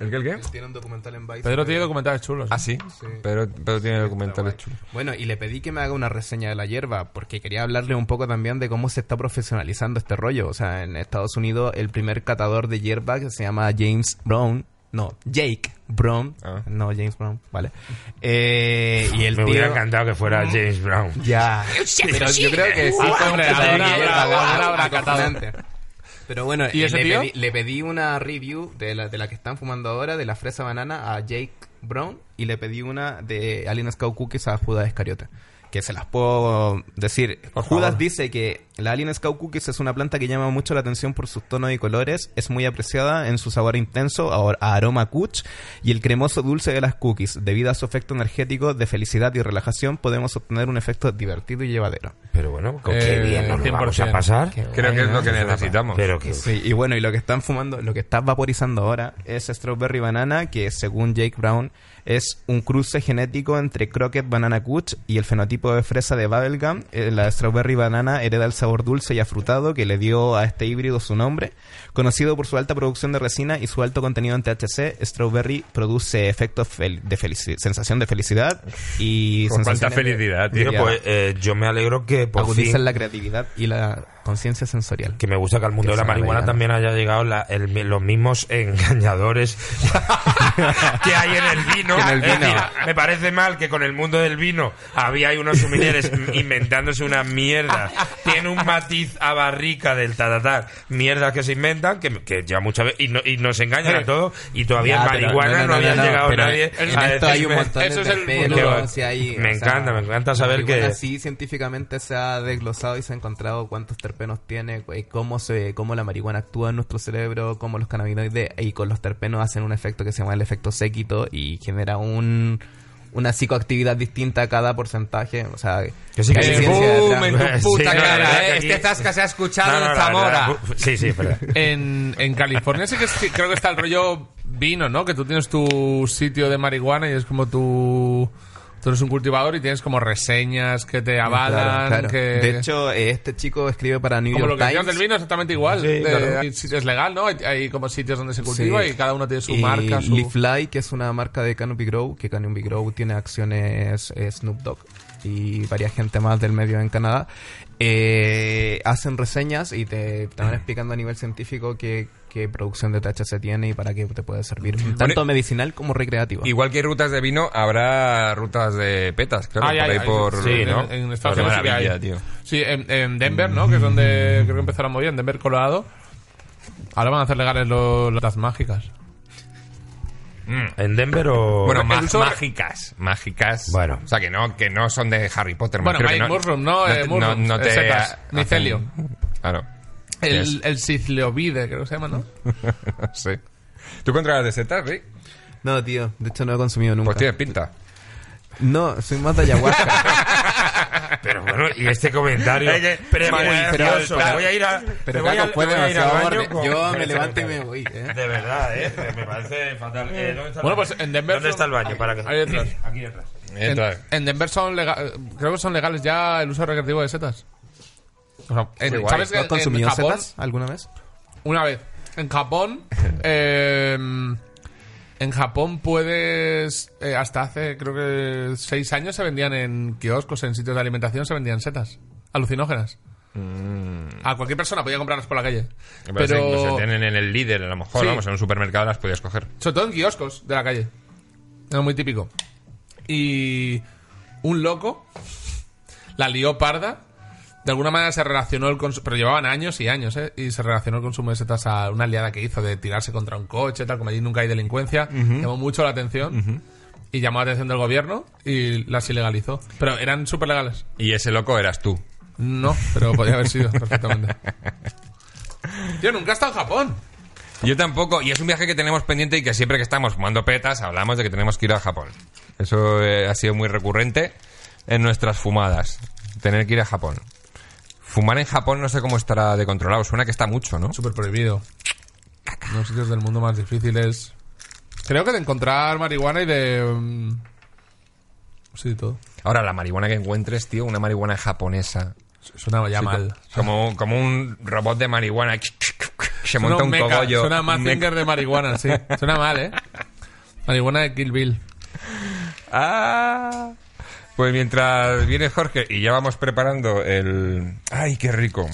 Speaker 1: ¿El qué, el qué?
Speaker 4: Tiene un documental en Vice.
Speaker 3: Pedro tiene documentales chulos.
Speaker 1: Ah, sí. Pero, pero tiene documentales chulos.
Speaker 4: Bueno, y le pedí que me haga una reseña de la hierba, porque quería hablarle un poco también de cómo se está profesionalizando este rollo. O sea, en Estados Unidos el primer catador de hierba que se llama James Brown. No, Jake Brown.
Speaker 1: Ah.
Speaker 4: No, James Brown, vale. Eh, y
Speaker 2: *laughs*
Speaker 4: el
Speaker 2: Me hubiera
Speaker 4: tío...
Speaker 2: encantado que fuera James Brown. *laughs*
Speaker 4: Ya. Pero yo creo que sí.
Speaker 3: Ah,
Speaker 4: fue un
Speaker 3: hombre,
Speaker 4: catador
Speaker 3: ahora
Speaker 4: de
Speaker 3: habrá-
Speaker 4: hierba,
Speaker 3: ahora
Speaker 4: ganó
Speaker 3: habrá
Speaker 4: algo
Speaker 3: catado.
Speaker 4: fascinante. Pero bueno,
Speaker 3: ¿Y
Speaker 4: eh,
Speaker 3: ese
Speaker 4: le,
Speaker 3: tío?
Speaker 4: Pedí, le pedí una review de la, de la que están fumando ahora, de la fresa banana a Jake Brown, y le pedí una de Alien Scout Cookies a Judas Escariote. Que se las puedo decir. Judas dice que la Alien Scout Cookies es una planta que llama mucho la atención por sus tonos y colores, es muy apreciada en su sabor intenso, a, a aroma kuch y el cremoso dulce de las cookies. Debido a su efecto energético de felicidad y relajación, podemos obtener un efecto divertido y llevadero.
Speaker 2: Pero bueno,
Speaker 3: Eh,
Speaker 2: qué bien nos lo vamos a
Speaker 3: 100%.
Speaker 2: pasar.
Speaker 1: Creo que es lo que necesitamos.
Speaker 2: Pero que
Speaker 4: Sí, y bueno, y lo que están fumando, lo que están vaporizando ahora es Strawberry Banana, que según Jake Brown es un cruce genético entre Crockett Banana Kuch y el fenotipo de fresa de Bubblegum. Eh, La Strawberry Banana hereda el sabor dulce y afrutado que le dio a este híbrido su nombre. Conocido por su alta producción de resina y su alto contenido en THC, Strawberry produce efectos fel- de felici- sensación de felicidad y
Speaker 1: Con cuánta
Speaker 4: sensaciones de-
Speaker 1: felicidad, Pues tío.
Speaker 2: Tío, pues eh, yo me alegro que por
Speaker 4: agudizan
Speaker 2: fin,
Speaker 4: la creatividad y la conciencia sensorial.
Speaker 2: que me gusta que al mundo
Speaker 4: que
Speaker 2: de la
Speaker 4: sea
Speaker 2: marihuana
Speaker 4: americana.
Speaker 2: también haya llegado la- el- los mismos *laughs* engañadores que hay en el vino.
Speaker 4: *laughs* Que en el
Speaker 2: Es
Speaker 4: vino.
Speaker 2: decir, me parece mal que con el mundo del vino había ahí unos sumilleres inventándose una mierda. Tiene un matiz a barrica del tatatar. Mierdas que se inventan, que, que ya muchas veces, y, no- y nos engañan a todos, y todavía
Speaker 4: Ya,
Speaker 2: en
Speaker 4: pero-
Speaker 2: marihuana no, había llegado
Speaker 4: pero
Speaker 2: nadie
Speaker 4: En
Speaker 2: a
Speaker 4: esto hay un
Speaker 2: decirme-
Speaker 4: montón de
Speaker 3: eso es el
Speaker 4: pelos,
Speaker 2: futuro.
Speaker 4: si hay-
Speaker 2: Me encanta, me encanta saber
Speaker 4: la marihuana
Speaker 2: que-
Speaker 4: Sí, científicamente se ha desglosado y se ha encontrado cuántos terpenos tiene, cu- y cómo, se, cómo la marihuana actúa en nuestro cerebro, cómo los cannabinoides y con los terpenos hacen un efecto que se llama el efecto séquito y genera un, una psicoactividad distinta a cada porcentaje. O sea,
Speaker 2: sí que
Speaker 4: hay
Speaker 2: sí.
Speaker 1: Eh,
Speaker 4: ciencia detrás.
Speaker 1: boom, en tu
Speaker 2: Sí,
Speaker 1: puta
Speaker 2: no, la verdad
Speaker 1: cara,
Speaker 2: que
Speaker 1: ¿eh?
Speaker 2: aquí-
Speaker 1: Este zasca se ha escuchado
Speaker 2: No, no,
Speaker 1: en
Speaker 2: la verdad,
Speaker 1: Zamora.
Speaker 2: bu- Sí, sí,
Speaker 1: *laughs*
Speaker 2: es verdad.
Speaker 3: En, en California sí que es- creo que está el rollo vino, ¿no? Que tú tienes tu sitio de marihuana y es como tu... Tú eres un cultivador y tienes como reseñas que te avalan,
Speaker 4: Ah, Claro, claro.
Speaker 3: que...
Speaker 4: De hecho, eh, este chico escribe para New
Speaker 3: Como lo
Speaker 4: York
Speaker 3: que decías
Speaker 4: Times.
Speaker 3: del vino, exactamente igual.
Speaker 2: Sí,
Speaker 3: De-
Speaker 2: claro.
Speaker 3: hay sitios legal, ¿no? Hay, hay como sitios donde se cultiva
Speaker 4: Sí.
Speaker 3: y cada uno tiene su
Speaker 4: Y
Speaker 3: marca, su...
Speaker 4: Leafly, que es una marca de Canopy Grow, que Canopy Grow tiene acciones eh, Snoop Dogg y varias gente más del medio en Canadá, eh, hacen reseñas y te, te van explicando a nivel científico qué, qué producción de THC tiene y para qué te puede servir, tanto medicinal como recreativo.
Speaker 1: Igual que hay rutas de vino, habrá rutas de petas, claro,
Speaker 3: Ay,
Speaker 1: por
Speaker 3: ay,
Speaker 1: ahí
Speaker 3: ay.
Speaker 1: por...
Speaker 2: Sí,
Speaker 3: en-
Speaker 2: ¿no?
Speaker 3: En, Estados
Speaker 1: Por
Speaker 3: Unidos sí que
Speaker 1: maravilla,
Speaker 3: hay.
Speaker 1: tío.
Speaker 3: Sí, en, en Denver, ¿no? Que es donde creo que empezó la movida, en Denver, Colorado. Ahora van a hacer legales lo- las mágicas.
Speaker 2: Mm, ¿En Denver o...?
Speaker 1: Bueno, ma-
Speaker 3: el uso-
Speaker 1: mágicas, mágicas.
Speaker 2: Bueno.
Speaker 1: O sea, que no, que no son de Harry Potter. me
Speaker 3: Bueno,
Speaker 1: refiero que
Speaker 3: Mike Murrum, no, eh,
Speaker 1: te-
Speaker 3: Murrum,
Speaker 1: no te
Speaker 3: setas,
Speaker 1: ha-
Speaker 3: micelio.
Speaker 1: hacen- Claro.
Speaker 3: El, el Cicleovide, creo que se llama, ¿no?
Speaker 1: Sí. ¿Tú controlas de setas, Rick?
Speaker 4: No, tío. De hecho, no he consumido nunca.
Speaker 1: Pues tienes pinta.
Speaker 4: No, soy más de ayahuasca.
Speaker 2: Pero bueno, y este
Speaker 1: *laughs*
Speaker 2: comentario...
Speaker 1: Es que-
Speaker 2: pero,
Speaker 1: Pero-
Speaker 2: maravilloso.
Speaker 1: pero-
Speaker 2: Me voy a ir a... me voy
Speaker 4: Caco,
Speaker 2: a-
Speaker 4: fue
Speaker 2: me voy a ir al
Speaker 4: demasiado
Speaker 2: baño
Speaker 4: borde.
Speaker 2: con-
Speaker 4: *laughs* Yo
Speaker 2: con
Speaker 4: me
Speaker 2: este
Speaker 4: levanto y me
Speaker 2: comentario.
Speaker 4: voy, ¿eh?
Speaker 2: De verdad, ¿eh? Me parece fatal. Eh, ¿dónde está el
Speaker 3: Bueno,
Speaker 2: baño?
Speaker 3: pues en Denver
Speaker 2: ¿Dónde
Speaker 3: son-
Speaker 2: está el baño? Para que...
Speaker 3: ahí detrás.
Speaker 2: *clears throat* Aquí detrás.
Speaker 3: En,
Speaker 1: Entonces,
Speaker 3: en Denver son legales, creo que son legales ya el uso recreativo de setas. O sea, en-
Speaker 1: Qué guay.
Speaker 3: ¿Sabes
Speaker 4: ¿Tú
Speaker 3: que
Speaker 4: has
Speaker 3: en
Speaker 4: consumido
Speaker 3: Japón,
Speaker 4: setas alguna vez?
Speaker 3: Una vez.
Speaker 1: *laughs*
Speaker 3: En Japón. eh, en Japón puedes. eh, hasta hace, creo que seis años se vendían en kioscos, en sitios de alimentación, se vendían setas alucinógenas. A cualquier persona podía comprarlas por la calle.
Speaker 1: Mm. me parece que incluso
Speaker 3: Pero.
Speaker 1: tienen en el líder, a lo mejor,
Speaker 3: Sí.
Speaker 1: vamos, en un supermercado las podías coger.
Speaker 3: Sobre todo en kioscos de la calle. Era muy típico. Y un loco la lió parda. De alguna manera se relacionó el consumo, pero llevaban años y años, ¿eh? Y se relacionó el consumo de setas a una liada que hizo de tirarse contra un coche, tal, como allí nunca hay delincuencia. Llamó mucho la atención y llamó la atención del gobierno y las ilegalizó. Pero eran súper legales.
Speaker 1: Y ese loco eras tú.
Speaker 3: No, pero podría haber sido perfectamente. Tío, nunca he estado en Japón.
Speaker 1: Yo tampoco, y es un viaje que tenemos pendiente y que siempre que estamos fumando petas hablamos de que tenemos que ir a Japón. Eso eh, ha sido muy recurrente en nuestras fumadas, tener que ir a Japón. Fumar en Japón no sé cómo estará de controlado, suena que está mucho, ¿no?
Speaker 3: Súper prohibido. Uno de los sitios del mundo más difíciles. Creo que de encontrar marihuana y de. mm, sí, de todo.
Speaker 1: Ahora, la marihuana que encuentres, tío, una marihuana japonesa.
Speaker 3: Suena ya mal.
Speaker 1: Como, como un robot de marihuana. Se monta un,
Speaker 3: meca,
Speaker 1: cogollo.
Speaker 3: Suena
Speaker 1: un
Speaker 3: más
Speaker 1: meca.
Speaker 3: finger de marihuana, sí. Suena mal, ¿eh? Marihuana de Kill Bill.
Speaker 1: Ah. Pues mientras viene Jorge y ya vamos preparando el... ¡Ay, qué rico!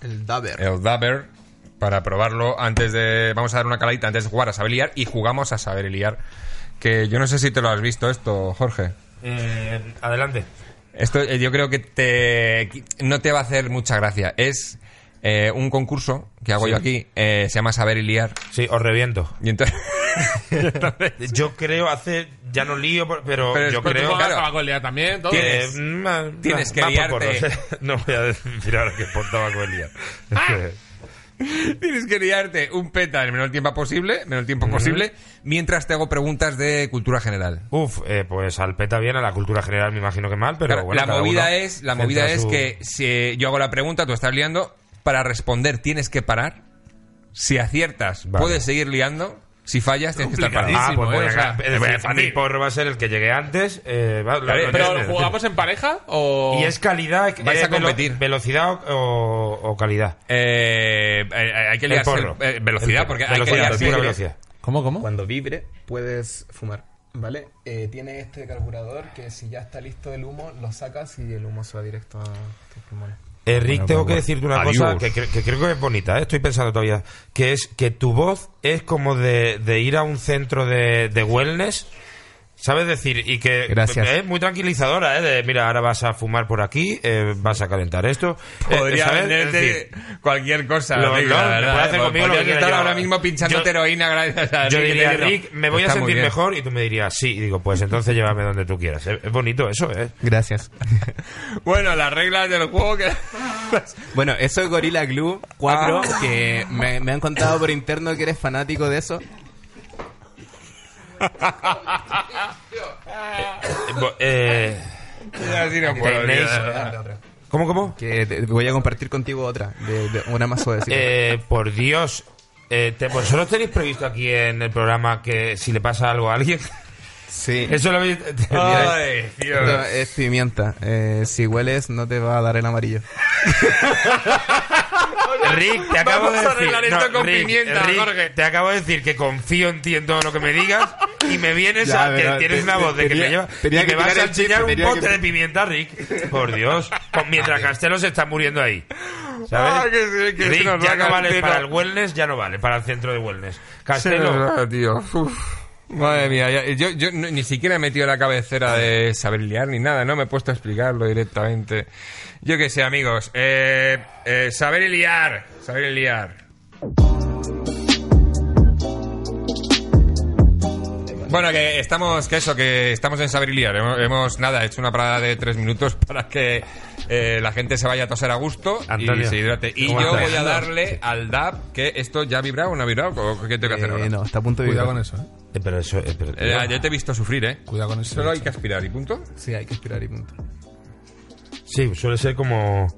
Speaker 4: El daber.
Speaker 1: el Dabber para probarlo antes de. Vamos a dar una caladita antes de jugar a saber liar y jugamos a saber liar. Que yo no sé si te lo has visto esto, Jorge.
Speaker 2: Eh, adelante.
Speaker 1: Esto eh, yo creo que te no te va a hacer mucha gracia. Es eh, un concurso que hago yo aquí, eh, se llama Saber y Liar.
Speaker 2: Sí, os reviento.
Speaker 3: *laughs*
Speaker 1: Y entonces.
Speaker 2: Yo creo hace... Ya no lío,
Speaker 1: Pero
Speaker 2: pero, yo
Speaker 1: es-
Speaker 2: creo...
Speaker 3: Pero
Speaker 1: claro.
Speaker 3: tabaco el día también, todo.
Speaker 1: Tiene-
Speaker 2: que
Speaker 1: Tienes-
Speaker 2: ma-
Speaker 1: tienes
Speaker 2: ma-
Speaker 1: que
Speaker 2: va por
Speaker 1: liarte.
Speaker 2: porros, ¿eh? *laughs* No voy a decir ahora que por tabaco el día.
Speaker 3: Ah.
Speaker 1: Tienes que liarte un peta en el menor tiempo posible, menor tiempo posible, mientras te hago preguntas de cultura general.
Speaker 2: *laughs* Uf, eh, pues al peta bien, a la cultura general me imagino que mal, pero
Speaker 1: Claro,
Speaker 2: bueno.
Speaker 1: la
Speaker 2: cada
Speaker 1: movida
Speaker 2: uno
Speaker 1: es, la
Speaker 2: centra
Speaker 1: movida es
Speaker 2: su-
Speaker 1: que si yo hago la pregunta, tú estás liando, para responder tienes que parar. Si aciertas,
Speaker 2: Vale.
Speaker 1: puedes seguir liando. Si fallas, tienes que estar parado.
Speaker 2: Ah,
Speaker 3: Complicadísimo,
Speaker 2: pues voy a
Speaker 3: ¿eh? O sea,
Speaker 2: ganar. Es decir, mi porro va a ser el que llegue antes. eh, va- lo-
Speaker 1: Claro,
Speaker 2: lo-
Speaker 3: Pero,
Speaker 2: lo-
Speaker 3: ¿jugamos en pareja o.?
Speaker 2: Y es calidad,
Speaker 1: Vais
Speaker 2: eh,
Speaker 1: a
Speaker 2: velo-
Speaker 1: competir.
Speaker 2: velocidad o, o calidad.
Speaker 1: Eh, eh, hay que
Speaker 2: El
Speaker 1: liarse
Speaker 2: porro.
Speaker 1: eh, velocidad,
Speaker 2: El porro.
Speaker 1: porque hay que
Speaker 2: Velocidad,
Speaker 1: liarse.
Speaker 2: pura velocidad.
Speaker 3: ¿Cómo, cómo?
Speaker 4: Cuando vibre, puedes fumar. ¿Vale? Eh, tiene este carburador que si ya está listo el humo, lo sacas y el humo se va directo a tus pulmones.
Speaker 2: Eh, Rick, tengo que decirte una
Speaker 1: Adiós.
Speaker 2: cosa que, cre- que creo que es bonita, eh, estoy pensando todavía, que es que tu voz es como de, de ir a un centro de, de wellness, ¿sabes decir? Y que
Speaker 4: Gracias.
Speaker 2: es muy tranquilizadora, ¿eh? De, mira, ahora vas a fumar por aquí, eh, vas a calentar esto. eh,
Speaker 1: Podría
Speaker 2: ¿sabes?
Speaker 1: venderte
Speaker 2: Es decir,
Speaker 1: cualquier cosa.
Speaker 2: Lo-
Speaker 1: Rick,
Speaker 2: lo-
Speaker 1: la
Speaker 2: lo
Speaker 1: verdad,
Speaker 2: puede hacer
Speaker 1: eh,
Speaker 2: conmigo lo
Speaker 1: podrías
Speaker 2: que quiera,
Speaker 1: estar
Speaker 2: yo-
Speaker 1: ahora mismo pinchando
Speaker 2: yo-
Speaker 1: heroína gracias a
Speaker 2: yo
Speaker 1: Rick, que
Speaker 2: diría,
Speaker 1: te dice,
Speaker 2: Rick, me voy a
Speaker 1: está muy
Speaker 2: sentir
Speaker 1: bien".
Speaker 2: mejor y tú me dirías, sí, y digo, pues entonces llévame donde tú quieras. Es, es bonito eso,
Speaker 1: *laughs*
Speaker 2: ¿eh?
Speaker 4: Gracias.
Speaker 1: Bueno, las reglas del juego que... *laughs*
Speaker 4: Bueno, eso es Gorilla Glue 4, que me, me han contado por interno que eres fanático de eso.
Speaker 2: Eh, bo- eh,
Speaker 1: Así no puedo,
Speaker 2: Tenéis-
Speaker 1: tío.
Speaker 2: ¿Cómo, cómo?
Speaker 4: Que te- voy a compartir contigo otra, de, de una más suavecita.
Speaker 2: Eh, por Dios. Eh, te- ¿Vosotros tenéis previsto aquí en el programa que si le pasa algo a alguien? *laughs*
Speaker 4: sí.
Speaker 2: Eso lo habéis... *laughs*
Speaker 1: Ay, tío.
Speaker 4: Esto es pimienta. Eh, si hueles, no te va a dar el amarillo.
Speaker 2: Rick, te acabo
Speaker 1: Vamos
Speaker 2: de
Speaker 1: a
Speaker 2: decir...
Speaker 1: arreglar esto con pimienta,
Speaker 2: Rick,
Speaker 1: Jorge.
Speaker 2: Te acabo de decir que confío en ti en todo lo que me digas y me vienes
Speaker 4: Ya,
Speaker 2: a
Speaker 4: pero
Speaker 2: que tienes
Speaker 4: te-
Speaker 2: una voz de que
Speaker 4: tenía-
Speaker 2: me lleva...
Speaker 4: tenía
Speaker 2: y me
Speaker 4: que
Speaker 2: vas
Speaker 4: tirar
Speaker 2: a
Speaker 4: el chiste,
Speaker 2: enseñar un
Speaker 4: tenía que
Speaker 2: bote
Speaker 4: tirar-
Speaker 2: de pimienta, Rick. Por Dios. Con- Mientras Castelo se está muriendo ahí. ¿Sabes?
Speaker 1: Ah, que sí, que se
Speaker 2: Rick,
Speaker 1: nos va
Speaker 2: ya no vale
Speaker 1: Castelo.
Speaker 2: para el wellness, ya no vale para el centro de wellness.
Speaker 1: Se nos
Speaker 2: Castelo...
Speaker 1: va, tío. Uf. Madre mía, ya- yo, yo no- ni siquiera he metido la cabecera de saber liar ni nada, no me he puesto a explicarlo directamente. Yo qué sé, amigos. Eh, eh, saber y liar, saber y liar. Bueno, que estamos, que eso, que estamos en Sabriliar. Hemos, hemos, nada, hecho una parada de tres minutos *laughs* para que eh, la gente se vaya a toser a gusto y
Speaker 2: Antonio,
Speaker 1: se hidrate. Y yo
Speaker 2: ¿cómo estás?
Speaker 1: voy a darle al DAP que esto ya ha vibrado o no ha vibrado. ¿O ¿Qué tengo que hacer ahora?
Speaker 4: Eh, no, está a punto de
Speaker 3: Cuidado con
Speaker 4: vibrar.
Speaker 3: eso, ¿eh?
Speaker 2: Eh, Pero eso. eh, pero-
Speaker 1: Eh, yo te he visto sufrir, ¿eh?
Speaker 3: Cuidado con eso.
Speaker 1: Solo hay que aspirar y punto.
Speaker 4: Sí, hay que esperar y punto.
Speaker 2: Sí, suele ser como.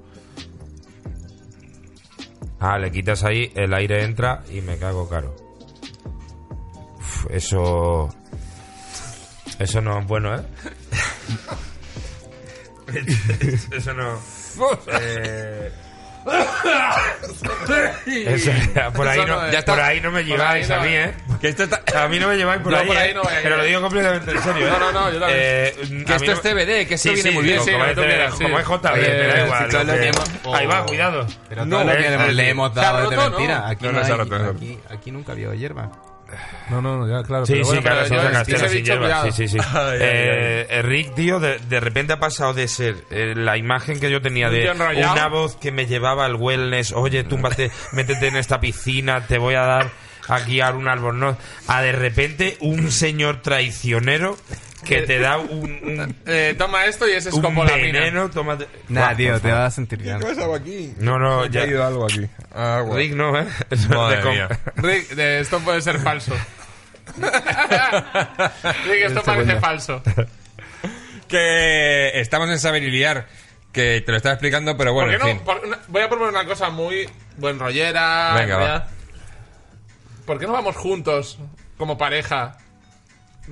Speaker 2: Ah, le quitas ahí, el aire entra y me cago caro. Uf, eso. Eso no es bueno, ¿eh? *laughs* eso no. eh,
Speaker 3: *laughs*
Speaker 2: eso- por, ahí
Speaker 3: Eso
Speaker 2: no,
Speaker 3: no es.
Speaker 2: ya está.
Speaker 1: Por
Speaker 2: por ahí no me lleváis
Speaker 3: no
Speaker 2: a mí,
Speaker 3: es.
Speaker 2: ¿eh?
Speaker 1: Que esto está-
Speaker 2: A mí no me lleváis por
Speaker 3: No,
Speaker 2: ahí.
Speaker 3: por ahí
Speaker 2: ¿eh?
Speaker 3: no vaya,
Speaker 2: Pero lo
Speaker 3: eh.
Speaker 2: digo completamente en serio. ¿eh?
Speaker 3: No, no, no, yo también.
Speaker 2: Eh,
Speaker 1: Que
Speaker 2: a
Speaker 1: esto
Speaker 2: mí no-
Speaker 1: es CBD, que esto viene muy bien.
Speaker 2: Sí,
Speaker 3: Sí,
Speaker 2: como,
Speaker 3: lo
Speaker 2: es,
Speaker 3: que tú quieras,
Speaker 2: como
Speaker 3: sí.
Speaker 2: es JB, me
Speaker 3: Eh,
Speaker 2: da igual.
Speaker 3: sí,
Speaker 2: lo
Speaker 3: lo
Speaker 2: que-
Speaker 3: que-
Speaker 2: Ahí va,
Speaker 3: oh.
Speaker 2: cuidado.
Speaker 4: Pero
Speaker 1: No,
Speaker 4: todo lo que
Speaker 2: eh,
Speaker 4: le, le
Speaker 2: eh,
Speaker 4: hemos
Speaker 3: se ha
Speaker 4: dado es de
Speaker 3: roto, ¿no?
Speaker 4: mentira. Aquí,
Speaker 1: No,
Speaker 4: no,
Speaker 1: no se ha
Speaker 4: hay-
Speaker 1: roto, no.
Speaker 4: aquí, aquí nunca ha habido hierba.
Speaker 3: No, no, ya, claro.
Speaker 2: Sí,
Speaker 3: pero
Speaker 2: sí,
Speaker 3: bueno,
Speaker 2: claro,
Speaker 3: pero
Speaker 2: sí,
Speaker 3: yo-
Speaker 2: sacas
Speaker 3: yo os he
Speaker 2: tela sin
Speaker 3: dicho
Speaker 2: hierba.
Speaker 3: cuidado.
Speaker 2: Sí, sí, sí.
Speaker 1: *laughs* Ay, ay,
Speaker 2: Eh, eh, Rick, tío, de, de repente ha pasado de ser eh, la imagen que yo tenía
Speaker 3: Un
Speaker 2: de
Speaker 3: John Rayado.
Speaker 2: una voz que me llevaba al wellness, oye, túmbate, métete en esta piscina, te voy a dar a guiar un albornoz, a de repente un señor traicionero que te da un, un,
Speaker 3: Eh, toma esto y ese es
Speaker 2: un
Speaker 3: como la mina.
Speaker 2: veneno, tómate...
Speaker 4: Nada,
Speaker 2: Buah,
Speaker 4: tío,
Speaker 2: por
Speaker 4: te
Speaker 2: favor.
Speaker 4: vas a sentir bien.
Speaker 1: aquí?
Speaker 2: No, no, ya...
Speaker 1: algo aquí.
Speaker 2: Rick, no, ¿eh?
Speaker 1: Ah, *laughs* Madre
Speaker 2: Te com-
Speaker 1: mía.
Speaker 3: Rick, eh, esto puede ser *laughs* falso. Rick, esto parece falso.
Speaker 1: Que estamos en saber y liar, que te lo estaba explicando, pero
Speaker 3: ¿Por
Speaker 1: bueno,
Speaker 3: qué
Speaker 1: en fin.
Speaker 3: no? Por- una- voy a proponer una cosa muy buen rollera.
Speaker 1: Venga,
Speaker 3: en realidad.
Speaker 1: va.
Speaker 3: ¿Por qué no vamos juntos como pareja?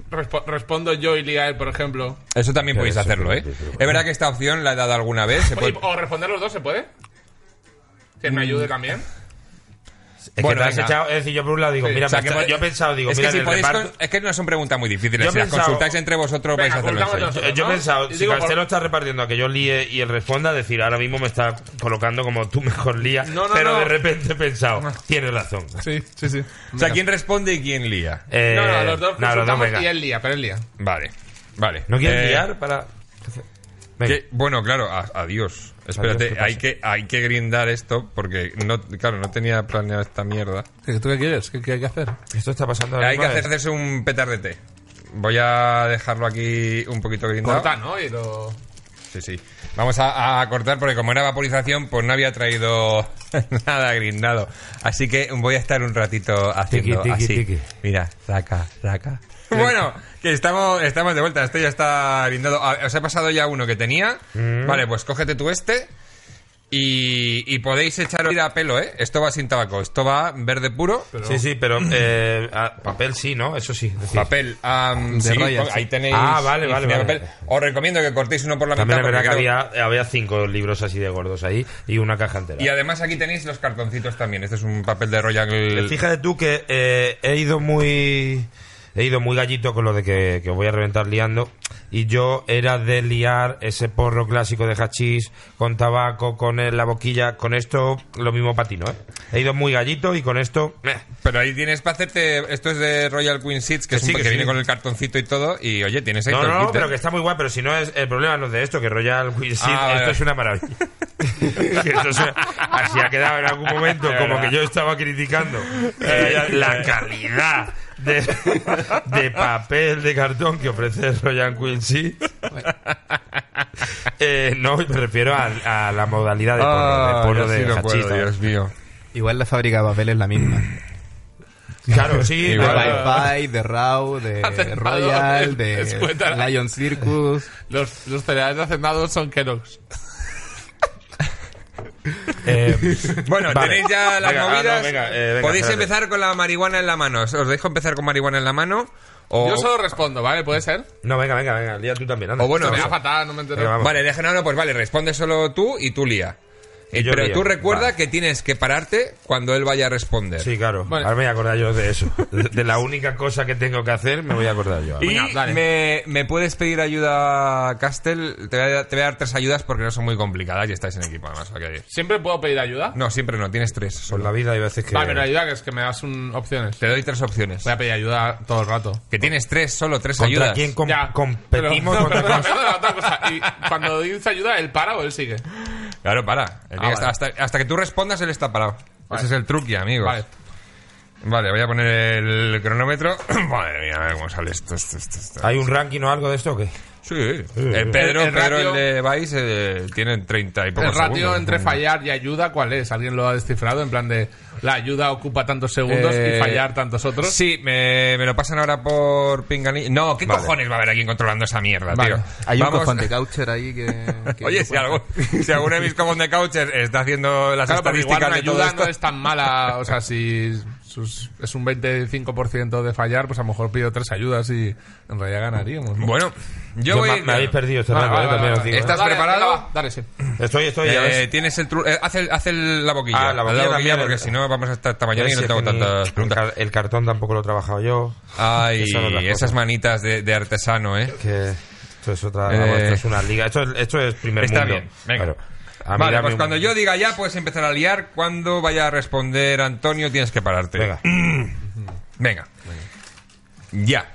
Speaker 3: Respo- respondo yo y Liael, por ejemplo.
Speaker 1: Eso también
Speaker 2: Pero
Speaker 1: podéis
Speaker 2: eso
Speaker 1: hacerlo,
Speaker 2: sí,
Speaker 1: ¿eh?
Speaker 2: sí, sí, sí.
Speaker 1: Es verdad que esta opción la he dado alguna vez. se
Speaker 3: Oye,
Speaker 2: pues,
Speaker 1: puede-
Speaker 3: ¿O responder los dos se puede? Que me ayude también.
Speaker 2: Es
Speaker 1: Bueno,
Speaker 2: que te has
Speaker 1: venga.
Speaker 2: echado, es decir, yo por un lado digo,
Speaker 3: Sí,
Speaker 2: mira,
Speaker 1: O sea,
Speaker 2: me
Speaker 1: que
Speaker 2: está-
Speaker 1: pod-
Speaker 2: yo he pensado, digo,
Speaker 1: es
Speaker 2: mira,
Speaker 1: que si
Speaker 2: en el
Speaker 1: podéis
Speaker 2: reparto-
Speaker 1: con- es que no son preguntas muy difíciles.
Speaker 2: Yo
Speaker 1: Si
Speaker 2: he
Speaker 1: las
Speaker 2: pensado- pues,
Speaker 1: consultáis entre vosotros
Speaker 3: Venga,
Speaker 1: vais a hacerlo en
Speaker 3: consultamos
Speaker 1: serio.
Speaker 2: Yo, yo
Speaker 3: ¿no?
Speaker 2: pensaba,
Speaker 3: Y
Speaker 2: si
Speaker 3: digo,
Speaker 2: Castelo
Speaker 3: por-
Speaker 2: está repartiendo a que yo líe y él responda, decir, ahora mismo me está colocando como tú *laughs* mejor lía,
Speaker 3: No, no,
Speaker 2: pero
Speaker 3: no.
Speaker 2: de repente he pensado, tienes razón.
Speaker 3: Sí, sí, sí.
Speaker 1: O sea, ¿quién responde y quién lía?
Speaker 2: Eh,
Speaker 3: no, no, los dos
Speaker 2: no, los dos,
Speaker 3: consultamos
Speaker 2: venga.
Speaker 3: y él lía, pero él lía.
Speaker 1: Vale, vale.
Speaker 2: ¿No quieres
Speaker 1: Eh,
Speaker 2: liar para...? Venga.
Speaker 1: que- bueno, claro, a- adiós. Espérate,
Speaker 2: ¿qué pasa?
Speaker 1: hay, que, hay que grindar esto porque, no, claro, no tenía planeado esta mierda.
Speaker 3: ¿Tú qué quieres? ¿Qué, hay que hacer?
Speaker 2: Esto está pasando ahora
Speaker 1: Hay que
Speaker 2: mismo, ¿eh?
Speaker 1: hacerse un petardete. Voy a dejarlo aquí un poquito grindado.
Speaker 3: Corta, ¿no? Y lo...
Speaker 1: Sí, sí. Vamos a, a cortar porque como era vaporización, pues no había traído *laughs* nada grindado. Así que voy a estar un ratito haciendo
Speaker 2: Tiki, tiki,
Speaker 1: así.
Speaker 2: tiki.
Speaker 1: Mira, saca,
Speaker 2: *laughs*
Speaker 1: saca. Bueno, que estamos, estamos de vuelta. Este ya está grindado. Ah, Os he pasado ya uno que tenía.
Speaker 2: Mm.
Speaker 1: Vale, pues cógete tú este. Y, y podéis echaros a pelo, ¿eh? Esto va sin tabaco. Esto va verde puro.
Speaker 2: Sí, sí, pero eh, a- papel sí, ¿no? Eso sí. es decir,
Speaker 1: Papel. am, sí,
Speaker 4: De rayas,
Speaker 1: ahí
Speaker 4: sí.
Speaker 1: tenéis.
Speaker 2: Ah, vale, vale,
Speaker 1: infinidad de
Speaker 2: vale.
Speaker 1: Os recomiendo que cortéis uno por la
Speaker 2: También es
Speaker 1: mitad.
Speaker 2: verdad que
Speaker 1: porque creo-
Speaker 2: había, había cinco libros así de gordos ahí y una caja entera.
Speaker 1: Y además aquí tenéis los cartoncitos también. Este es un papel de Royal.
Speaker 2: Eh, Fíjate tú que eh, he ido muy. He ido muy gallito con lo de que, que os voy a reventar liando. Y yo era de liar ese porro clásico de hachís con tabaco, con eh, la boquilla. Con esto, lo mismo patino, ¿eh? He ido muy gallito y con esto. meh.
Speaker 1: Pero ahí tienes para hacerte. Esto es de Royal Queen Seats, que,
Speaker 2: Que
Speaker 1: es un-
Speaker 2: sí, que
Speaker 1: que
Speaker 2: sí.
Speaker 1: viene con el cartoncito y todo. Y oye, tienes ahí
Speaker 2: No,
Speaker 1: todo el
Speaker 2: no, no,
Speaker 1: kit,
Speaker 2: pero
Speaker 1: ¿eh?
Speaker 2: que está muy guay. Pero si no es. El problema no es de esto, que Royal Wizard.
Speaker 1: Ah, vale.
Speaker 2: esto es una maravilla. *laughs* Que esto sea- así ha quedado en algún
Speaker 1: *laughs*
Speaker 2: momento,
Speaker 1: Es
Speaker 2: como
Speaker 1: verdad.
Speaker 2: que yo estaba criticando eh,
Speaker 1: *laughs*
Speaker 2: la calidad. De, de papel de cartón que ofrece Royal Quincy. Eh, no, me refiero a, a la modalidad de
Speaker 1: Ah, yo
Speaker 2: porro, de, porro de
Speaker 1: sí no
Speaker 2: hachís, ¿eh?
Speaker 1: puedo,
Speaker 2: ¿no?
Speaker 1: Dios mío.
Speaker 4: Igual la fábrica de papel es la misma.
Speaker 1: *laughs*
Speaker 2: Claro, sí,
Speaker 4: De
Speaker 1: Igual.
Speaker 2: pero-
Speaker 4: Bye Bye, de Raw, de
Speaker 3: Hacendado,
Speaker 4: Royal,
Speaker 3: es
Speaker 4: de
Speaker 3: buena.
Speaker 4: Lion Circus.
Speaker 3: Los, los cereales de hacendado son Kellogg's.
Speaker 2: eh,
Speaker 1: Bueno,
Speaker 2: vale.
Speaker 1: tenéis ya las
Speaker 2: Venga, ah, no,
Speaker 1: movidas.
Speaker 2: venga, eh, venga,
Speaker 1: Podéis
Speaker 2: espérate.
Speaker 1: empezar con la marihuana en la mano. Os os dejo empezar con marihuana en la mano. O,
Speaker 3: Yo solo respondo, ¿vale? ¿Puede ser?
Speaker 2: No, venga, venga, venga, lía tú también. anda.
Speaker 1: o bueno,
Speaker 3: Se me
Speaker 1: eso.
Speaker 3: da fatal, no me entero.
Speaker 2: Venga, vamos.
Speaker 1: Vale, deja, no, no, pues vale, responde solo tú y tú lía.
Speaker 2: Y
Speaker 1: Eh,
Speaker 2: yo
Speaker 1: pero
Speaker 2: lía,
Speaker 1: tú recuerda
Speaker 2: vale.
Speaker 1: que tienes que pararte cuando él vaya a responder.
Speaker 2: Sí, claro.
Speaker 3: Vale.
Speaker 2: Ahora me voy a acordar yo de eso. *laughs* De, de la única cosa que tengo que hacer, me voy a acordar yo.
Speaker 1: Y
Speaker 2: Venga.
Speaker 3: dale.
Speaker 1: me, me puedes pedir ayuda, Castel. Te voy, a, te voy a dar tres ayudas porque no son muy complicadas y estáis en equipo, además. o sea que-
Speaker 3: ¿Siempre puedo pedir ayuda?
Speaker 1: No, siempre no, tienes tres.
Speaker 2: Por
Speaker 1: solo.
Speaker 2: la vida hay veces que...
Speaker 3: Vale, pero ayuda que es que me das un- opciones.
Speaker 1: Te doy tres opciones.
Speaker 3: Voy a pedir ayuda todo el rato.
Speaker 1: Que tienes tres, solo tres
Speaker 2: ¿Contra
Speaker 1: ayudas.
Speaker 2: quién com-
Speaker 3: Ya,
Speaker 2: competimos?
Speaker 1: *laughs*
Speaker 3: pero- no,
Speaker 2: contra
Speaker 3: perdona,
Speaker 2: cosas?
Speaker 3: perdona, otra cosa. Y cuando dice ayuda, ¿él para o él sigue? Ah,
Speaker 1: Claro, para. Él tiene que estar- hasta, hasta que tú respondas, él está parado. Ese es el truqui, amigo.
Speaker 3: Vale.
Speaker 1: Vale, voy a poner el cronómetro. *clears throat* Madre mía, a ver cómo sale esto. esto, esto, esto.
Speaker 2: ¿Hay un ranking o algo de esto o qué?
Speaker 1: Sí. El Pedro, el,
Speaker 3: El- el
Speaker 1: Pedro,
Speaker 3: ratio-
Speaker 1: el de Vice, eh, tienen 30 y pocos
Speaker 3: El ratio
Speaker 1: segundos.
Speaker 3: entre fallar y ayuda, ¿cuál es? ¿Alguien lo ha descifrado? En plan de la ayuda ocupa tantos segundos
Speaker 1: Eh,
Speaker 3: y fallar tantos otros.
Speaker 1: Sí, me, me lo pasan ahora por pinganillo. No, ¿qué
Speaker 2: Vale.
Speaker 1: cojones va a haber alguien controlando esa mierda, tío?
Speaker 4: Hay un
Speaker 1: Vamos-
Speaker 4: cojón de coucher ahí que...
Speaker 1: *laughs*
Speaker 4: que
Speaker 1: Oye,
Speaker 2: *laughs*
Speaker 4: no
Speaker 1: si,
Speaker 4: cuenta.
Speaker 1: algo, si alguno de mis cojón de couches está haciendo las
Speaker 3: Claro, pero
Speaker 1: estadísticas
Speaker 3: igual una
Speaker 1: de todo
Speaker 3: ayuda
Speaker 1: esto...
Speaker 3: no es tan mala. O sea, si sus- es un 25% de fallar, pues a lo mejor pido tres ayudas y en realidad ganaríamos. ¿no?
Speaker 1: Bueno, yo,
Speaker 2: Yo
Speaker 1: voy...
Speaker 2: ma- me habéis perdido este
Speaker 3: Vale,
Speaker 2: rato,
Speaker 3: vale,
Speaker 2: eh,
Speaker 3: vale,
Speaker 2: también os
Speaker 3: vale.
Speaker 2: digo, eh.
Speaker 1: Esta- ¿Estás
Speaker 3: Dale,
Speaker 1: preparado?
Speaker 3: venga, va, dale, sí.
Speaker 2: Estoy, estoy. a ver
Speaker 1: Eh,
Speaker 2: si-
Speaker 1: tienes el tru- eh, haz, el, haz el- la boquilla.
Speaker 2: Ah, la boquilla también.
Speaker 1: porque si no vamos a estar esta mañana y no
Speaker 2: si
Speaker 1: tengo
Speaker 2: es que ni- *laughs*
Speaker 1: tantas
Speaker 2: el,
Speaker 1: preguntas.
Speaker 2: car- el cartón tampoco lo he trabajado yo.
Speaker 1: Ay,
Speaker 2: Que son otras
Speaker 1: esas
Speaker 2: cosas.
Speaker 1: manitas de, de artesano, ¿eh?
Speaker 2: Que esto es otra.
Speaker 1: Eh.
Speaker 2: vamos, esto es una liga. Esto, es- esto es primer
Speaker 1: Está
Speaker 2: mundo.
Speaker 1: bien, venga.
Speaker 2: Claro. A mí
Speaker 1: Vale,
Speaker 2: dame
Speaker 1: pues
Speaker 2: un-
Speaker 1: cuando yo diga ya puedes empezar a liar. Cuando vaya a responder Antonio tienes que pararte.
Speaker 2: Venga,
Speaker 1: Venga. Ya.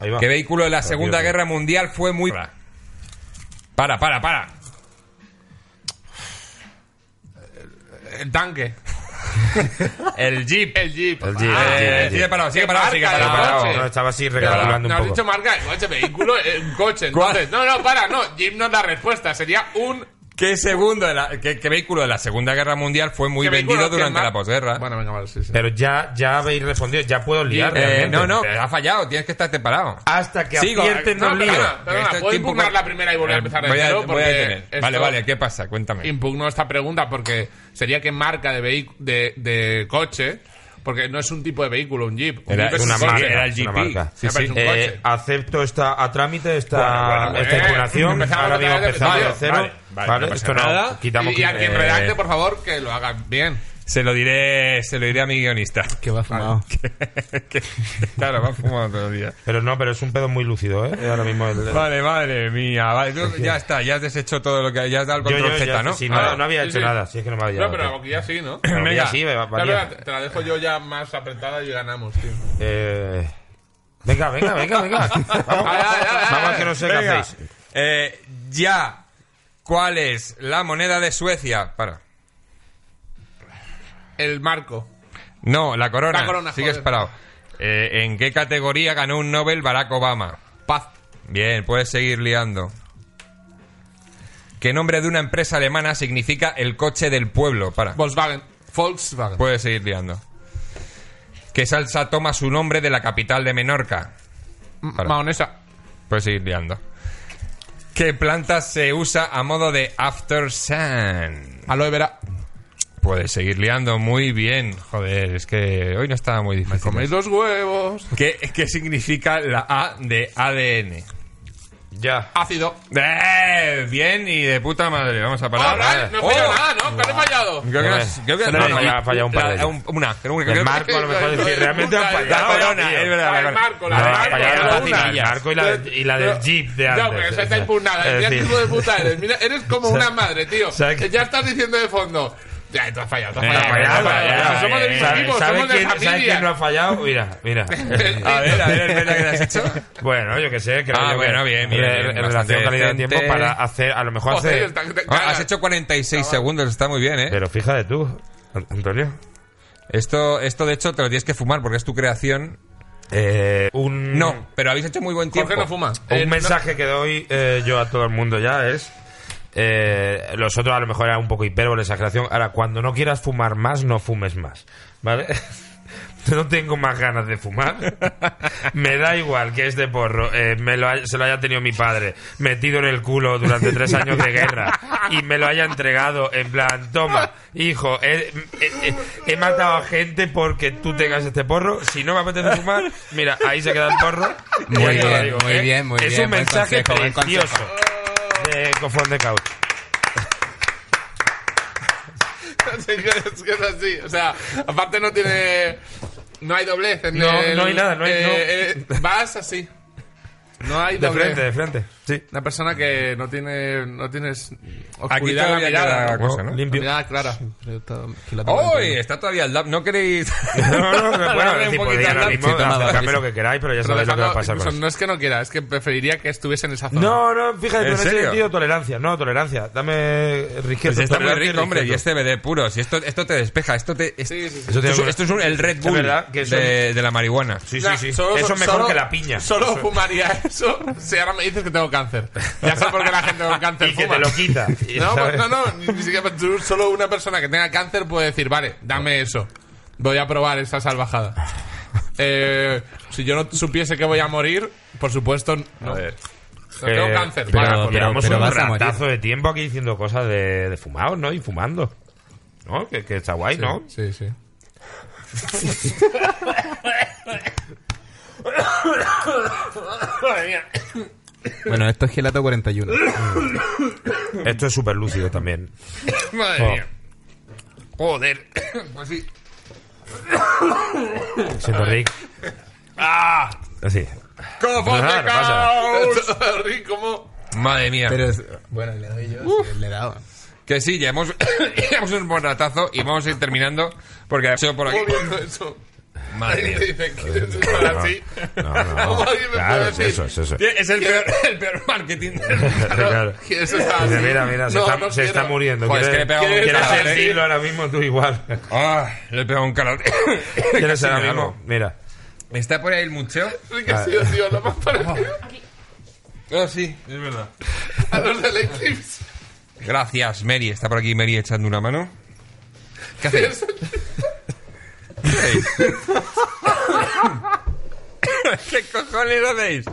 Speaker 2: ahí va.
Speaker 1: ¿Qué vehículo de la
Speaker 2: Pero
Speaker 1: Segunda
Speaker 2: tío,
Speaker 1: Guerra Mundial fue muy... Para, para, para.
Speaker 3: El tanque.
Speaker 1: El Jeep.
Speaker 3: El jeep.
Speaker 2: El Jeep,
Speaker 3: Ah,
Speaker 2: el Jeep,
Speaker 1: Eh,
Speaker 2: el Jeep.
Speaker 1: sigue parado, sigue
Speaker 3: ¿Qué
Speaker 1: parado, sigue
Speaker 3: marca
Speaker 1: parado.
Speaker 3: era?
Speaker 2: Preparado,
Speaker 3: coche.
Speaker 2: no, estaba así
Speaker 3: Pero,
Speaker 2: recalculando
Speaker 3: No
Speaker 2: un
Speaker 3: has
Speaker 2: poco.
Speaker 3: dicho marca de coche, vehículo, eh, un coche.
Speaker 1: ¿Cuál?
Speaker 3: Entonces, no, no, para, no. Jeep no es la respuesta. Sería un.
Speaker 1: ¿Qué, segundo de la- qué- qué vehículo de la Segunda Guerra Mundial fue muy
Speaker 3: ¿qué vehículo?
Speaker 1: vendido
Speaker 3: ¿Qué
Speaker 1: durante
Speaker 3: mar-
Speaker 1: la posguerra?
Speaker 3: Bueno, venga, vale, sí, sí.
Speaker 2: Pero ya, ya habéis respondido, ya puedo liar.
Speaker 1: Eh,
Speaker 2: realmente.
Speaker 1: no, no, ha fallado, tienes que estarte parado.
Speaker 2: Hasta que
Speaker 1: Sigo,
Speaker 2: acierten,
Speaker 3: no,
Speaker 2: no lío.
Speaker 3: perdona.
Speaker 1: Esto es
Speaker 3: ¿puedo
Speaker 1: tiempo
Speaker 3: impugnar
Speaker 1: que- Eh,
Speaker 3: la primera y volver a empezar de
Speaker 1: voy
Speaker 3: cero?
Speaker 1: voy
Speaker 3: Porque
Speaker 1: detener. Vale,
Speaker 3: esto-
Speaker 1: vale, ¿qué pasa? Cuéntame.
Speaker 3: impugno esta pregunta porque sería que marca de, vehi- de, de coche, porque no es un tipo de vehículo, un jeep. Un
Speaker 1: Era
Speaker 3: jeep es
Speaker 2: una
Speaker 3: un coche.
Speaker 2: marca,
Speaker 1: era el
Speaker 2: es
Speaker 1: GP.
Speaker 2: una marca.
Speaker 1: Sí,
Speaker 3: Me
Speaker 1: sí.
Speaker 3: parece un
Speaker 2: Eh,
Speaker 3: coche.
Speaker 2: acepto esta a trámite esta,
Speaker 1: Bueno, bueno,
Speaker 2: esta
Speaker 3: eh,
Speaker 2: impugnación.
Speaker 3: empezamos
Speaker 2: Ahora
Speaker 3: otra
Speaker 2: mismo
Speaker 3: vez de
Speaker 2: empezamos de
Speaker 3: cero.
Speaker 2: cero.
Speaker 1: Vale, vale, no pasa
Speaker 2: esto no,
Speaker 1: nada.
Speaker 2: Quitamos
Speaker 3: y, y a quien
Speaker 2: eh,
Speaker 3: redacte, pues- por favor, que lo hagan bien.
Speaker 1: Se lo diré, se lo diré a mi guionista. *laughs*
Speaker 4: Que va fumado.
Speaker 1: Que- claro, va fumando todo el día.
Speaker 2: Pero no, pero es un pedo muy lúcido, ¿eh? Ahora mismo el.
Speaker 1: Vale, madre mía. Vale, tú ya está, ya has deshecho todo lo que. Ya has dado el
Speaker 2: Yo,
Speaker 1: control
Speaker 2: yo,
Speaker 1: Z,
Speaker 2: ya,
Speaker 1: ¿no? Ah,
Speaker 2: si
Speaker 1: Vale.
Speaker 2: no, no había
Speaker 3: Sí,
Speaker 2: hecho
Speaker 3: sí.
Speaker 2: nada, si es que no me había
Speaker 3: No, pero la
Speaker 2: llegado.
Speaker 3: boquilla sí, ¿no?
Speaker 2: La boquilla
Speaker 1: Venga.
Speaker 2: sí, va-
Speaker 3: Claro,
Speaker 2: valía.
Speaker 3: te la dejo yo ya más apretada y ganamos, tío.
Speaker 2: Eh, Venga, venga, venga, venga. *laughs* Vamos,
Speaker 3: Ay, ay, ay, ay.
Speaker 2: Vamos, que no sé qué
Speaker 1: Venga.
Speaker 2: hacéis.
Speaker 1: Eh, ya. ¿Cuál es la moneda de Suecia? Para.
Speaker 3: El marco.
Speaker 1: No, la corona.
Speaker 3: La corona,
Speaker 1: Sigues
Speaker 3: joder.
Speaker 1: parado. Eh, ¿En qué categoría ganó un Nobel Barack Obama?
Speaker 3: Paz.
Speaker 1: Bien, puedes seguir liando. ¿Qué nombre de una empresa alemana significa el coche del pueblo? Para.
Speaker 3: Volkswagen.
Speaker 2: Pues,
Speaker 3: Volkswagen.
Speaker 1: Puedes seguir liando. ¿Qué salsa toma su nombre de la capital de Menorca? para.
Speaker 3: Mahonesa.
Speaker 1: Puedes seguir liando. ¿Qué planta se usa a modo de after sun?
Speaker 3: Aloe vera.
Speaker 2: Pues,
Speaker 1: Puedes seguir liando muy bien. Joder, es que hoy no estaba muy
Speaker 3: Coméis
Speaker 1: difícil.
Speaker 3: los huevos.
Speaker 1: ¿Qué, ¿Qué significa la A de ADN?
Speaker 2: Ya.
Speaker 3: Ácido.
Speaker 1: ¡Eh! Bien y de puta madre. Vamos a parar.
Speaker 3: Alright, no he
Speaker 1: ¡Oh!
Speaker 3: fallado nada, ¿no? Que no he fallado.
Speaker 1: Creo que no has- creo que
Speaker 2: No,
Speaker 1: has
Speaker 2: no, ya ha fallado un par de
Speaker 1: la-
Speaker 2: ellas.
Speaker 1: un- Una, creo que- creo que-
Speaker 2: El marco, a lo mejor decir, realmente han
Speaker 3: La
Speaker 1: La
Speaker 2: fallado.
Speaker 1: corona,
Speaker 2: tío.
Speaker 1: es verdad.
Speaker 3: La del
Speaker 1: corona.
Speaker 3: marco, la
Speaker 2: No,
Speaker 3: del
Speaker 2: ha
Speaker 3: marco,
Speaker 2: fallado
Speaker 3: la
Speaker 2: la
Speaker 3: corona.
Speaker 2: fácil, el marco y la, del- y la del Jeep de antes.
Speaker 3: No, pero esa está
Speaker 2: o sea,
Speaker 3: impugnada.
Speaker 2: es
Speaker 3: Es
Speaker 2: decir,
Speaker 3: hijo de
Speaker 2: *laughs*
Speaker 3: puta eres. Mira, eres como una madre, tío.
Speaker 2: sea, que-
Speaker 3: Que ya estás diciendo de fondo. Ya, tú has fallado, tú has
Speaker 2: eh,
Speaker 3: fallado.
Speaker 2: fallado,
Speaker 3: tú has fallado.
Speaker 2: fallado,
Speaker 3: Si Somos del
Speaker 2: eh,
Speaker 3: mismo
Speaker 2: ¿sabes-
Speaker 3: equipo,
Speaker 2: ¿sabes
Speaker 3: somos de
Speaker 2: quién- ¿Sabes quién no
Speaker 3: familia.
Speaker 2: ha fallado? Mira,
Speaker 3: *laughs*
Speaker 2: mira.
Speaker 1: A ver, a ver, espera, ¿qué le has hecho?
Speaker 2: Bueno, yo qué sé, creo
Speaker 1: Ah,
Speaker 2: yo
Speaker 1: bueno,
Speaker 2: que
Speaker 1: bien, bien,
Speaker 2: re-
Speaker 1: bien,
Speaker 2: re-
Speaker 1: bastante
Speaker 2: relación calidad de
Speaker 1: decente.
Speaker 2: tiempo para hacer, a lo mejor
Speaker 3: Joder,
Speaker 2: hacer...
Speaker 3: está- está-
Speaker 1: Ah, has
Speaker 3: cara.
Speaker 1: hecho 46 segundos, está muy bien, ¿eh?
Speaker 2: Pero fíjate tú, Antonio.
Speaker 1: Esto, esto, de hecho, te lo tienes que fumar porque es tu creación.
Speaker 2: Eh, un,
Speaker 1: No, pero habéis hecho muy buen tiempo.
Speaker 3: Jorge no fuma.
Speaker 2: Un
Speaker 3: Eh, no- *laughs*
Speaker 2: mensaje que doy eh, yo a todo el mundo ya es. eh, los otros a lo mejor era un poco hipérbole, exageración. Ahora, cuando no quieras fumar más, no fumes más. ¿Vale? *laughs* Yo No tengo más ganas de fumar. *laughs* Me da igual que este porro eh, me lo ha- se lo haya tenido mi padre metido en el culo durante tres años de guerra y me lo haya entregado en plan, toma, hijo, he, he- he- he matado a gente porque tú tengas este porro. Si no me apetece fumar, mira, ahí se queda el porro.
Speaker 4: Muy
Speaker 2: Ya te lo
Speaker 4: bien, muy
Speaker 2: ¿eh?
Speaker 4: bien, muy
Speaker 2: es
Speaker 4: bien,
Speaker 2: un
Speaker 4: buen
Speaker 2: mensaje
Speaker 4: consejo, buen
Speaker 2: precioso de Cofón de Couch.
Speaker 3: es que es así. O sea, aparte no tiene. No hay doblez. En
Speaker 2: No,
Speaker 3: el-
Speaker 2: no hay nada, no hay-
Speaker 3: eh, eh, vas así. No hay
Speaker 2: De
Speaker 3: doblez.
Speaker 2: frente, de frente. Sí.
Speaker 3: Una persona que no tiene. No tienes.
Speaker 1: Aquí
Speaker 3: Oscuridad en la
Speaker 1: todavía
Speaker 3: mirada.
Speaker 1: queda
Speaker 3: ¿no?
Speaker 1: cosa, ¿no?
Speaker 2: Limpio.
Speaker 3: La mirada clara.
Speaker 1: ¡Uy! Está todavía el lab. ¿No queréis...?
Speaker 2: *laughs*
Speaker 1: Pues
Speaker 2: No, no, no, bueno,
Speaker 1: Un
Speaker 2: si
Speaker 1: poquito
Speaker 2: podéis ahora
Speaker 1: al
Speaker 2: mismo,
Speaker 4: lapso, tomaba
Speaker 2: acercarme
Speaker 4: prisa.
Speaker 2: lo que queráis, pero ya
Speaker 3: Pero
Speaker 2: sabéis lo que va a
Speaker 3: dejando-
Speaker 2: pasar.
Speaker 3: incluso
Speaker 2: con
Speaker 3: no es que no quiera, es que preferiría que estuviese en esa
Speaker 2: eso.
Speaker 3: zona.
Speaker 2: No, no, fíjate,
Speaker 1: ¿En
Speaker 2: pero en ese
Speaker 1: serio?
Speaker 2: sentido, tolerancia. No, tolerancia. Dame riqueza.
Speaker 1: Pues está muy rico, hombre, y es
Speaker 2: este-
Speaker 1: CBD puro. Si esto, esto te despeja, esto te. es-
Speaker 3: Sí, sí, sí.
Speaker 1: Esto,
Speaker 2: Eso
Speaker 1: es,
Speaker 2: tiene-
Speaker 1: esto es un- el Red
Speaker 2: Es
Speaker 1: Bull
Speaker 2: verdad que eso-
Speaker 1: de, de la marihuana.
Speaker 2: Sí,
Speaker 3: Ya,
Speaker 2: sí, sí.
Speaker 3: solo-
Speaker 2: Eso es mejor
Speaker 3: solo-
Speaker 2: que la piña.
Speaker 3: Solo fumaría eso si ahora me dices que tengo cáncer. Ya sé por qué la gente con cáncer
Speaker 2: *laughs* y que
Speaker 3: fuma.
Speaker 2: te lo quita.
Speaker 3: No, pues,
Speaker 2: ¿sabes?
Speaker 3: no, no, ni, ni siquiera tú- solo una persona que tenga cáncer puede decir, vale, dame eso. Voy a probar esa salvajada. *laughs* Eh, si yo no supiese que voy a morir, por supuesto, no. No tengo
Speaker 2: Eh,
Speaker 3: cáncer.
Speaker 2: pero-
Speaker 3: vale,
Speaker 2: pero
Speaker 3: pues
Speaker 2: llevamos
Speaker 4: pero vas a
Speaker 2: un
Speaker 4: morir.
Speaker 2: ratazo de tiempo aquí diciendo cosas de, de fumados, ¿no? Y fumando. ¿No? Que, que está guay, ¿no?
Speaker 3: Sí, sí.
Speaker 4: Bueno, esto es Gelato 41.
Speaker 2: Esto es súper lúcido también.
Speaker 3: Madre
Speaker 2: Oh.
Speaker 3: mía. Joder.
Speaker 1: *laughs*
Speaker 3: Pues sí.
Speaker 2: Siento Rick.
Speaker 3: ¡Ah!
Speaker 2: Así.
Speaker 1: ¡Cofón
Speaker 2: Nada,
Speaker 1: de
Speaker 2: no pasa
Speaker 1: caos!
Speaker 3: *laughs* Rico.
Speaker 1: pues, *laughs* Madre mía.
Speaker 4: Pero es- bueno, le doy yo, sí, le he dado.
Speaker 1: Que sí, ya hemos, *coughs* ya hemos un buen ratazo y vamos a ir terminando porque ha sido por aquí.
Speaker 3: ¿Cómo viendo eso?
Speaker 1: Madre mía.
Speaker 3: Dice que es para ti.
Speaker 2: No, no, no.
Speaker 3: *laughs* ¿Cómo alguien me
Speaker 2: Claro,
Speaker 3: puede
Speaker 2: es
Speaker 3: decir?
Speaker 2: eso, es eso.
Speaker 1: Tío, *laughs* Es el peor, el peor marketing.
Speaker 2: *laughs* Claro.
Speaker 3: Que eso está
Speaker 2: Dice,
Speaker 3: así.
Speaker 2: mira, mira, se,
Speaker 3: No,
Speaker 2: está,
Speaker 3: no
Speaker 2: se
Speaker 3: quiero.
Speaker 2: está muriendo.
Speaker 1: Joder, es que le he
Speaker 2: ¿Quieres,
Speaker 1: pegado un
Speaker 2: quieres
Speaker 1: calor, eh.
Speaker 2: sentirlo ahora mismo tú *laughs* igual?
Speaker 1: *laughs* Ah, le he pegado un calor. *laughs*
Speaker 2: ¿Quieres
Speaker 1: Casi
Speaker 2: ser
Speaker 1: me
Speaker 2: amigo?
Speaker 1: ahogo.
Speaker 2: Mira.
Speaker 1: ¿Está por ahí el museo?
Speaker 3: Sí que sí, sí, lo más
Speaker 2: *laughs*
Speaker 3: parecido
Speaker 1: Ah, sí, es verdad.
Speaker 3: a los del Eclipse.
Speaker 1: Gracias, Mary. Está por aquí Mary echando una mano. ¿Qué hacéis? ¿Qué hacéis? *laughs* ¿Qué cojones hacéis?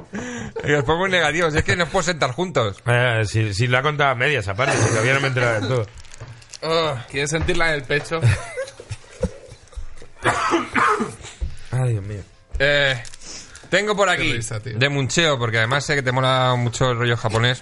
Speaker 1: Que os pongo negativos. Es que no os puedo sentar juntos.
Speaker 2: Eh, si, si lo ha contado a medias, aparte, si todavía no me he enterado de todo.
Speaker 3: Ah, ¿Quieres sentirla en el pecho?
Speaker 2: Ay, Dios mío.
Speaker 1: Eh, tengo por aquí
Speaker 3: Qué risa, tío.
Speaker 1: de muncheo, porque además sé que te mola mucho el rollo japonés.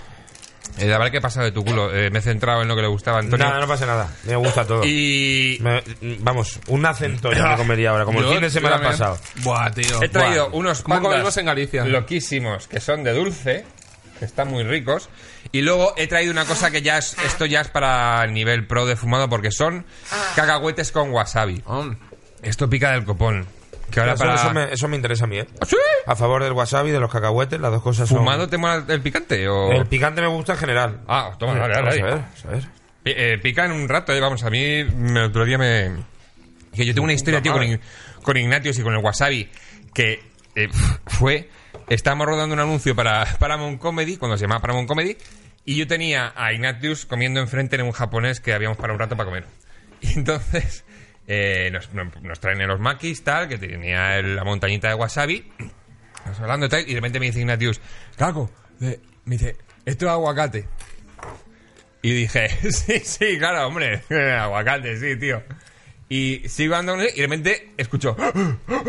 Speaker 1: Eh, la verdad que he pasado de tu culo. Eh, me he centrado en lo que le gustaba a Antonio.
Speaker 2: Pues Nada, no pasa nada. Me gusta todo.
Speaker 1: Y
Speaker 2: Me- vamos, un acento *laughs* yo me comería ahora, como *laughs* el
Speaker 3: Yo-
Speaker 2: fin de
Speaker 3: yo
Speaker 2: semana
Speaker 3: también.
Speaker 2: pasado.
Speaker 3: Buah, tío.
Speaker 1: He traído
Speaker 3: Buah.
Speaker 1: unos
Speaker 3: ¿Cómo
Speaker 1: pandas
Speaker 3: comimos en Galicia?
Speaker 1: loquísimos que son de dulce, que están muy ricos. Y luego he traído una cosa que ya es, esto ya es para el nivel pro de fumado porque son cacahuetes con wasabi.
Speaker 3: Mm.
Speaker 1: Esto pica del copón. Que ahora
Speaker 2: Eso,
Speaker 1: para
Speaker 2: eso me, eso me interesa a mí, ¿eh?
Speaker 1: ¿Sí?
Speaker 2: A favor del wasabi, de los cacahuetes, las dos cosas son...
Speaker 1: ¿Fumado te mola el picante o
Speaker 2: El picante me gusta en general.
Speaker 1: Ah, toma, dale, dale,
Speaker 2: Vamos a
Speaker 1: dale.
Speaker 2: ver, vamos a ver.
Speaker 1: Pi- eh, pica en un rato, eh, vamos, a mí mm, el otro día me... Que yo tengo una historia, tío, con,
Speaker 2: madre.
Speaker 1: Ig- con Ignatius y con el Wasabi, que eh, *laughs* fue... Estábamos rodando un anuncio para Paramount Comedy, cuando se llamaba Paramount Comedy, y yo tenía a Ignatius comiendo enfrente en un japonés que habíamos parado un rato para comer. *laughs* Y entonces eh, nos, nos- nos traen en los makis, tal, que tenía el- la montañita de Wasabi, *clears throat* Estamos hablando y tal, y de repente me dice Ignatius, Caco, eh, me dice, esto es aguacate. Y dije, *laughs* sí, sí, claro, hombre, *laughs* aguacate, sí, tío. Y sigo andando y de repente escucho, *gasps*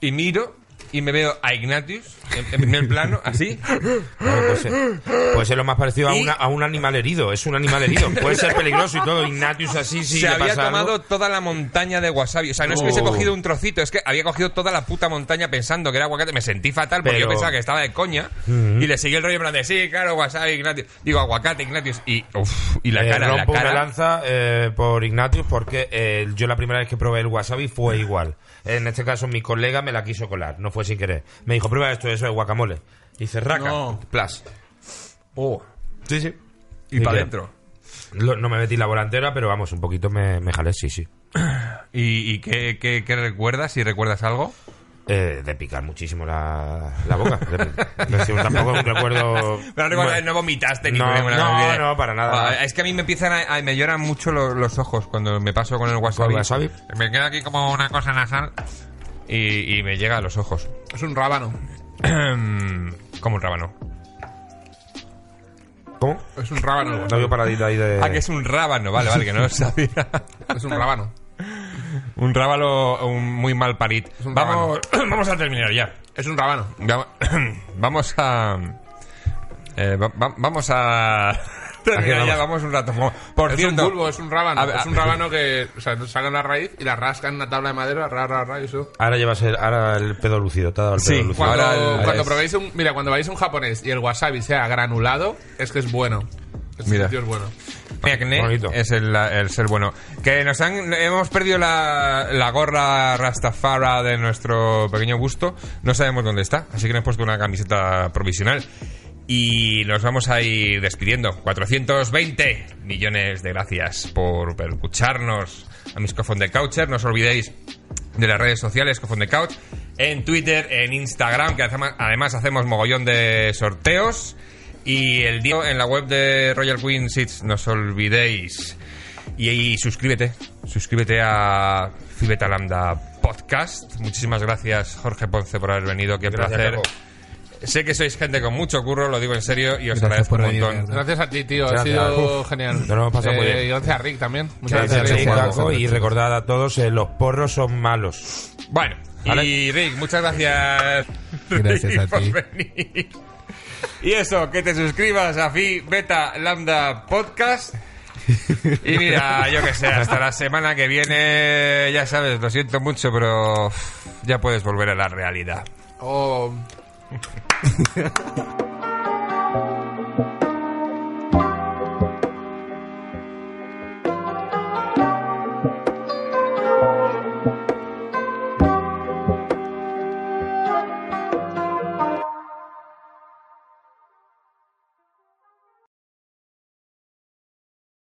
Speaker 1: y miro y me veo a Ignatius en, en primer plano, así.
Speaker 2: Claro, puede, ser, puede ser lo más parecido a,
Speaker 1: Y-
Speaker 2: una- a un animal herido. Es un animal
Speaker 1: *laughs*
Speaker 2: herido. Puede ser peligroso y todo. Ignatius así, *laughs* sí,
Speaker 1: se
Speaker 2: le
Speaker 1: había
Speaker 2: pasa algo. Oh.
Speaker 1: tomado toda la montaña de wasabi. O sea, no es que hubiese cogido un trocito, es que había cogido toda la puta montaña pensando que era aguacate. Me sentí fatal porque
Speaker 2: Pero-
Speaker 1: yo pensaba que estaba de coña. Y le seguí el rollo en plan de, sí, claro, wasabi, Ignatius. Digo, aguacate, Ignatius. Y, uf, y la
Speaker 2: Eh,
Speaker 1: cara, la
Speaker 2: rompo
Speaker 1: cara.
Speaker 2: una lanza eh, por Ignatius porque eh, yo la primera vez que probé el wasabi fue igual. En este caso mi colega me la quiso colar, no fue sin querer. Me dijo, prueba esto, eso es guacamole. Y hice raca,
Speaker 3: No.
Speaker 2: plas.
Speaker 1: Oh,
Speaker 2: Sí, sí.
Speaker 1: y para
Speaker 2: qué?
Speaker 1: adentro.
Speaker 2: Lo- no me metí la volantera, pero vamos, un poquito me, me jalé, sí, sí.
Speaker 1: ¿Y, y qué, qué- qué recuerdas? Si recuerdas algo.
Speaker 2: Eh, de picar muchísimo la, la boca. De- no sé, tampoco recuerdo...
Speaker 1: Pero no,
Speaker 2: Bueno,
Speaker 1: no vomitaste ni
Speaker 2: No,
Speaker 1: ninguna
Speaker 2: no,
Speaker 1: cosa.
Speaker 2: no, para nada.
Speaker 1: Ah, es que a mí me empiezan a, a- me lloran mucho lo- los ojos cuando me paso con el wasabi.
Speaker 2: ¿Con el wasabi?
Speaker 1: Me queda aquí como una cosa nasal y, y me llega a los ojos.
Speaker 3: Es un rábano.
Speaker 1: como un rábano.
Speaker 2: ¿Cómo?
Speaker 3: Es un rábano.
Speaker 2: No veo paradita ahí de...
Speaker 1: Ah, que es un rábano, vale, vale, que no lo sabía. *laughs*
Speaker 3: Es un rábano.
Speaker 1: un rábano un muy mal parit.
Speaker 3: un
Speaker 1: Vamos, vamos *clears throat* a terminar ya.
Speaker 3: Es un rábano.
Speaker 1: Vam- Vamos a. eh, va- va- vamos a. *laughs* Termina,
Speaker 2: Aquí
Speaker 1: ya
Speaker 2: vamos.
Speaker 1: vamos un rato. Por
Speaker 3: es
Speaker 1: cierto,
Speaker 3: un bulbo, es un rábano.
Speaker 1: A ver,
Speaker 3: es un
Speaker 1: a-
Speaker 3: rábano que o sea, sacan la raíz y la rascan en una tabla de madera, ra, ra, ra, y eso.
Speaker 2: Ahora llevas el, ahora el pedo lucido, te ha dado el
Speaker 1: Sí.
Speaker 2: pedo lucido.
Speaker 1: Ahora
Speaker 3: Cuando,
Speaker 1: el-
Speaker 3: cuando
Speaker 1: es-
Speaker 3: probéis un, mira, cuando vais a un japonés y el wasabi sea granulado, es que es bueno. Este
Speaker 1: Mira.
Speaker 3: sitio es bueno.
Speaker 1: Mi acné
Speaker 2: Bonito.
Speaker 1: es el, el ser bueno. Que nos han. Hemos perdido la, la gorra Rastafara de nuestro pequeño gusto. No sabemos dónde está, así que nos hemos puesto una camiseta provisional. Y nos vamos a ir despidiendo. 420 millones de gracias por por escucharnos a mis cofón de Coucher. No os olvidéis de las redes sociales, Cofón de Couch. En Twitter, en Instagram, que hacema- además hacemos mogollón de sorteos. Y el día en la web de Royal Queen Seats, no os olvidéis. Y, y suscríbete, suscríbete a Fibeta Lambda Podcast. Muchísimas gracias, Jorge Ponce, por haber venido. Qué
Speaker 2: Gracias,
Speaker 1: placer.
Speaker 2: Paco.
Speaker 1: Sé que sois gente con mucho curro, lo digo en serio, y os
Speaker 4: Gracias
Speaker 1: agradezco
Speaker 4: por
Speaker 1: un
Speaker 4: venir, de
Speaker 1: montón.
Speaker 4: verdad.
Speaker 3: Gracias a ti, tío. Ha
Speaker 2: Gracias.
Speaker 3: sido
Speaker 2: Uf,
Speaker 3: genial. Eh,
Speaker 2: nos lo hemos pasado muy bien.
Speaker 3: Y gracias a Rick también. Muchas
Speaker 2: Gracias,
Speaker 3: gracias, Rick.
Speaker 2: Rick,
Speaker 4: Juan.
Speaker 2: Paco, y recordad a todos, eh, los porros son malos.
Speaker 1: Bueno,
Speaker 2: Vale.
Speaker 1: y Rick, muchas gracias.
Speaker 4: Gracias a
Speaker 1: *laughs* por
Speaker 4: ti.
Speaker 1: venir. Y eso, que te suscribas a Fi Beta Lambda Podcast. Y mira, yo que sé, hasta la semana que viene, ya sabes, lo siento mucho, pero uf, ya puedes volver a la realidad.
Speaker 3: Oh.